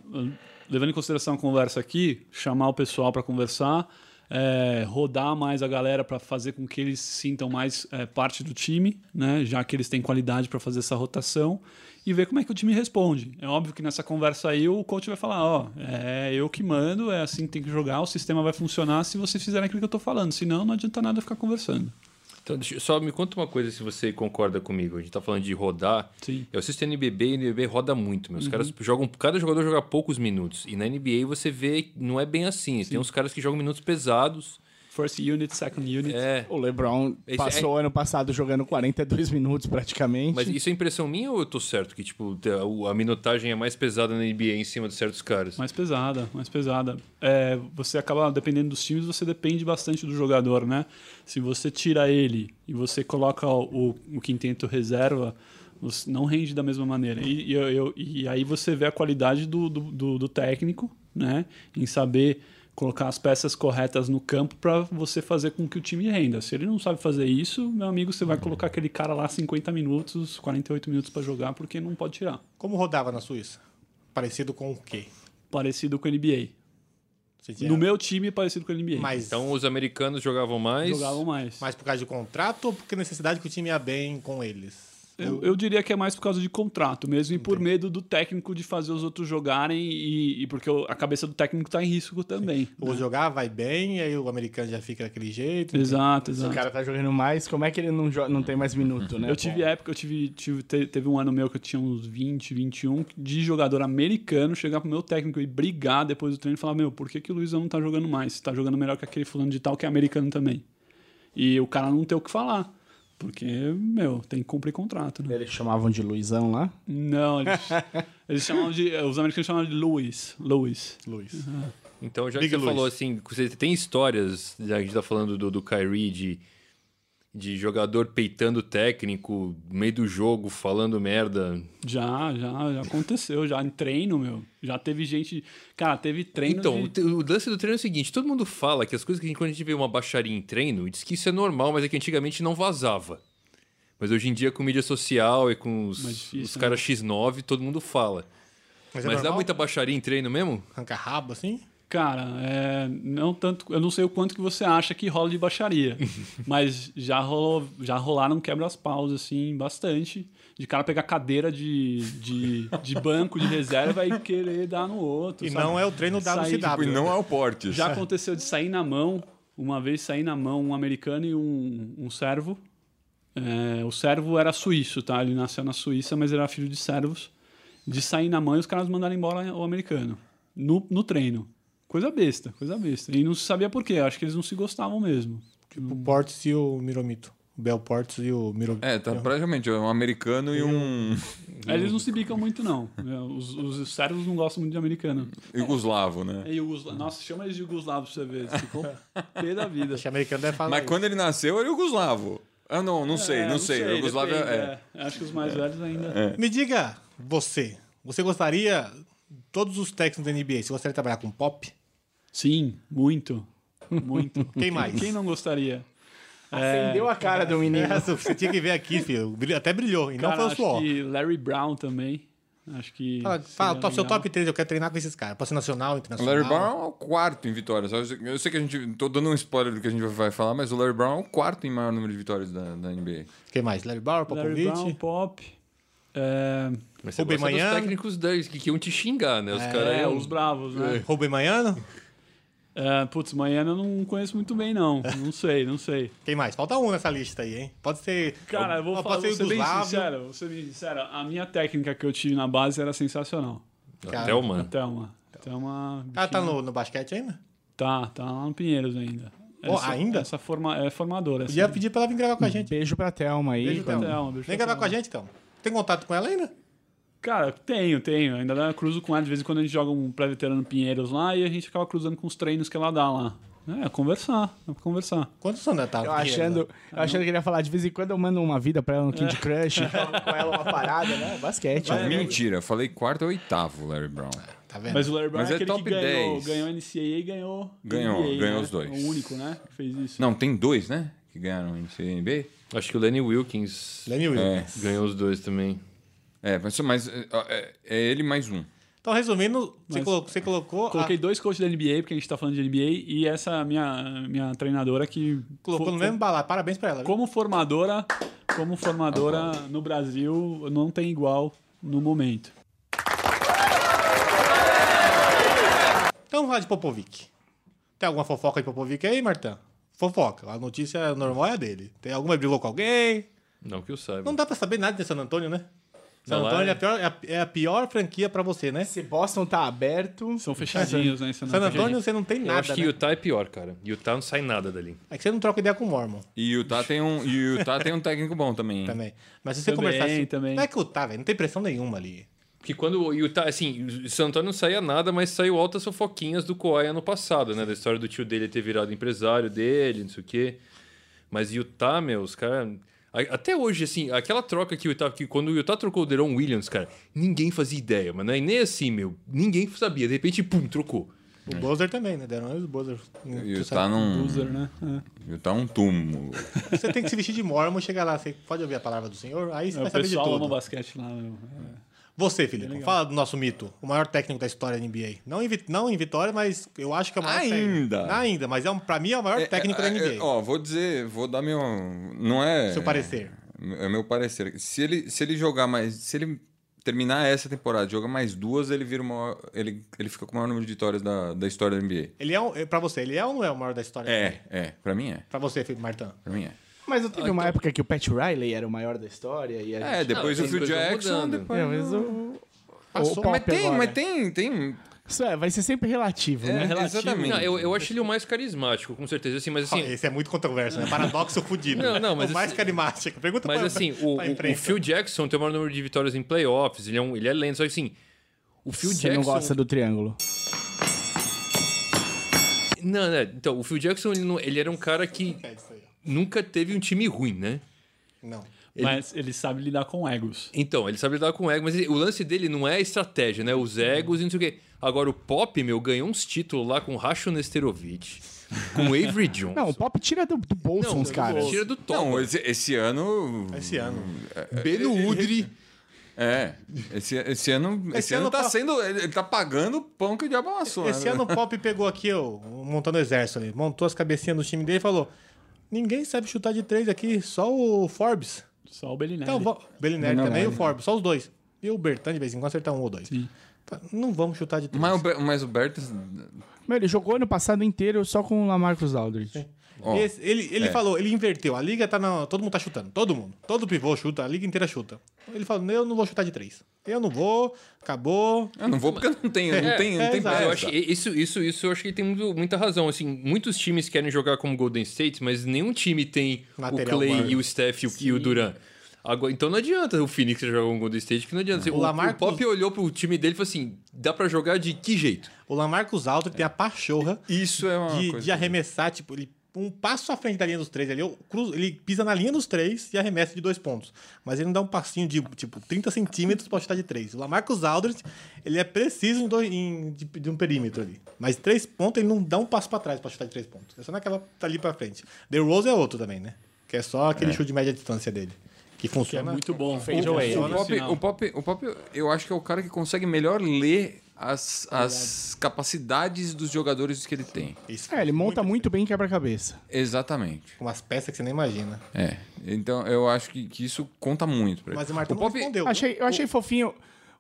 Speaker 6: levando em consideração a conversa aqui, chamar o pessoal para conversar, é, rodar mais a galera para fazer com que eles se sintam mais é, parte do time, né? Já que eles têm qualidade para fazer essa rotação e ver como é que o time responde. É óbvio que nessa conversa aí o coach vai falar, ó, é eu que mando, é assim que tem que jogar, o sistema vai funcionar se vocês fizerem aquilo que eu tô falando, senão não adianta nada ficar conversando.
Speaker 9: Então, deixa, eu- só me conta uma coisa se você concorda comigo. A gente tá falando de rodar.
Speaker 6: Sim.
Speaker 9: Eu assisto NBB e NBB roda muito, meus caras jogam, cada jogador joga poucos minutos. E na NBA você vê, que não é bem assim. Tem uns caras que jogam minutos pesados.
Speaker 6: First unit, second unit.
Speaker 9: É.
Speaker 2: O LeBron
Speaker 9: Esse
Speaker 2: passou ano passado jogando 42 minutos praticamente.
Speaker 9: Mas isso é impressão minha ou eu tô certo que tipo a- o- a minutagem é mais pesada na NBA em cima de certos caras?
Speaker 6: Mais pesada, mais pesada. É, você acaba, dependendo dos times, você depende bastante do jogador, né? Se você tira ele e você coloca o, o quinteto reserva, você não rende da mesma maneira. E, e eu- eu- e aí você vê a qualidade do, do, do- do técnico, né? Em saber colocar as peças corretas no campo para você fazer com que o time renda. Se ele não sabe fazer isso, meu amigo, você vai colocar aquele cara lá 50 minutos, 48 minutos para jogar, porque não pode tirar.
Speaker 1: Como rodava na Suíça? Parecido com o quê?
Speaker 6: Parecido com o NBA.
Speaker 1: Você tinha
Speaker 6: No meu time, é parecido com o NBA.
Speaker 1: mais,
Speaker 9: Então os americanos jogavam mais.
Speaker 6: Jogavam mais.
Speaker 1: mais por causa de contrato ou porque necessidade que o time ia bem com eles?
Speaker 6: Eu, eu diria que é mais por causa de contrato mesmo e por medo do técnico de fazer os outros jogarem e, e porque o- a cabeça do técnico está em risco também.
Speaker 1: Ou jogar, vai bem, e aí o americano já fica daquele jeito.
Speaker 6: Exato,
Speaker 2: Se o
Speaker 6: exato.
Speaker 2: cara tá jogando mais, como é que ele não, jo- não tem mais minuto, né?
Speaker 6: Eu tive época, eu tive, tive- te- teve um ano meu que eu tinha uns 20, 21, de jogador americano chegar pro meu técnico e brigar depois do treino e falar: Meu, por que, que o Luizão não tá jogando mais? Tá jogando melhor que aquele fulano de tal que é americano também. E o cara não tem o que falar. Porque, meu, tem que cumprir contrato, né?
Speaker 2: Eles chamavam de Luizão lá.
Speaker 6: Não, eles, eles chamavam de. Os americanos chamavam de Louis. Louis.
Speaker 1: Luiz.
Speaker 9: Então, já
Speaker 1: Big
Speaker 9: que você
Speaker 1: Luiz.
Speaker 9: falou assim, você tem histórias, já a gente tá falando do, do Kyrie, de, de jogador peitando o técnico, no meio do jogo, falando merda.
Speaker 6: Já, já, já aconteceu, já em treino, meu. Já teve gente. Cara, teve treino.
Speaker 9: Então, o
Speaker 6: de-
Speaker 9: te- o lance do treino é o seguinte, todo mundo fala que as coisas que a gente, quando a gente vê uma baixaria em treino, diz que isso é normal, mas é que antigamente não vazava. Mas hoje em dia, com mídia social e com os,
Speaker 6: Mais difícil,
Speaker 9: os caras X9, todo mundo fala.
Speaker 1: Mas,
Speaker 9: Mas,
Speaker 1: é
Speaker 9: dá
Speaker 1: normal?
Speaker 9: muita baixaria em treino mesmo?
Speaker 1: Arranca rabo, assim?
Speaker 6: Cara, é, não tanto. Eu não sei o quanto que você acha que rola de baixaria. mas já rolou, já rolaram quebra-as-paus, assim, bastante. De cara pegar cadeira de, de, de banco de reserva e querer dar no outro.
Speaker 1: E
Speaker 6: sabe?
Speaker 1: não é o treino
Speaker 6: Sair de
Speaker 1: WCW.
Speaker 8: E não é o Portes.
Speaker 6: Já aconteceu de sair na mão, uma vez sair na mão um americano e um, um servo. É, o servo era suíço, tá? Ele nasceu na Suíça, mas era filho de servos. De sair na mão e os caras mandaram embora o americano. No, no treino. Coisa besta, coisa besta. E não se sabia por quê. Acho que eles não se gostavam mesmo.
Speaker 1: Tipo
Speaker 6: Hum.
Speaker 1: o Portes e o Miromito. O Bel Portes e o Miromito.
Speaker 8: É, tá praticamente um americano e um
Speaker 6: Aí Eles não se bicam muito, não. É, Os, os servos não gostam muito de americano.
Speaker 8: iugoslavo, né?
Speaker 6: É Yugosla... Nossa, chama eles de Yugoslavo pra você ver. Eles ficam pé da vida.
Speaker 1: Acho que americano deve falar.
Speaker 8: Mas quando ele nasceu era iugoslavo. Ah, não, não sei,
Speaker 6: É,
Speaker 8: não, sei. Iugoslávia
Speaker 6: depende,
Speaker 8: é.
Speaker 6: é. Acho que os mais velhos ainda.
Speaker 1: Me diga, você. Você gostaria, todos os técnicos da NBA, você gostaria de trabalhar com pop?
Speaker 6: Sim, muito. Muito.
Speaker 1: Quem mais?
Speaker 6: Quem não gostaria?
Speaker 2: Acendeu a cara do menino.
Speaker 1: Essa, você tinha que ver aqui, filho. Brilhou- Até brilhou, e não
Speaker 6: Cara,
Speaker 1: foi o
Speaker 6: acho
Speaker 1: suor.
Speaker 6: que Larry Brown também. Acho que.
Speaker 1: Fala,
Speaker 6: seria
Speaker 1: fala top, seu
Speaker 6: legal.
Speaker 1: top 3, eu quero treinar com esses caras. Pode ser nacional,
Speaker 8: O
Speaker 1: internacional.
Speaker 8: Larry Brown é o quarto em vitórias. Eu sei- Eu sei que a gente. Tô dando um spoiler do que a gente vai falar, mas o Larry Brown é o quarto em maior número de vitórias da, da NBA.
Speaker 1: Quem mais? Larry Brown,
Speaker 6: Larry Brown,
Speaker 1: Popovich.
Speaker 6: Pop. É,
Speaker 9: Mas você
Speaker 1: Rubem
Speaker 9: gosta dos
Speaker 1: Manhã. um
Speaker 9: técnicos deles, que, que iam te xingar, né? Os caras
Speaker 6: é,
Speaker 9: iam-
Speaker 6: os bravos, né?
Speaker 1: Rubem Manhano?
Speaker 6: É, putz, Miami eu não conheço muito bem, não. Não sei, não sei.
Speaker 1: Quem mais? Falta um nessa lista aí, hein? Pode ser. Ah,
Speaker 6: Cara, eu vou
Speaker 1: Pode
Speaker 6: falar, vou
Speaker 1: ser
Speaker 6: ser bem
Speaker 1: Yugoslávio.
Speaker 6: sincero, vou ser bem sincero. A minha técnica que eu tive na base era sensacional.
Speaker 1: cara.
Speaker 9: Até o mano.
Speaker 6: Até uma. Até uma.
Speaker 1: Ela tá no, no basquete ainda?
Speaker 6: Tá, tá lá no Pinheiros ainda.
Speaker 1: Ó, ainda?
Speaker 6: Essa forma, é formadora.
Speaker 1: Podia
Speaker 6: essa.
Speaker 1: pedir pra ela vir gravar com a gente.
Speaker 2: Beijo pra Thelma aí.
Speaker 6: Hum. Beijo pra
Speaker 2: Thelma.
Speaker 6: Thelma, beijo
Speaker 1: Vem
Speaker 6: pra
Speaker 1: gravar com a
Speaker 6: Thelma.
Speaker 1: gente, então. Tem contato com ela ainda?
Speaker 6: Cara, tenho, tenho. Ainda dá- cruzo com ela. De vez em quando a gente joga um pré-veterano Pinheiros lá e a gente acaba cruzando com os treinos que ela dá lá. É, conversar, é conversar.
Speaker 1: Quantos anos ela tá?
Speaker 2: Eu achando, eu achando que ele ia falar, de vez em quando eu mando uma vida pra ela no Kid Crush, falo com ela uma parada, né? Basquete. né?
Speaker 8: Mentira, eu falei quarto é oitavo, Larry Brown.
Speaker 1: Tá vendo?
Speaker 6: Mas o Larry Brown
Speaker 8: Mas
Speaker 6: é
Speaker 8: é
Speaker 6: aquele
Speaker 8: top
Speaker 6: que ganhou,
Speaker 8: 10.
Speaker 6: ganhou a NCAA e ganhou.
Speaker 8: Ganhou,
Speaker 6: NBA,
Speaker 8: ganhou
Speaker 6: né?
Speaker 8: os dois.
Speaker 6: O único, né? Que fez isso.
Speaker 8: Não, tem dois, né? Que ganharam em CNB.
Speaker 9: Acho que o Lenny Wilkins
Speaker 1: Lenny Williams.
Speaker 9: ganhou os dois também.
Speaker 8: É, mas, mas é, é- é ele mais um.
Speaker 1: Então, resumindo, você
Speaker 6: Mas-
Speaker 1: colocou. Você colocou
Speaker 6: Coloquei
Speaker 1: a-
Speaker 8: Ah.
Speaker 6: dois coaches da NBA, porque a gente tá falando de NBA, e essa é minha, minha treinadora que.
Speaker 1: colocou
Speaker 6: fo-
Speaker 1: no mesmo balá. Parabéns pra ela. viu?
Speaker 6: Como formadora, como
Speaker 8: Ah,
Speaker 6: formadora
Speaker 8: tá.
Speaker 6: no Brasil, não tem igual no momento.
Speaker 1: Então, vamos falar de Popovic. Tem alguma fofoca de Popovic aí, Martã? Fofoca. A notícia normal é a dele. Tem alguma brigou com alguém?
Speaker 9: Não que eu saiba.
Speaker 1: Não dá pra saber nada de San Antônio, né? San
Speaker 9: Não, lá
Speaker 1: Antônio é...
Speaker 6: né?
Speaker 9: é-
Speaker 1: a pior, é, a, é a pior franquia pra você, né?
Speaker 2: Se Boston tá aberto,
Speaker 6: São fechadinhos, é né? Esse
Speaker 1: San
Speaker 6: ano-
Speaker 1: Antônio você não tem
Speaker 9: eu acho
Speaker 1: nada,
Speaker 9: que
Speaker 1: né?
Speaker 9: Utah é pior, cara. Utah não sai nada dali.
Speaker 1: É que você não troca ideia com o Mormon
Speaker 8: E o Utah tem um, e o Utah tem um técnico bom também. hein?
Speaker 1: também. Mas se você
Speaker 6: Também,
Speaker 1: conversasse...
Speaker 6: também.
Speaker 1: Não é que o tá, velho. Não tem pressão nenhuma ali.
Speaker 9: Porque quando o Utah, assim, o San Antonio não saía nada, mas saiu altas fofoquinhas do Kawhi ano passado, né? Da história do tio dele ter virado empresário dele, não sei o quê. Mas Utah, meu, os caras. a- Até hoje, assim, aquela troca que o Utah. Que quando o Utah trocou o Deron Williams, cara, ninguém fazia ideia, mano. E nem assim, meu. Ninguém sabia. De repente, pum, trocou.
Speaker 1: O
Speaker 6: É.
Speaker 1: Bowser também, né? Deram os Bowser.
Speaker 8: E o tá- Utah não.
Speaker 6: Loser, né?
Speaker 8: E o Utah é um túmulo.
Speaker 1: Você tem que se vestir de Mormon, chegar lá, você pode ouvir a palavra do Senhor, aí você
Speaker 6: É.
Speaker 1: vai
Speaker 6: O
Speaker 1: saber de
Speaker 6: pessoal ama
Speaker 1: tudo.
Speaker 6: basquete lá, meu.
Speaker 1: Você, Felipe, fala do nosso mito, o maior técnico da história da NBA. Não em, vi- não em vitória, mas eu acho que é o maior
Speaker 8: Ainda.
Speaker 1: técnico. Ainda, mas é um, pra mim é o maior técnico da
Speaker 8: É, é,
Speaker 1: NBA.
Speaker 8: Ó, vou dizer, vou dar meu. Não é.
Speaker 1: seu parecer.
Speaker 8: É meu parecer. Se ele, se ele jogar mais. Se ele terminar essa temporada e jogar mais duas, ele vira o maior- ele, ele fica com o maior número de vitórias da, da história da NBA.
Speaker 1: Ele é um, é, pra você, ele é ou não é o maior da história? da NBA?
Speaker 8: É, é. Pra mim é.
Speaker 1: Pra você, Felipe Martã.
Speaker 8: Pra mim é.
Speaker 2: mas não teve uma época que o Pat Riley era o maior da história e a
Speaker 8: É,
Speaker 2: gente...
Speaker 8: depois
Speaker 9: Não,
Speaker 8: o Phil
Speaker 9: as coisas vão
Speaker 8: Jackson.
Speaker 9: mudando.
Speaker 8: Depois...
Speaker 2: É, mas o...
Speaker 1: Passou,
Speaker 2: o Pop
Speaker 8: Mas tem,
Speaker 2: agora.
Speaker 1: né?
Speaker 8: mas tem, tem.
Speaker 2: Isso é, vai ser sempre relativo, Ah,
Speaker 8: É,
Speaker 2: né?
Speaker 8: exatamente.
Speaker 9: Não, eu, eu acho ele o mais carismático, com certeza. Assim, mas assim.
Speaker 1: Esse é muito controverso, né? Paradoxo fudido.
Speaker 9: Não, não, mas
Speaker 1: o mais
Speaker 9: assim-
Speaker 1: carismático.
Speaker 2: tá
Speaker 1: Pergunta
Speaker 9: Mas
Speaker 1: pra,
Speaker 9: assim, o,
Speaker 1: pra
Speaker 9: o- o
Speaker 1: imprensa.
Speaker 9: Phil
Speaker 2: né?
Speaker 9: Jackson tem o maior número de vitórias em playoffs, ele é, um, ele é lento, só que assim, o Phil
Speaker 2: Você
Speaker 9: Jackson...
Speaker 2: não gosta do triângulo.
Speaker 9: Não, né, então, o Phil Jackson, ele, não- ele era um cara que
Speaker 1: É isso aí, ó.
Speaker 9: nunca teve um time ruim, né?
Speaker 1: Não.
Speaker 6: Mas ele sabe lidar com egos.
Speaker 9: Então, ele sabe lidar com o ego, mas ele- o lance dele não é a estratégia, né? Os egos e não sei o quê. Agora, o Pop, meu, ganhou uns títulos lá com o Racho Nesterovic, com o Avery Johnson.
Speaker 2: Não, o Pop tira do, do bolso uns caras.
Speaker 9: Tira do
Speaker 8: Não,
Speaker 9: top.
Speaker 8: esse, esse ano.
Speaker 1: É, Esse ano.
Speaker 9: Beno Udri.
Speaker 8: É. Esse, esse ano. Esse, ano,
Speaker 1: ano
Speaker 8: tá
Speaker 1: tá-
Speaker 8: sendo. Ele, ele tá pagando o pão que o diabo amassou.
Speaker 1: Esse
Speaker 8: né?
Speaker 1: ano o Pop pegou aqui, ó, um montando o exército ali, montou as cabecinhas do time dele e falou: Ninguém sabe chutar de três aqui, só o Forbes.
Speaker 6: Só o Belinelli.
Speaker 1: Então, vamos. Belinelli
Speaker 8: Não,
Speaker 1: também e
Speaker 8: não,
Speaker 1: o
Speaker 8: não.
Speaker 1: Forbes, só os dois. E o Bertan de vez em quando acertar um ou dois. Tá, Não vamos chutar de três.
Speaker 8: Mas o, Ber- mas o Bertans.
Speaker 2: Meu, ele jogou ano passado inteiro só com o Lamarcus Aldridge.
Speaker 8: ó, é.
Speaker 1: Esse- ele ele falou, ele inverteu. A liga tá na. Todo mundo tá chutando. Todo mundo. Todo pivô chuta, a liga inteira chuta. Ele falou: Eu não vou chutar de três. Eu não vou, acabou.
Speaker 8: Eu não vou porque eu não tenho. Não tem,
Speaker 1: é,
Speaker 8: não tem
Speaker 1: exato.
Speaker 8: pressa.
Speaker 9: Eu acho, isso, isso, isso eu acho que ele tem muito- muita razão. Assim, muitos times querem jogar como Golden State, mas nenhum time tem
Speaker 1: Material
Speaker 9: o Clay
Speaker 1: humano.
Speaker 9: e o Steph e o, e o Durant. Agora- então não adianta o Phoenix jogar como Golden State, que não adianta. Assim, o,
Speaker 1: Lamarcus-
Speaker 9: o Pop olhou pro time dele e falou assim: dá pra jogar de que jeito?
Speaker 1: O Lamarcus Aldridge tem a pachorra
Speaker 8: Isso é uma
Speaker 1: de,
Speaker 8: coisa.
Speaker 1: de arremessar, tipo, ele um passo à frente da linha dos três ali, eu cruzo- ele pisa na linha dos três e arremessa de dois pontos. Mas ele não dá um passinho de, tipo, 30 centímetros pra chutar de três. O Lamarcus Aldridge, ele é preciso em dois- em- de, de um perímetro ali. Mas três pontos, ele não dá um passo pra trás pra chutar de três pontos. É só naquela ali pra frente. The Rose é outro também, né? Que é só aquele chute de média distância dele. Que
Speaker 6: Que é
Speaker 1: funciona.
Speaker 6: muito bom.
Speaker 8: O,
Speaker 1: Fade away,
Speaker 8: o,
Speaker 1: né?
Speaker 8: Pop, o, Pop, o Pop, eu acho que é o cara que consegue melhor ler as, as capacidades dos jogadores que ele tem.
Speaker 1: Isso.
Speaker 2: É, ele monta muito bem quebra-cabeça.
Speaker 8: Exatamente.
Speaker 1: Umas peças que você nem imagina.
Speaker 8: É. Então eu acho que, que isso conta muito pra ele.
Speaker 1: Mas o Martão
Speaker 8: o
Speaker 1: não
Speaker 8: Pop,
Speaker 1: respondeu.
Speaker 2: Achei, eu achei fofinho.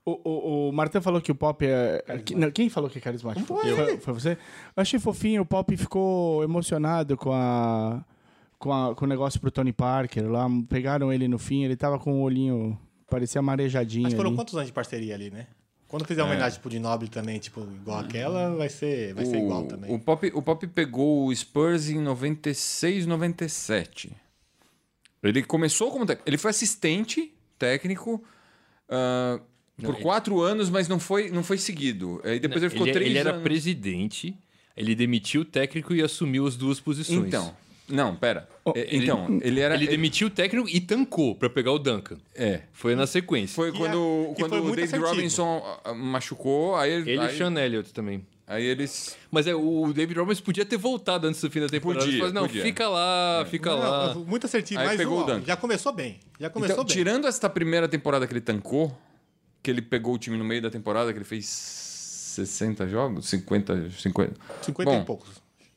Speaker 2: O, o, o Martin falou que o Pop é. que- não, quem falou que é carismático?
Speaker 1: Foi
Speaker 2: Foi,
Speaker 1: ele.
Speaker 2: foi você? Eu achei fofinho, o Pop ficou emocionado com a. Com, a, com o negócio pro Tony Parker lá. Pegaram ele no fim, ele tava com o olhinho. Parecia marejadinho.
Speaker 1: Mas foram
Speaker 2: ali.
Speaker 1: quantos anos de parceria ali, né? Quando fizer uma homenagem pro Dinobre também, tipo, igual aquela, vai ser, vai ser igual também.
Speaker 8: o, Pop, o Pop pegou o Spurs em 96, 97. Ele começou como técnico. Ele foi assistente técnico ah, por quatro anos, mas não foi, não foi seguido. Aí depois ele ficou
Speaker 9: Né, ele, é-
Speaker 8: três
Speaker 9: ele era
Speaker 8: anos.
Speaker 9: presidente, ele demitiu o técnico e assumiu as duas posições.
Speaker 8: Então. Não, pera.
Speaker 1: Oh,
Speaker 8: É, então, ele, era.
Speaker 9: Ele demitiu o técnico e tancou pra pegar o Duncan.
Speaker 8: É.
Speaker 9: Foi na sequência.
Speaker 8: Foi
Speaker 1: E
Speaker 8: quando,
Speaker 1: é- e
Speaker 8: quando
Speaker 1: foi
Speaker 8: o
Speaker 1: muito
Speaker 8: David
Speaker 1: assertivo.
Speaker 8: Robinson ah, ah, machucou, aí,
Speaker 9: Ele e
Speaker 8: aí,
Speaker 9: o Sean Elliott também.
Speaker 8: aí eles.
Speaker 9: Mas é, o David Robbins podia ter voltado antes do fim da temporada.
Speaker 8: Podia,
Speaker 9: Ele falou, não,
Speaker 8: podia. É.
Speaker 9: fica lá, fica lá.
Speaker 1: Não, muito assertivo,
Speaker 8: Aí
Speaker 1: mas
Speaker 8: pegou
Speaker 1: um,
Speaker 8: o Duncan.
Speaker 1: já começou bem. Já começou
Speaker 8: Então,
Speaker 1: bem.
Speaker 8: tirando esta primeira temporada que ele tancou, que ele pegou o time no meio da temporada, que ele fez 60 jogos? 50. 50.
Speaker 1: 50
Speaker 8: Bom.
Speaker 1: e poucos.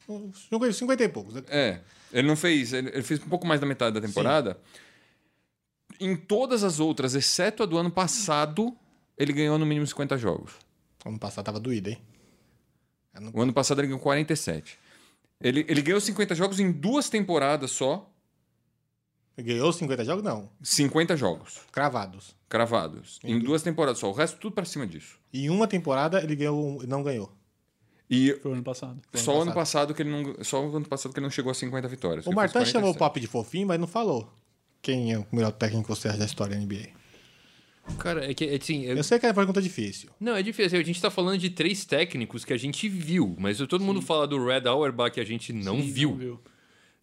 Speaker 1: Uns 50 e poucos. né?
Speaker 8: É. Ele não fez. Ele, ele fez um pouco mais da metade da temporada. Em todas as outras, exceto a do ano passado, ele ganhou no mínimo 50 jogos.
Speaker 1: Ano passado tava doído, hein?
Speaker 8: O ano passado ele ganhou 47. Ele, ele ganhou 50 jogos em duas temporadas só.
Speaker 1: Ganhou 50 jogos? Não.
Speaker 8: 50 jogos
Speaker 1: Cravados.
Speaker 8: cravados. Em duas temporadas só. O resto tudo pra cima disso.
Speaker 1: Em uma temporada ele ganhou, um- não ganhou.
Speaker 8: E
Speaker 6: Foi o ano passado.
Speaker 8: só o ano passado que ele não. Só o ano passado que ele não chegou a 50 vitórias.
Speaker 1: O
Speaker 8: Ele fez
Speaker 1: Martin chamou o
Speaker 8: 47.
Speaker 1: Pop de fofinho, mas não falou quem é o melhor técnico que você acha da história da NBA.
Speaker 9: Cara, é que é assim. é-
Speaker 1: Eu sei que é uma pergunta difícil.
Speaker 9: Não, é difícil. A gente tá falando de três técnicos que a gente viu, mas todo mundo fala do Red Auerbach que a gente não viu.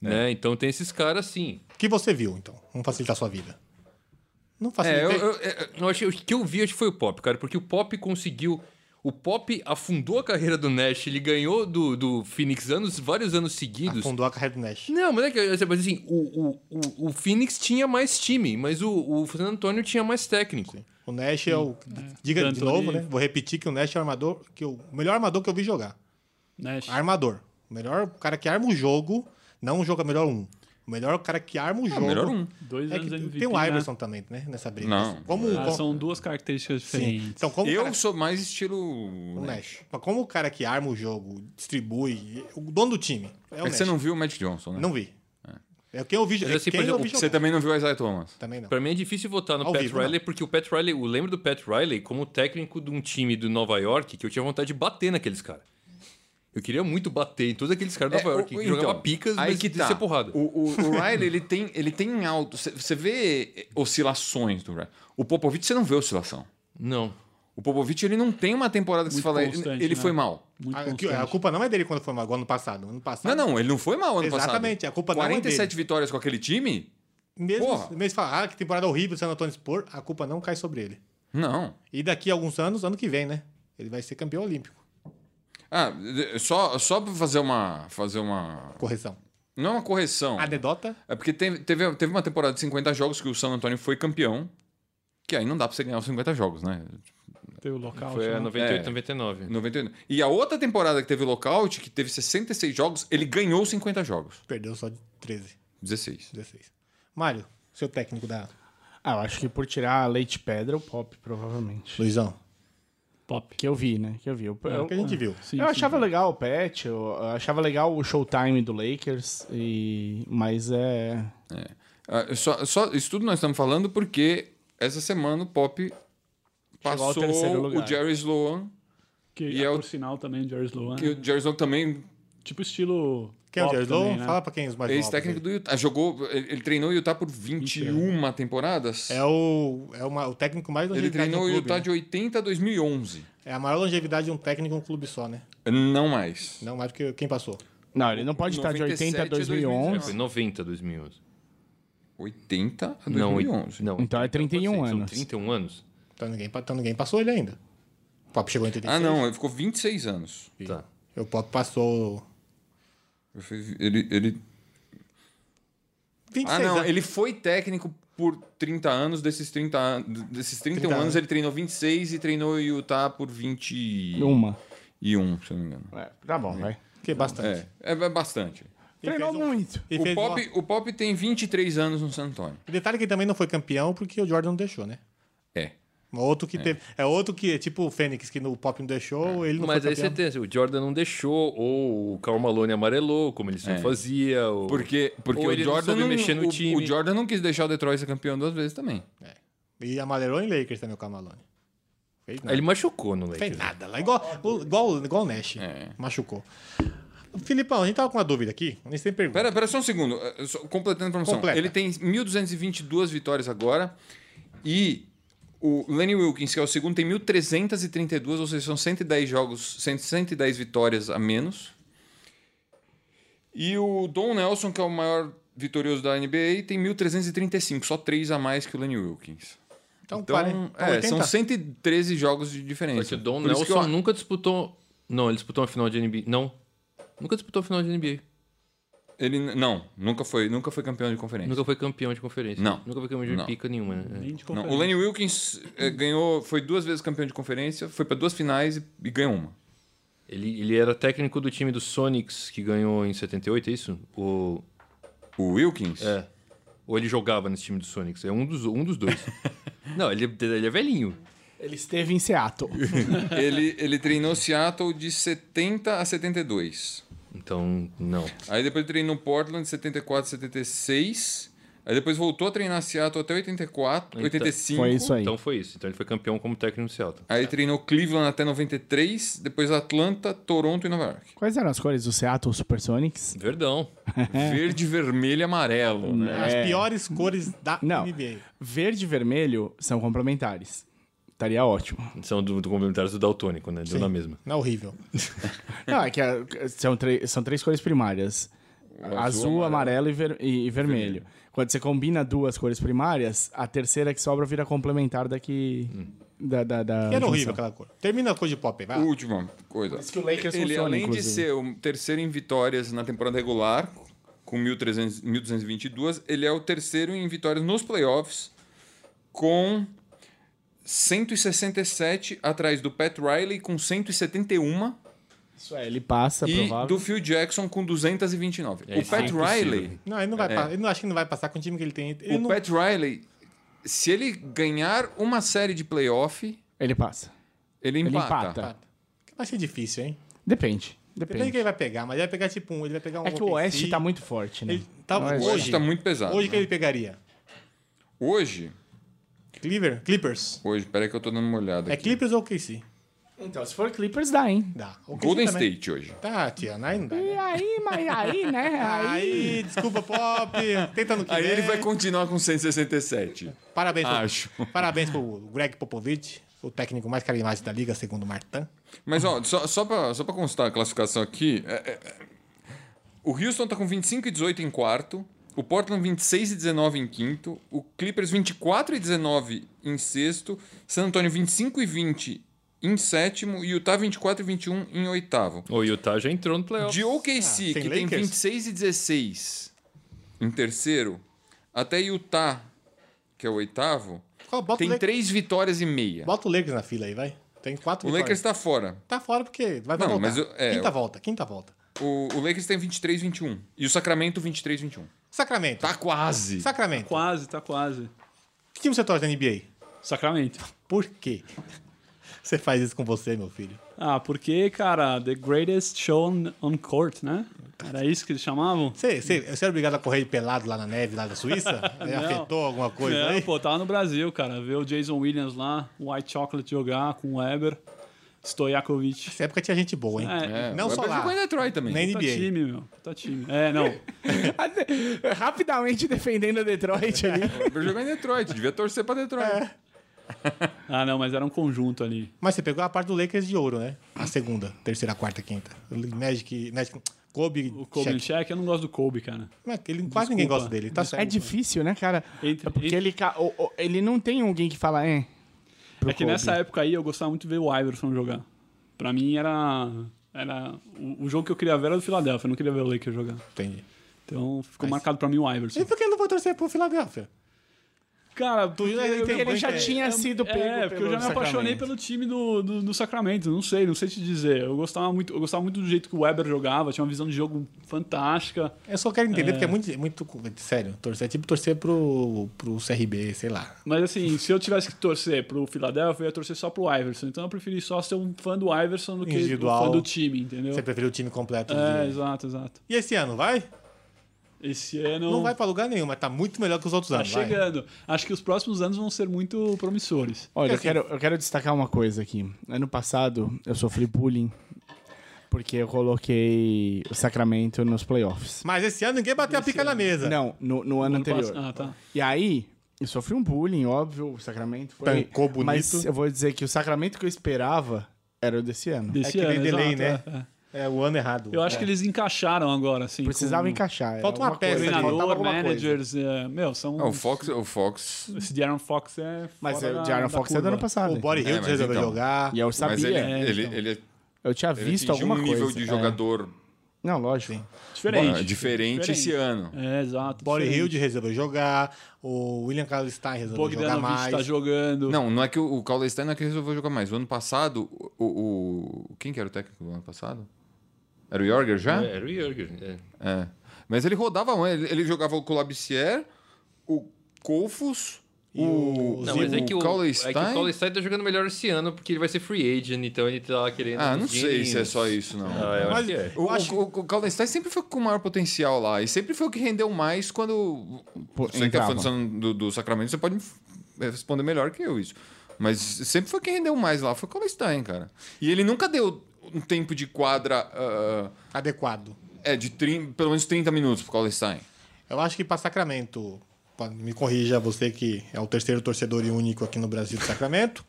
Speaker 9: né?
Speaker 8: É.
Speaker 9: Então tem esses caras sim.
Speaker 1: O que você viu, então? Vamos facilitar a sua vida. Não
Speaker 8: É,
Speaker 1: facilita.
Speaker 8: eu- eu- é,
Speaker 9: Eu achei, o que eu vi acho que foi o Pop, cara, porque o Pop conseguiu. O Pop afundou a carreira do Nash, ele ganhou do, do Phoenix anos, vários anos seguidos.
Speaker 1: Afundou a carreira do Nash.
Speaker 9: Não, mas é que mas assim, o, o, o, o Phoenix tinha mais time, mas o, o San Antonio tinha mais técnico.
Speaker 1: O Nash é o. Diga de
Speaker 6: Tanto
Speaker 1: novo,
Speaker 6: ali-
Speaker 1: né? Vou repetir que o Nash é o armador. Que o o melhor armador que eu vi jogar.
Speaker 6: Nash.
Speaker 1: Armador. O melhor cara que arma o jogo, não joga melhor um. O melhor cara que arma o jogo.
Speaker 8: melhor um.
Speaker 6: Dois
Speaker 1: É
Speaker 6: anos
Speaker 1: que
Speaker 6: MVP.
Speaker 1: tem o
Speaker 6: né?
Speaker 1: Iverson também, né? Nessa briga.
Speaker 8: Não.
Speaker 1: Como,
Speaker 6: Ah,
Speaker 1: como-
Speaker 6: são duas características
Speaker 1: sim.
Speaker 6: diferentes.
Speaker 1: Então, como o
Speaker 8: Eu
Speaker 1: cara-
Speaker 8: sou mais estilo. é
Speaker 1: o Nash. Mas Como o cara que arma o jogo, distribui, o dono do time. É o
Speaker 8: É que
Speaker 1: Nash.
Speaker 8: você não viu o Matt Johnson, né?
Speaker 1: Não vi. É quem eu vi,
Speaker 9: Mas
Speaker 1: é
Speaker 9: assim,
Speaker 1: quem
Speaker 9: por exemplo,
Speaker 1: eu vi
Speaker 8: Você tá
Speaker 1: jogar.
Speaker 8: também não né? viu o Isaiah Thomas.
Speaker 1: Também não.
Speaker 9: Pra mim é difícil votar no
Speaker 1: Ao
Speaker 9: Pat
Speaker 1: vivo,
Speaker 9: Riley, porque o Pat Riley, eu lembro do Pat Riley como técnico de um time do Nova York que eu tinha vontade de bater naqueles caras. Eu queria muito bater em todos aqueles caras do
Speaker 8: É,
Speaker 9: Nova York que
Speaker 8: o-
Speaker 9: jogava
Speaker 8: então,
Speaker 9: picas,
Speaker 8: aí
Speaker 9: mas
Speaker 8: que
Speaker 9: que
Speaker 8: tá.
Speaker 9: ser porrada.
Speaker 8: O, o, o Riley, ele tem, ele tem alto. você- Você vê oscilações do Riley. O Popovich, você não vê oscilação.
Speaker 9: Não.
Speaker 8: O Popovich, ele não tem uma temporada que você
Speaker 6: Muito
Speaker 8: fala.
Speaker 6: constante,
Speaker 8: Ele ele
Speaker 6: né?
Speaker 8: foi mal.
Speaker 6: Muito
Speaker 1: A, que-
Speaker 6: constante.
Speaker 1: a culpa não é dele quando foi mal, igual ano passado. Ano
Speaker 8: Não,
Speaker 1: passado.
Speaker 8: não, ele não foi mal ano passado.
Speaker 1: Exatamente, a culpa não é
Speaker 8: 47
Speaker 1: dele.
Speaker 8: vitórias com aquele time?
Speaker 1: Mesmo,
Speaker 8: Porra.
Speaker 1: mesmo falar ah, que temporada horrível do San Antonio Spurs, a culpa não cai sobre ele.
Speaker 8: Não.
Speaker 1: E daqui a alguns anos, ano que vem, né? Ele vai ser campeão olímpico.
Speaker 8: Ah, de- só, só pra fazer uma. Fazer uma.
Speaker 1: Correção.
Speaker 8: Não é uma correção.
Speaker 1: Anedota?
Speaker 8: É porque teve, teve, teve uma temporada de 50 jogos que o San Antonio foi campeão. Que aí não dá pra você ganhar os 50 jogos, né?
Speaker 6: Tem o local.
Speaker 9: Foi a 98,
Speaker 8: É.
Speaker 9: 99.
Speaker 8: 91. E a outra temporada que teve o lockout, que teve 66 jogos, ele ganhou 50 jogos.
Speaker 1: Perdeu só de 13,
Speaker 8: 16.
Speaker 1: 16. Mário, seu técnico da
Speaker 2: Ah, eu acho que por tirar leite pedra, o Pop, provavelmente.
Speaker 1: Luizão.
Speaker 6: Pop.
Speaker 2: Que eu vi, né? Que eu vi. Eu,
Speaker 1: É o que a gente viu.
Speaker 6: Sim,
Speaker 2: eu
Speaker 6: sim.
Speaker 2: achava legal o Pet, eu achava legal o Showtime do Lakers, e... mas é...
Speaker 8: Ah, só, só- isso tudo nós estamos falando porque essa semana o Pop
Speaker 2: ao
Speaker 8: passou
Speaker 2: terceiro lugar.
Speaker 8: o Jerry Sloan.
Speaker 6: Que
Speaker 8: E
Speaker 6: é
Speaker 8: é o-
Speaker 6: por sinal também, Jerry Sloan.
Speaker 8: Que o Jerry Sloan também
Speaker 6: né? Tipo estilo.
Speaker 1: Quem é o
Speaker 6: Pop
Speaker 1: Jared
Speaker 6: também,
Speaker 1: Lowe?
Speaker 6: né?
Speaker 1: Fala pra quem é os mais novos
Speaker 8: ex-técnico
Speaker 1: aí.
Speaker 8: do Utah. Jogou, ele, ele treinou o Utah por 21 temporadas.
Speaker 1: É o, é uma, o técnico mais
Speaker 8: ele
Speaker 1: longevidade
Speaker 8: treinou
Speaker 1: no
Speaker 8: o
Speaker 1: clube,
Speaker 8: Utah
Speaker 1: né?
Speaker 8: de 80 a 2011.
Speaker 1: É a maior longevidade de um técnico em um clube só, né?
Speaker 8: Não mais.
Speaker 1: Não mais do que quem passou.
Speaker 2: Não, ele não pode estar de 80 a
Speaker 8: 97 a
Speaker 2: 2011,
Speaker 9: É, foi 90, 2011.
Speaker 8: 80 a
Speaker 9: Não,
Speaker 8: 2011.
Speaker 9: Não,
Speaker 2: Então é 31
Speaker 9: pode ser,
Speaker 2: anos.
Speaker 9: São 31 anos?
Speaker 1: Então ninguém, pa- então ninguém passou ele ainda. O Pop chegou em 86.
Speaker 8: Ah, não. Ele ficou 26 anos.
Speaker 9: Tá.
Speaker 1: O Pop
Speaker 8: Ah,
Speaker 1: passou
Speaker 8: Ele... ele- ele
Speaker 1: 26
Speaker 8: Ah, não.
Speaker 1: anos. né?
Speaker 8: Ele foi técnico por 30 anos, desses 30 an- desses 31
Speaker 1: 30
Speaker 8: anos,
Speaker 1: anos.
Speaker 8: ele treinou 26 e treinou Utah por 21,
Speaker 2: Uma.
Speaker 8: se eu não me engano.
Speaker 2: um. É, tá bom, vai.
Speaker 1: Que é bastante.
Speaker 8: É, é bastante.
Speaker 1: E
Speaker 2: Treinou
Speaker 1: fez um-
Speaker 2: muito.
Speaker 1: E
Speaker 8: O
Speaker 1: fez
Speaker 8: Pop, o Pop tem 23 anos no San Antonio.
Speaker 1: um- Detalhe que ele também não foi campeão porque o Jordan não deixou, né?
Speaker 8: É.
Speaker 1: Outro que teve. É outro que, tipo o Fênix, que no Pop não deixou, ele não
Speaker 9: Mas
Speaker 1: foi
Speaker 9: aí você
Speaker 1: campeão.
Speaker 9: tem, assim, o Jordan não deixou, ou o Karl Malone amarelou, como ele
Speaker 8: É.
Speaker 9: sempre fazia. Ou...
Speaker 8: Porque, porque
Speaker 9: Ou
Speaker 8: o
Speaker 9: ele não
Speaker 8: Jordan
Speaker 9: soube
Speaker 8: não,
Speaker 9: mexer no
Speaker 8: o,
Speaker 9: time.
Speaker 8: o Jordan não quis deixar o Detroit ser campeão duas vezes também.
Speaker 1: E amarelou em Lakers também o Camalone. Fez nada.
Speaker 9: Ele machucou no Lakers.
Speaker 1: Fez nada lá. Igual, o- igual, igual o Nash.
Speaker 8: É.
Speaker 1: Machucou. Filipão, a gente tava com uma dúvida aqui. A gente tem pergunta.
Speaker 8: Pera, pera só um segundo. eh, só completando a informação.
Speaker 1: Completa.
Speaker 8: Ele tem 1.222 vitórias agora. E o Lenny Wilkins, que é o segundo, tem 1.332, ou seja, são 110 jogos, 100 110 vitórias a menos. E o Don Nelson, que é o maior vitorioso da NBA, tem 1.335, só 3 a mais que o Lenny Wilkins.
Speaker 1: Então,
Speaker 8: Então,
Speaker 1: quarenta-
Speaker 8: é, são
Speaker 1: 80.
Speaker 8: 113 jogos de diferença.
Speaker 9: Só que o Don
Speaker 8: Por isso
Speaker 9: Nelson
Speaker 8: que eu-
Speaker 9: nunca disputou. Não, ele disputou uma final de NBA. Não. Nunca disputou final de
Speaker 1: É
Speaker 9: NBA.
Speaker 8: Ele, n- não, nunca foi, nunca foi campeão de conferência.
Speaker 9: Nunca foi campeão de conferência.
Speaker 8: Não.
Speaker 9: Nunca foi campeão de
Speaker 8: Não.
Speaker 9: pica nenhuma. né?
Speaker 6: Nem de
Speaker 8: Não,
Speaker 6: conferência.
Speaker 8: o Lenny Wilkins eh, ganhou, foi duas vezes campeão de conferência, foi pra duas finais e, e ganhou uma.
Speaker 9: Ele, ele era técnico do time do Sonics que ganhou em 78, é isso? Ou,
Speaker 8: O Wilkins?
Speaker 9: É. ou ele jogava nesse time do Sonics? É um dos, um dos dois. não, ele, ele é velhinho.
Speaker 2: Ele esteve em Seattle.
Speaker 8: Ele, ele treinou Seattle de 70 a 72.
Speaker 9: Então, não.
Speaker 8: Aí depois ele treinou Portland de 74 a 76. Aí depois voltou a treinar Seattle até 84,
Speaker 9: Então,
Speaker 8: 85.
Speaker 2: Foi isso aí.
Speaker 9: Então foi isso. Então ele foi campeão como técnico do Seattle.
Speaker 8: Aí treinou Cleveland até 93, depois Atlanta, Toronto e Nova York.
Speaker 2: Quais eram as cores do Seattle Supersonics?
Speaker 9: Verdão.
Speaker 8: Verde, vermelho e amarelo, né?
Speaker 1: As piores cores da
Speaker 2: É. Não.
Speaker 1: NBA.
Speaker 2: Verde e vermelho são complementares. Estaria ótimo.
Speaker 9: São do, do complementares do Daltônico, né? Deu na mesma.
Speaker 1: Não é horrível.
Speaker 2: Não, é que a- são, tre- são três cores primárias. Azul, amarelo, e, ver- e- e vermelho. Quando você combina duas cores primárias, a terceira que sobra vira complementar da que... Da, da, da
Speaker 1: E era
Speaker 2: junção.
Speaker 1: horrível aquela cor. Termina a cor de pop, aí, vai. lá.
Speaker 8: Última coisa.
Speaker 2: que o Lakers
Speaker 8: ele,
Speaker 2: funciona,
Speaker 8: além
Speaker 2: inclusive.
Speaker 8: de ser o terceiro em vitórias na temporada regular, com 1.300 1.222, ele é o terceiro em vitórias nos playoffs, com 167 atrás do Pat Riley, com 171,
Speaker 2: Isso é, ele passa,
Speaker 8: e
Speaker 2: provável.
Speaker 8: do Phil Jackson, com 229.
Speaker 9: É,
Speaker 8: o
Speaker 9: isso é
Speaker 8: Pat
Speaker 9: impossível.
Speaker 8: Riley,
Speaker 1: Não, ele não vai
Speaker 8: É.
Speaker 1: passar. Ele não acho que não vai passar com o time que ele tem. Ele
Speaker 8: o
Speaker 1: não-
Speaker 8: Pat Riley, se ele ganhar uma série de playoff,
Speaker 2: Ele passa.
Speaker 8: ele
Speaker 2: Ele
Speaker 8: empata.
Speaker 2: empata.
Speaker 1: Vai ser difícil, hein?
Speaker 2: Depende.
Speaker 1: Depende de
Speaker 2: Depende.
Speaker 1: quem ele vai pegar, mas ele vai pegar tipo um. Ele vai pegar um.
Speaker 2: É que o
Speaker 1: OKC.
Speaker 2: Oeste tá muito forte, né?
Speaker 1: Ele tá-
Speaker 2: Oeste.
Speaker 8: Hoje
Speaker 1: hoje,
Speaker 8: está muito né? pesado.
Speaker 1: hoje
Speaker 8: Hoje,
Speaker 1: que ele pegaria?
Speaker 8: hoje,
Speaker 1: Cleaver? Clippers?
Speaker 8: hoje, peraí que eu tô dando uma olhada
Speaker 1: É
Speaker 8: aqui.
Speaker 1: Clippers ou KC?
Speaker 2: Então, se for Clippers, dá, hein?
Speaker 1: Dá. OKC
Speaker 8: Golden
Speaker 1: também.
Speaker 8: State hoje.
Speaker 1: Tá, tia, aí não dá. né?
Speaker 2: E aí, mas aí, né?
Speaker 1: Aí, desculpa, Pop. Tenta no que né?
Speaker 8: Aí
Speaker 1: vem.
Speaker 8: ele vai continuar com 167.
Speaker 1: Parabéns, pro-
Speaker 8: Acho.
Speaker 1: Parabéns pro Greg Popovich, o técnico mais carismático da liga, segundo o Martin.
Speaker 8: Mas ó, só, só, pra, só pra constar a classificação aqui, é- é- é, o Houston tá com 25 e 18 em quarto, o Portland 26 e 19 em quinto, o Clippers 24 e 19 em sexto, San Antonio 25 e 20 em sétimo e Utah 24 e 21 em oitavo.
Speaker 9: O Utah já entrou no playoff.
Speaker 8: De OKC,
Speaker 1: Ah, tem
Speaker 8: que tem
Speaker 1: Lakers?
Speaker 8: 26 e 16 em terceiro, até Utah, que é o oitavo,
Speaker 1: Qual- Bota, o
Speaker 8: tem
Speaker 1: Lakers,
Speaker 8: três vitórias e meia.
Speaker 1: bota o Lakers na fila aí, vai. Tem quatro
Speaker 8: O Lakers tá fora.
Speaker 1: tá fora porque vai, vai
Speaker 8: Não,
Speaker 1: voltar.
Speaker 8: mas eu- é,
Speaker 1: quinta
Speaker 8: eu-
Speaker 1: volta, quinta volta.
Speaker 8: O, o Lakers tem 23, 21. E o Sacramento 23, 21.
Speaker 1: Sacramento.
Speaker 8: Tá quase.
Speaker 1: Sacramento.
Speaker 6: Quase, tá quase.
Speaker 1: Que time você torce na NBA?
Speaker 6: Sacramento.
Speaker 1: Por quê? Você faz isso com você, meu filho.
Speaker 6: Ah, porque, cara, The Greatest Show on, on Court, né? Era isso que eles chamavam?
Speaker 1: Você, você, você era obrigado a correr pelado lá na neve, lá da Suíça? Aí
Speaker 6: Não.
Speaker 1: Afetou alguma coisa
Speaker 6: Não,
Speaker 1: aí?
Speaker 6: pô, tava no Brasil, cara. Ver o Jason Williams lá, o White Chocolate jogar com o Weber, Stojakovic.
Speaker 1: Nessa época tinha gente boa, hein?
Speaker 6: É,
Speaker 8: É,
Speaker 1: Não
Speaker 8: o
Speaker 1: só
Speaker 8: Weber
Speaker 1: lá.
Speaker 8: jogou em Detroit também.
Speaker 1: Na
Speaker 6: Puta
Speaker 1: NBA.
Speaker 6: time, meu. Puta time. É, não.
Speaker 2: Rapidamente defendendo a Detroit ali.
Speaker 8: O Weber jogou em Detroit. Devia torcer pra Detroit.
Speaker 6: Ah, não, mas era um conjunto ali.
Speaker 1: Mas você pegou a parte do Lakers de ouro, né? A segunda, terceira, quarta, quinta. Magic, Magic Kobe,
Speaker 6: O Kobe
Speaker 1: Shaq.
Speaker 6: Check, eu não gosto do Kobe, cara.
Speaker 1: Não, ele, quase ninguém gosta dele. Tá
Speaker 2: É
Speaker 1: certo.
Speaker 2: difícil, né, cara?
Speaker 6: Entre-
Speaker 2: É porque
Speaker 6: entre-
Speaker 2: Ele, ca- o- o- ele não tem alguém que fala, é. pro
Speaker 6: é que
Speaker 2: Kobe.
Speaker 6: nessa época aí eu gostava muito de ver o Iverson jogar. Pra mim era. era o, o jogo que eu queria ver era do Philadelphia, eu não queria ver o Lakers jogar.
Speaker 1: Entendi.
Speaker 6: Então ficou marcado pra mim o Iverson.
Speaker 1: E por que ele não vai torcer pro Philadelphia?
Speaker 6: Cara, porque
Speaker 1: ainda
Speaker 6: eu-
Speaker 1: tem
Speaker 2: Porque ele já
Speaker 1: É,
Speaker 2: tinha sido pego
Speaker 6: É, porque eu já me apaixonei pelo time do, do, do Sacramento, não sei, não sei te dizer. Eu gostava muito, eu gostava muito do jeito que o Weber jogava, tinha uma visão de jogo fantástica.
Speaker 1: Eu só quero entender, porque é muito, muito. Sério, torcer, é tipo torcer pro, pro CRB, sei lá.
Speaker 6: Mas assim, se eu tivesse que torcer pro Philadelphia, eu ia torcer só pro Iverson. Então eu preferi só ser um fã do Iverson do que
Speaker 1: Individual.
Speaker 6: um fã do time, entendeu?
Speaker 1: Você prefere o time completo.
Speaker 6: É,
Speaker 1: de-
Speaker 6: exato, exato.
Speaker 1: E esse ano, vai?
Speaker 6: Esse ano.
Speaker 1: Não, vai pra lugar nenhum, mas tá muito melhor que os outros
Speaker 6: Tá
Speaker 1: anos. vai.
Speaker 6: chegando. Acho que os próximos anos vão ser muito promissores.
Speaker 2: Olha, eu
Speaker 1: Assim-
Speaker 2: quero, eu quero destacar uma coisa aqui. Ano passado, eu sofri bullying porque eu coloquei o Sacramento nos playoffs.
Speaker 1: Mas esse ano ninguém bateu a pica na mesa.
Speaker 2: Não, no, no ano anterior.
Speaker 6: Ah, tá.
Speaker 2: E aí, eu sofri um bullying, óbvio, o Sacramento foi...
Speaker 1: Tancou bonito.
Speaker 2: Mas eu vou dizer que o Sacramento que eu esperava era o desse ano.
Speaker 1: É
Speaker 6: Desse
Speaker 1: que tem
Speaker 6: ano,
Speaker 1: delay,
Speaker 6: exato, é, é.
Speaker 1: É o ano errado.
Speaker 6: Eu acho
Speaker 1: É.
Speaker 6: que eles encaixaram agora, assim.
Speaker 2: Precisava
Speaker 6: com
Speaker 2: encaixar. era
Speaker 1: Falta uma
Speaker 2: alguma
Speaker 1: peça
Speaker 2: coisa.
Speaker 1: ali.
Speaker 2: Faltava
Speaker 6: Treinador,
Speaker 2: alguma coisa.
Speaker 6: managers, é, meu, são.
Speaker 8: Ah, o Fox, o Fox
Speaker 6: Esse De'Aaron Fox é.
Speaker 2: Mas
Speaker 6: fora
Speaker 2: o
Speaker 6: da-
Speaker 2: Jaron
Speaker 6: da
Speaker 2: Fox é do
Speaker 6: curva.
Speaker 2: ano passado.
Speaker 1: Ah, O Body
Speaker 8: É,
Speaker 1: Hill
Speaker 8: mas
Speaker 1: resolveu
Speaker 8: então-
Speaker 1: jogar.
Speaker 2: E eu
Speaker 8: Mas
Speaker 2: sabia.
Speaker 8: ele,
Speaker 6: É,
Speaker 8: ele,
Speaker 6: então.
Speaker 8: ele,
Speaker 2: Eu tinha
Speaker 8: ele
Speaker 2: visto
Speaker 8: atingiu
Speaker 2: alguma
Speaker 8: um
Speaker 2: coisa.
Speaker 8: nível de
Speaker 2: É.
Speaker 8: jogador
Speaker 2: Não, lógico.
Speaker 6: Diferente.
Speaker 8: ah, diferente, esse ano.
Speaker 6: É, exato.
Speaker 1: O Body
Speaker 6: diferente.
Speaker 1: Hill resolveu jogar. O William Carlos Stein
Speaker 6: O
Speaker 1: resolveu jogar
Speaker 6: Bogdanovich
Speaker 1: mais.
Speaker 6: tá jogando.
Speaker 8: Não, não é que o, o Cauley-Stein não é que resolveu jogar mais. O ano passado, o, o- Quem que era o técnico do ano passado? Era o Jorger já?
Speaker 9: É, era o Jürgen. É.
Speaker 8: É. Mas ele rodava, mano. ele, ele jogava com o Labissière, o Colfus, o,
Speaker 9: Não, mas é que o, é que
Speaker 8: Cauley-Stein.
Speaker 9: o Colin Stein tá jogando melhor esse ano porque ele vai ser free agent, então ele tá querendo.
Speaker 8: Ah, não
Speaker 9: uns
Speaker 8: sei se é
Speaker 9: jeans.
Speaker 8: só isso, não.
Speaker 9: Ah, eu acho
Speaker 1: Mas-
Speaker 9: que é.
Speaker 8: O, o, o Caldenstein sempre foi com o maior potencial lá. E sempre foi o que rendeu mais quando.
Speaker 2: Pô,
Speaker 8: Você que é
Speaker 2: entrava.
Speaker 8: fã do, do, do Sacramento, você pode me f- responder melhor que eu isso. Mas sempre foi quem rendeu mais lá, foi o Caldenstein, cara. E ele nunca deu um tempo de quadra. ah,
Speaker 1: Adequado.
Speaker 8: é, de 30, pelo menos 30 minutos pro Caldenstein.
Speaker 1: Eu acho que pra Sacramento, pode- me corrija você que é o terceiro torcedor e único aqui no Brasil de Sacramento.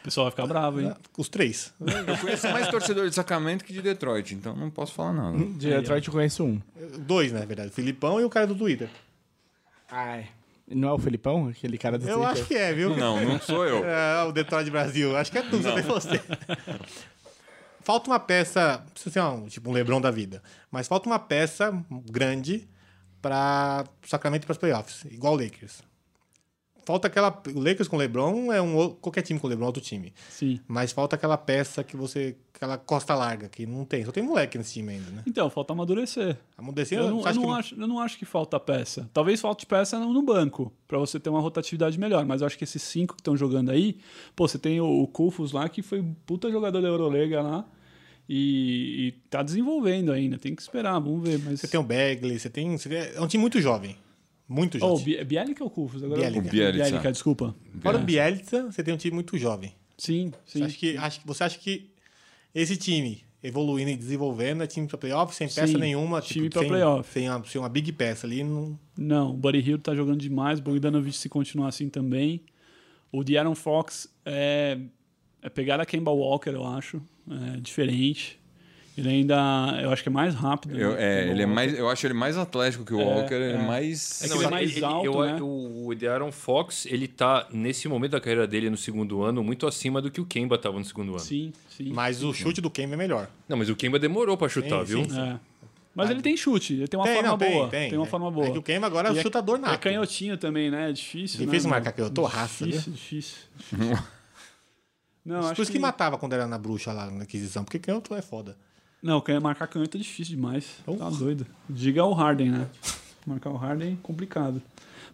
Speaker 6: O pessoal vai ficar bravo,
Speaker 2: É.
Speaker 6: hein?
Speaker 1: Os três.
Speaker 8: Eu conheço mais torcedor de Sacramento que de Detroit, então não posso falar nada.
Speaker 2: De Detroit eu conheço um.
Speaker 1: Dois, na verdade. O Filipão e o cara do Twitter.
Speaker 2: Ai. Não é o Felipão? Aquele cara do
Speaker 1: Eu
Speaker 2: Twitter?
Speaker 1: acho que é, viu?
Speaker 8: Não, não sou eu.
Speaker 1: É, o Detroit Brasil. Acho que é tudo, só tem você. falta uma peça, precisa ser um, tipo um Lebron da vida, mas falta uma peça grande para Sacramento para os playoffs, igual o Lakers. Falta aquela. O Lakers com o Lebron é um. ou- Qualquer time com o Lebron é outro time.
Speaker 6: Sim.
Speaker 1: Mas falta aquela peça que você. Aquela costa larga, que não tem. Só tem moleque nesse time ainda, né?
Speaker 6: Então, falta amadurecer.
Speaker 1: A Mundeci,
Speaker 6: Eu, não, eu, não acho, eu não acho que falta peça. Talvez falte peça no no banco, pra você ter uma rotatividade melhor. Mas eu acho que esses cinco que estão jogando aí, pô, você tem o, o Kufus lá, que foi um puta jogador da Eurolega lá. E, e tá desenvolvendo ainda, tem que esperar, vamos ver. Mas...
Speaker 1: Você tem o Bagley, você tem. você tem- é um time muito jovem. Muito
Speaker 6: Oh, o É.
Speaker 1: jovem.
Speaker 6: Bie- é Bielica ou Kufus? Agora
Speaker 1: Bielica.
Speaker 8: O Bielica.
Speaker 6: Bielica, desculpa.
Speaker 1: Fora o Bielitsa, você tem um time muito jovem.
Speaker 6: Sim,
Speaker 1: Você
Speaker 6: sim.
Speaker 1: acha, que, acha que- você acha que esse time evoluindo e desenvolvendo é time pra playoff sem peça
Speaker 6: Sim,
Speaker 1: nenhuma? tipo,
Speaker 6: time pra
Speaker 1: sem,
Speaker 6: playoff.
Speaker 1: Sem uma, sem uma big peça ali. Não...
Speaker 6: Não, o Buddy Hill tá jogando demais, Bogdanovich se continuar assim também. O De'Aaron Fox é, é pegada Kemba Walker, eu acho. É diferente. Ele ainda, eu acho que é mais rápido.
Speaker 8: Eu,
Speaker 6: né,
Speaker 8: é,
Speaker 6: Kemba
Speaker 8: ele é
Speaker 6: Walker.
Speaker 8: mais, eu acho ele mais atlético que o Walker, ele é mais.
Speaker 6: É que ele é mais alto,
Speaker 9: eu-
Speaker 6: né?
Speaker 9: O, o De'Aaron Fox, ele tá, nesse momento da carreira dele, no segundo ano, muito acima do que o Kemba tava no segundo ano.
Speaker 6: Sim, sim.
Speaker 1: Mas o chute do Kemba é melhor.
Speaker 9: Não, mas o Kemba demorou pra chutar,
Speaker 1: Sim,
Speaker 9: viu?
Speaker 1: sim,
Speaker 6: É. Mas ele tem chute, ele tem uma forma
Speaker 1: não,
Speaker 6: boa. Tem, uma forma boa.
Speaker 1: É que o Kemba agora é
Speaker 6: E
Speaker 1: um chutador nato.
Speaker 6: É canhotinho também, né? É difícil. né,
Speaker 1: Difícil
Speaker 6: meu?
Speaker 1: marcar canhoto, raça, né?
Speaker 6: Difícil, difícil. difícil. Não, acho
Speaker 1: Por isso que... matava quando era na bruxa lá na Inquisição, porque canhoto é foda.
Speaker 6: Não, can- marcar canhoto é difícil demais. Tá
Speaker 1: Porra.
Speaker 6: doido. Diga o Harden, né? Marcar o Harden é complicado.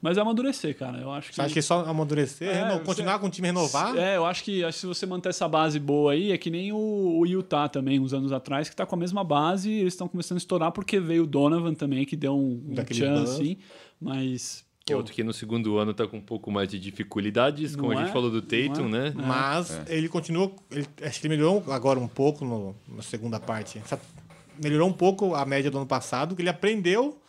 Speaker 6: Mas é amadurecer, cara. Eu acho que.
Speaker 1: Você acha que é só amadurecer,
Speaker 6: É,
Speaker 1: reno-
Speaker 6: você-
Speaker 1: continuar com o time renovar?
Speaker 6: É, eu acho que acho que se você manter essa base boa aí, é que nem o, o Utah também, uns anos atrás, que tá com a mesma base, eles estão começando a estourar porque veio o Donovan também, que deu um, um
Speaker 1: Daquele
Speaker 6: chance,
Speaker 1: buzz.
Speaker 6: assim. Mas.
Speaker 9: Que é outro que no segundo ano tá com um pouco mais de dificuldades, como
Speaker 6: Não
Speaker 9: a gente
Speaker 6: é?
Speaker 9: falou do
Speaker 6: Não
Speaker 9: Tatum,
Speaker 6: é?
Speaker 9: né?
Speaker 1: Mas ele continua. Ele, acho que ele melhorou agora um pouco no, na segunda parte. Essa- melhorou um pouco a média do ano passado, que ele aprendeu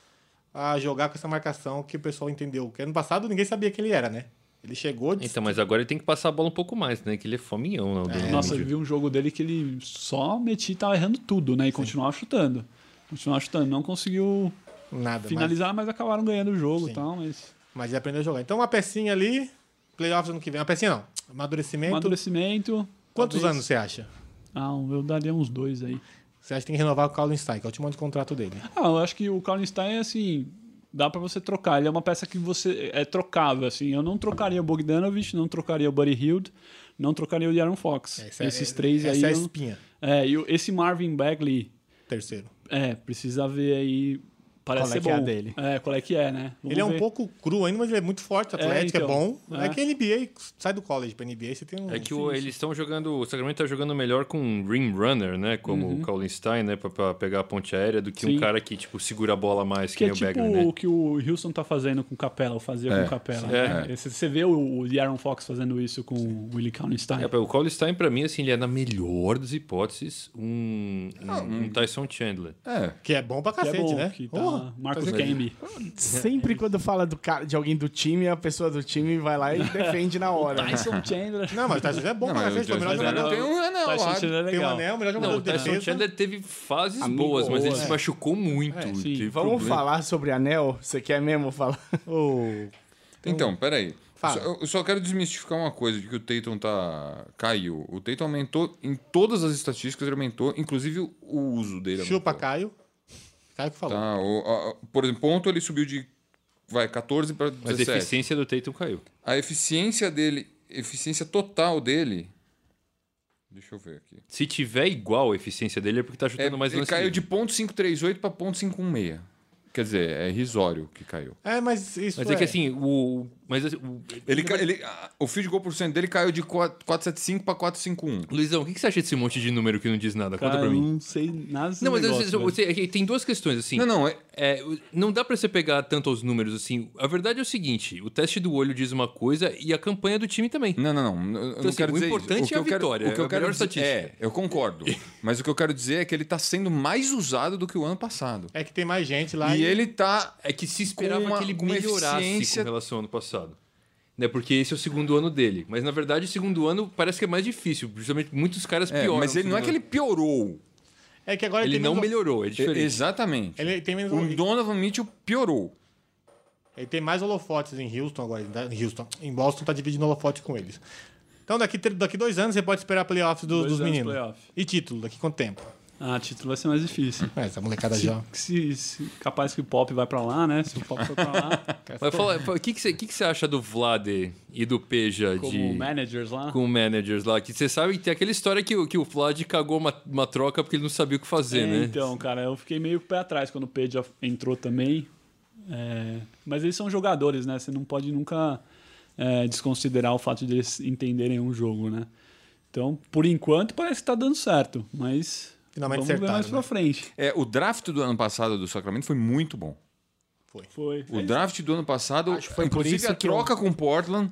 Speaker 1: a jogar com essa marcação que o pessoal entendeu. Porque ano passado ninguém sabia quem ele era, né? Ele chegou de.
Speaker 9: Então, mas agora ele tem que passar a bola um pouco mais, né? Que ele é fominhão, né? o Donovan
Speaker 6: Nossa, eu
Speaker 9: Mitchell.
Speaker 6: vi um jogo dele que ele só metia e tava errando tudo, né? E continuava chutando. Continuava chutando. Não conseguiu
Speaker 1: nada. Mas,
Speaker 6: finalizar, mas, acabaram ganhando o jogo e tal, mas.
Speaker 1: mas ele aprendeu a jogar. Então, uma pecinha ali, playoffs ano que vem. Uma pecinha não. Amadurecimento.
Speaker 6: Amadurecimento.
Speaker 1: Quantos
Speaker 6: talvez-
Speaker 1: anos você acha?
Speaker 6: Ah, eu daria uns dois aí.
Speaker 1: Você acha que tem que renovar o Carlos Stein, que é o último ano de contrato dele?
Speaker 6: Ah, eu acho que o Karl Stein, assim, dá pra você trocar. Ele é uma peça que você é trocável, assim. Eu não trocaria o Bogdanovich, não trocaria o Buddy Hield, não trocaria o Yaron Fox.
Speaker 1: Essa é-
Speaker 6: Esses três
Speaker 1: essa
Speaker 6: aí.
Speaker 1: é a
Speaker 6: eu-
Speaker 1: espinha.
Speaker 6: É, e o- esse Marvin Bagley,
Speaker 1: Terceiro.
Speaker 6: é, precisa ver aí. Parece
Speaker 10: Qual é
Speaker 6: ser
Speaker 10: que é a
Speaker 6: bom.
Speaker 10: dele?
Speaker 6: É, qual é que é, né? Vamos
Speaker 1: ele é um
Speaker 6: ver.
Speaker 1: pouco cru ainda, mas ele é muito forte, atlético, é,
Speaker 6: então.
Speaker 1: bom. É.
Speaker 6: É.
Speaker 1: que NBA sai do college pra NBA, você tem um.
Speaker 9: É que o- eles estão jogando. O Sacramento tá jogando melhor com um rim runner, né? Como o Colin Stein, né? Pra, pra pegar a ponte aérea, do que um
Speaker 6: Uhum. Sim.
Speaker 9: cara que, tipo, segura a bola mais, que,
Speaker 6: Que é
Speaker 9: nem
Speaker 6: tipo
Speaker 9: o Bagley, né?
Speaker 6: o que o Houston tá fazendo com o Capela, ou fazia com o Capela.
Speaker 9: É.
Speaker 6: né? Esse- Você vê o, o Yaron Fox fazendo isso com o Willie Kallenstein.
Speaker 9: É, pô, o Colin Stein, pra mim, assim, ele é, na melhor das hipóteses, um, um- um Tyson Chandler.
Speaker 8: É.
Speaker 1: Que é bom pra
Speaker 6: Que é
Speaker 1: cacete,
Speaker 6: bom,
Speaker 1: né?
Speaker 6: que tá
Speaker 1: Porra,
Speaker 6: Marcos
Speaker 1: faz-
Speaker 6: Camby.
Speaker 2: Sempre quando fala do cara, de alguém do time, a pessoa do time vai lá e defende na hora. né?
Speaker 6: Tyson Chandler.
Speaker 1: Não, mas o Tyson é bom
Speaker 8: Não,
Speaker 1: pra
Speaker 8: mas
Speaker 1: cacete,
Speaker 8: o
Speaker 1: é o melhor
Speaker 8: Tyson
Speaker 1: jogador.
Speaker 8: Chandler- tem um anel
Speaker 6: Tyson
Speaker 8: lá,
Speaker 6: Chandler é
Speaker 1: Tem um
Speaker 6: legal.
Speaker 1: anel, o melhor
Speaker 9: Não, tá,
Speaker 1: jogador
Speaker 9: o
Speaker 1: de
Speaker 9: Tyson
Speaker 1: defesa.
Speaker 9: Chandler teve fases
Speaker 2: Amigo,
Speaker 9: boas, mas ele
Speaker 2: é.
Speaker 9: se machucou muito.
Speaker 6: É, sim.
Speaker 9: teve
Speaker 2: Vamos
Speaker 9: problema.
Speaker 2: falar sobre anel? Você quer mesmo falar?
Speaker 8: Então, peraí.
Speaker 1: Fala.
Speaker 8: Só- eu só quero desmistificar uma coisa de que o Tatum tá caiu. O Tatum aumentou em todas as estatísticas, ele aumentou, inclusive o uso dele.
Speaker 1: Chupa,
Speaker 8: aumentou.
Speaker 1: Caio. Caio que falou.
Speaker 8: Tá, o- a- a- por exemplo, ponto ele subiu de vai 14 para
Speaker 9: Mas
Speaker 8: 17.
Speaker 9: a eficiência do Tatum caiu.
Speaker 8: A eficiência dele, eficiência total dele. Deixa eu ver aqui.
Speaker 9: Se tiver igual a eficiência dele, é porque tá
Speaker 8: É,
Speaker 9: chutando mais
Speaker 8: ele
Speaker 9: lance
Speaker 8: caiu
Speaker 9: livre.
Speaker 8: de ponto 538 para ponto 516. Quer dizer, é irrisório que caiu.
Speaker 1: É, mas isso.
Speaker 9: Mas é que assim, o. Mas assim, o-
Speaker 8: Ele, ca- ele, ah, o field goal por cento dele caiu de 4- 475 para 451.
Speaker 9: Luizão, o que que você acha desse monte de número que não diz nada? Conta pra
Speaker 6: Cara,
Speaker 9: mim.
Speaker 6: Não sei nada desse
Speaker 9: Não, mas
Speaker 6: um negócio,
Speaker 9: você-
Speaker 6: velho.
Speaker 9: você- é que tem duas questões, assim.
Speaker 8: Não, não, é,
Speaker 9: É, o- não dá pra você pegar tanto aos números, assim. A verdade é o seguinte, o teste do olho diz uma coisa e a campanha do time também.
Speaker 8: Não, não, não. Eu não
Speaker 9: assim,
Speaker 8: quero
Speaker 9: o
Speaker 8: dizer
Speaker 9: importante
Speaker 8: isso.
Speaker 9: é a
Speaker 8: eu quero-
Speaker 9: vitória,
Speaker 8: o que eu
Speaker 9: é a
Speaker 8: quero
Speaker 9: melhor
Speaker 8: dizer-
Speaker 9: estatística.
Speaker 8: É, eu concordo. Mas o que eu quero dizer é que ele tá sendo mais usado do que o ano passado.
Speaker 1: É que tem mais gente lá.
Speaker 8: e ele tá.
Speaker 9: É que se esperava
Speaker 8: Com uma-
Speaker 9: que ele
Speaker 8: com uma
Speaker 9: melhorasse
Speaker 8: eficiência-
Speaker 9: com relação ao ano passado. Né, porque esse é o segundo ano dele. Mas, na verdade, o segundo ano parece que é mais difícil. Justamente, muitos caras
Speaker 8: É,
Speaker 9: pioram.
Speaker 8: mas
Speaker 9: no
Speaker 8: ele não é que ele
Speaker 9: segundo
Speaker 8: piorou.
Speaker 1: É que agora
Speaker 9: ano. Ele
Speaker 1: tem
Speaker 9: não
Speaker 1: menos-
Speaker 9: melhorou, é diferente. é
Speaker 8: E- Exatamente.
Speaker 1: Ele tem menos.
Speaker 8: O Donovan Mitchell piorou.
Speaker 1: Ele tem mais holofotes em Houston agora. Em Houston. Em Boston tá dividindo holofote com eles. Então daqui, daqui dois anos você pode esperar playoffs do-
Speaker 6: Dois
Speaker 1: dos
Speaker 6: anos
Speaker 1: meninos.
Speaker 6: playoff.
Speaker 1: E título, daqui quanto tempo?
Speaker 6: Ah, título vai ser mais difícil.
Speaker 1: É, essa molecada já.
Speaker 6: Se, se- capaz que o Pop vai pra lá, né? Se o Pop for pra lá,
Speaker 9: Mas fala, fala, o que, que, você, o que que você acha do Vlad e do Peja
Speaker 6: como
Speaker 9: de...
Speaker 6: managers lá.
Speaker 9: com managers lá, que você sabe que tem aquela história que, o- que o Vlad cagou uma, uma troca porque ele não sabia o que fazer,
Speaker 6: É,
Speaker 9: né?
Speaker 6: Então, cara, eu fiquei meio pé atrás quando o Pedro entrou também. É, mas eles são jogadores, né? Você não pode nunca é, desconsiderar o fato de eles entenderem um jogo, né? Então, por enquanto, parece que tá dando certo, mas
Speaker 1: Finalmente
Speaker 6: vamos ver
Speaker 1: acertaram,
Speaker 6: mais pra
Speaker 1: né?
Speaker 6: frente.
Speaker 8: É, o draft do ano passado do Sacramento foi muito bom.
Speaker 6: Foi. É
Speaker 9: É
Speaker 8: O draft do ano passado,
Speaker 2: Acho que foi por
Speaker 8: inclusive
Speaker 2: isso
Speaker 8: a
Speaker 2: que eu-
Speaker 8: troca com Portland,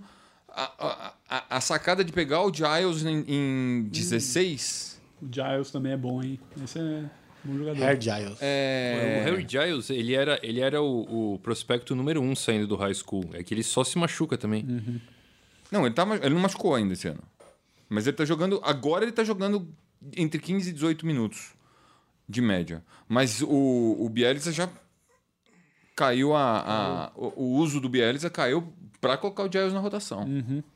Speaker 8: a, a- a- a sacada de pegar o Giles em, em
Speaker 9: Hum.
Speaker 8: 16.
Speaker 6: O Giles também é bom, hein? Esse é bom jogador.
Speaker 1: Hair Giles.
Speaker 8: É...
Speaker 9: O
Speaker 6: um
Speaker 9: Harry Giles, ele era, ele era o, o prospecto número um saindo do high school. É que ele só se machuca também.
Speaker 6: Uhum.
Speaker 8: Não, ele, tá, ma- ele não machucou ainda esse ano. Mas ele tá jogando. Agora ele tá jogando entre 15 e 18 minutos de média. Mas o, o Bielitsa já caiu a. a- o, o uso do Bielitsa caiu pra colocar o Giles na rotação.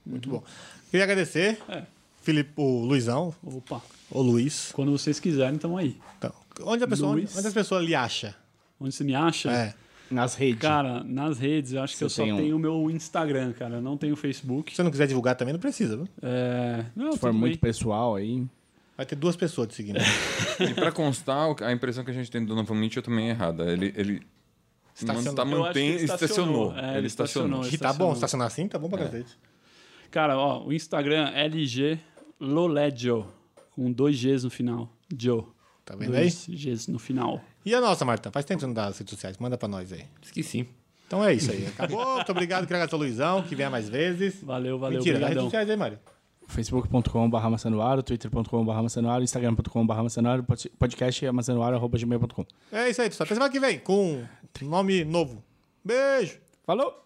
Speaker 1: Muito bom. Queria agradecer.
Speaker 6: É.
Speaker 1: Filipe, o Luizão,
Speaker 6: Opa,
Speaker 1: ou Luiz.
Speaker 6: quando vocês quiserem, então aí.
Speaker 1: Então, onde a pessoa, onde,
Speaker 6: Luiz.
Speaker 1: onde a pessoa lhe acha?
Speaker 6: Onde você me acha?
Speaker 1: É.
Speaker 2: Nas redes.
Speaker 6: Cara, nas redes, eu acho que eu só
Speaker 10: tem um-
Speaker 6: tenho o meu Instagram, cara. Eu não tenho Facebook.
Speaker 1: Se você não quiser divulgar também, não precisa. viu?
Speaker 6: É... Não,
Speaker 2: Se for
Speaker 6: tudo
Speaker 2: muito
Speaker 6: bem.
Speaker 2: pessoal aí.
Speaker 1: Vai ter duas pessoas te
Speaker 6: É.
Speaker 1: seguindo.
Speaker 8: E pra constar, o- a impressão que a gente tem do Donovan Mitchell também é errada. Ele. ele
Speaker 1: Estacionou.
Speaker 8: Tá
Speaker 6: Eu acho que
Speaker 8: mantendo,
Speaker 6: ele
Speaker 8: estacionou.
Speaker 6: estacionou. É,
Speaker 8: ele estacionou.
Speaker 6: ele estacionou. É.
Speaker 1: que tá bom, estacionar assim, tá bom pra cacete.
Speaker 6: Cara, ó, o Instagram LG Loledio, com dois Gs no final. Joe.
Speaker 1: Tá vendo aí?
Speaker 6: Dois Gs no final.
Speaker 1: E a nossa, Marta? Faz tempo que você não dá as redes sociais. Manda pra nós aí.
Speaker 9: Esqueci.
Speaker 1: Então é isso aí. Acabou. Muito obrigado, que agradecer ao Luizão, que venha mais vezes.
Speaker 6: Valeu, valeu,
Speaker 1: Mentira, dá redes
Speaker 6: obrigadão.
Speaker 1: sociais aí, Mário.
Speaker 2: facebook.com.br maçanuário, twitter.com.br maçanuário, instagram.com.br maçanuário, pod- podcast é maçanuário, arroba gmail.com.
Speaker 1: É isso aí, pessoal. Até semana que vem com nome novo. um Beijo!
Speaker 2: Falou!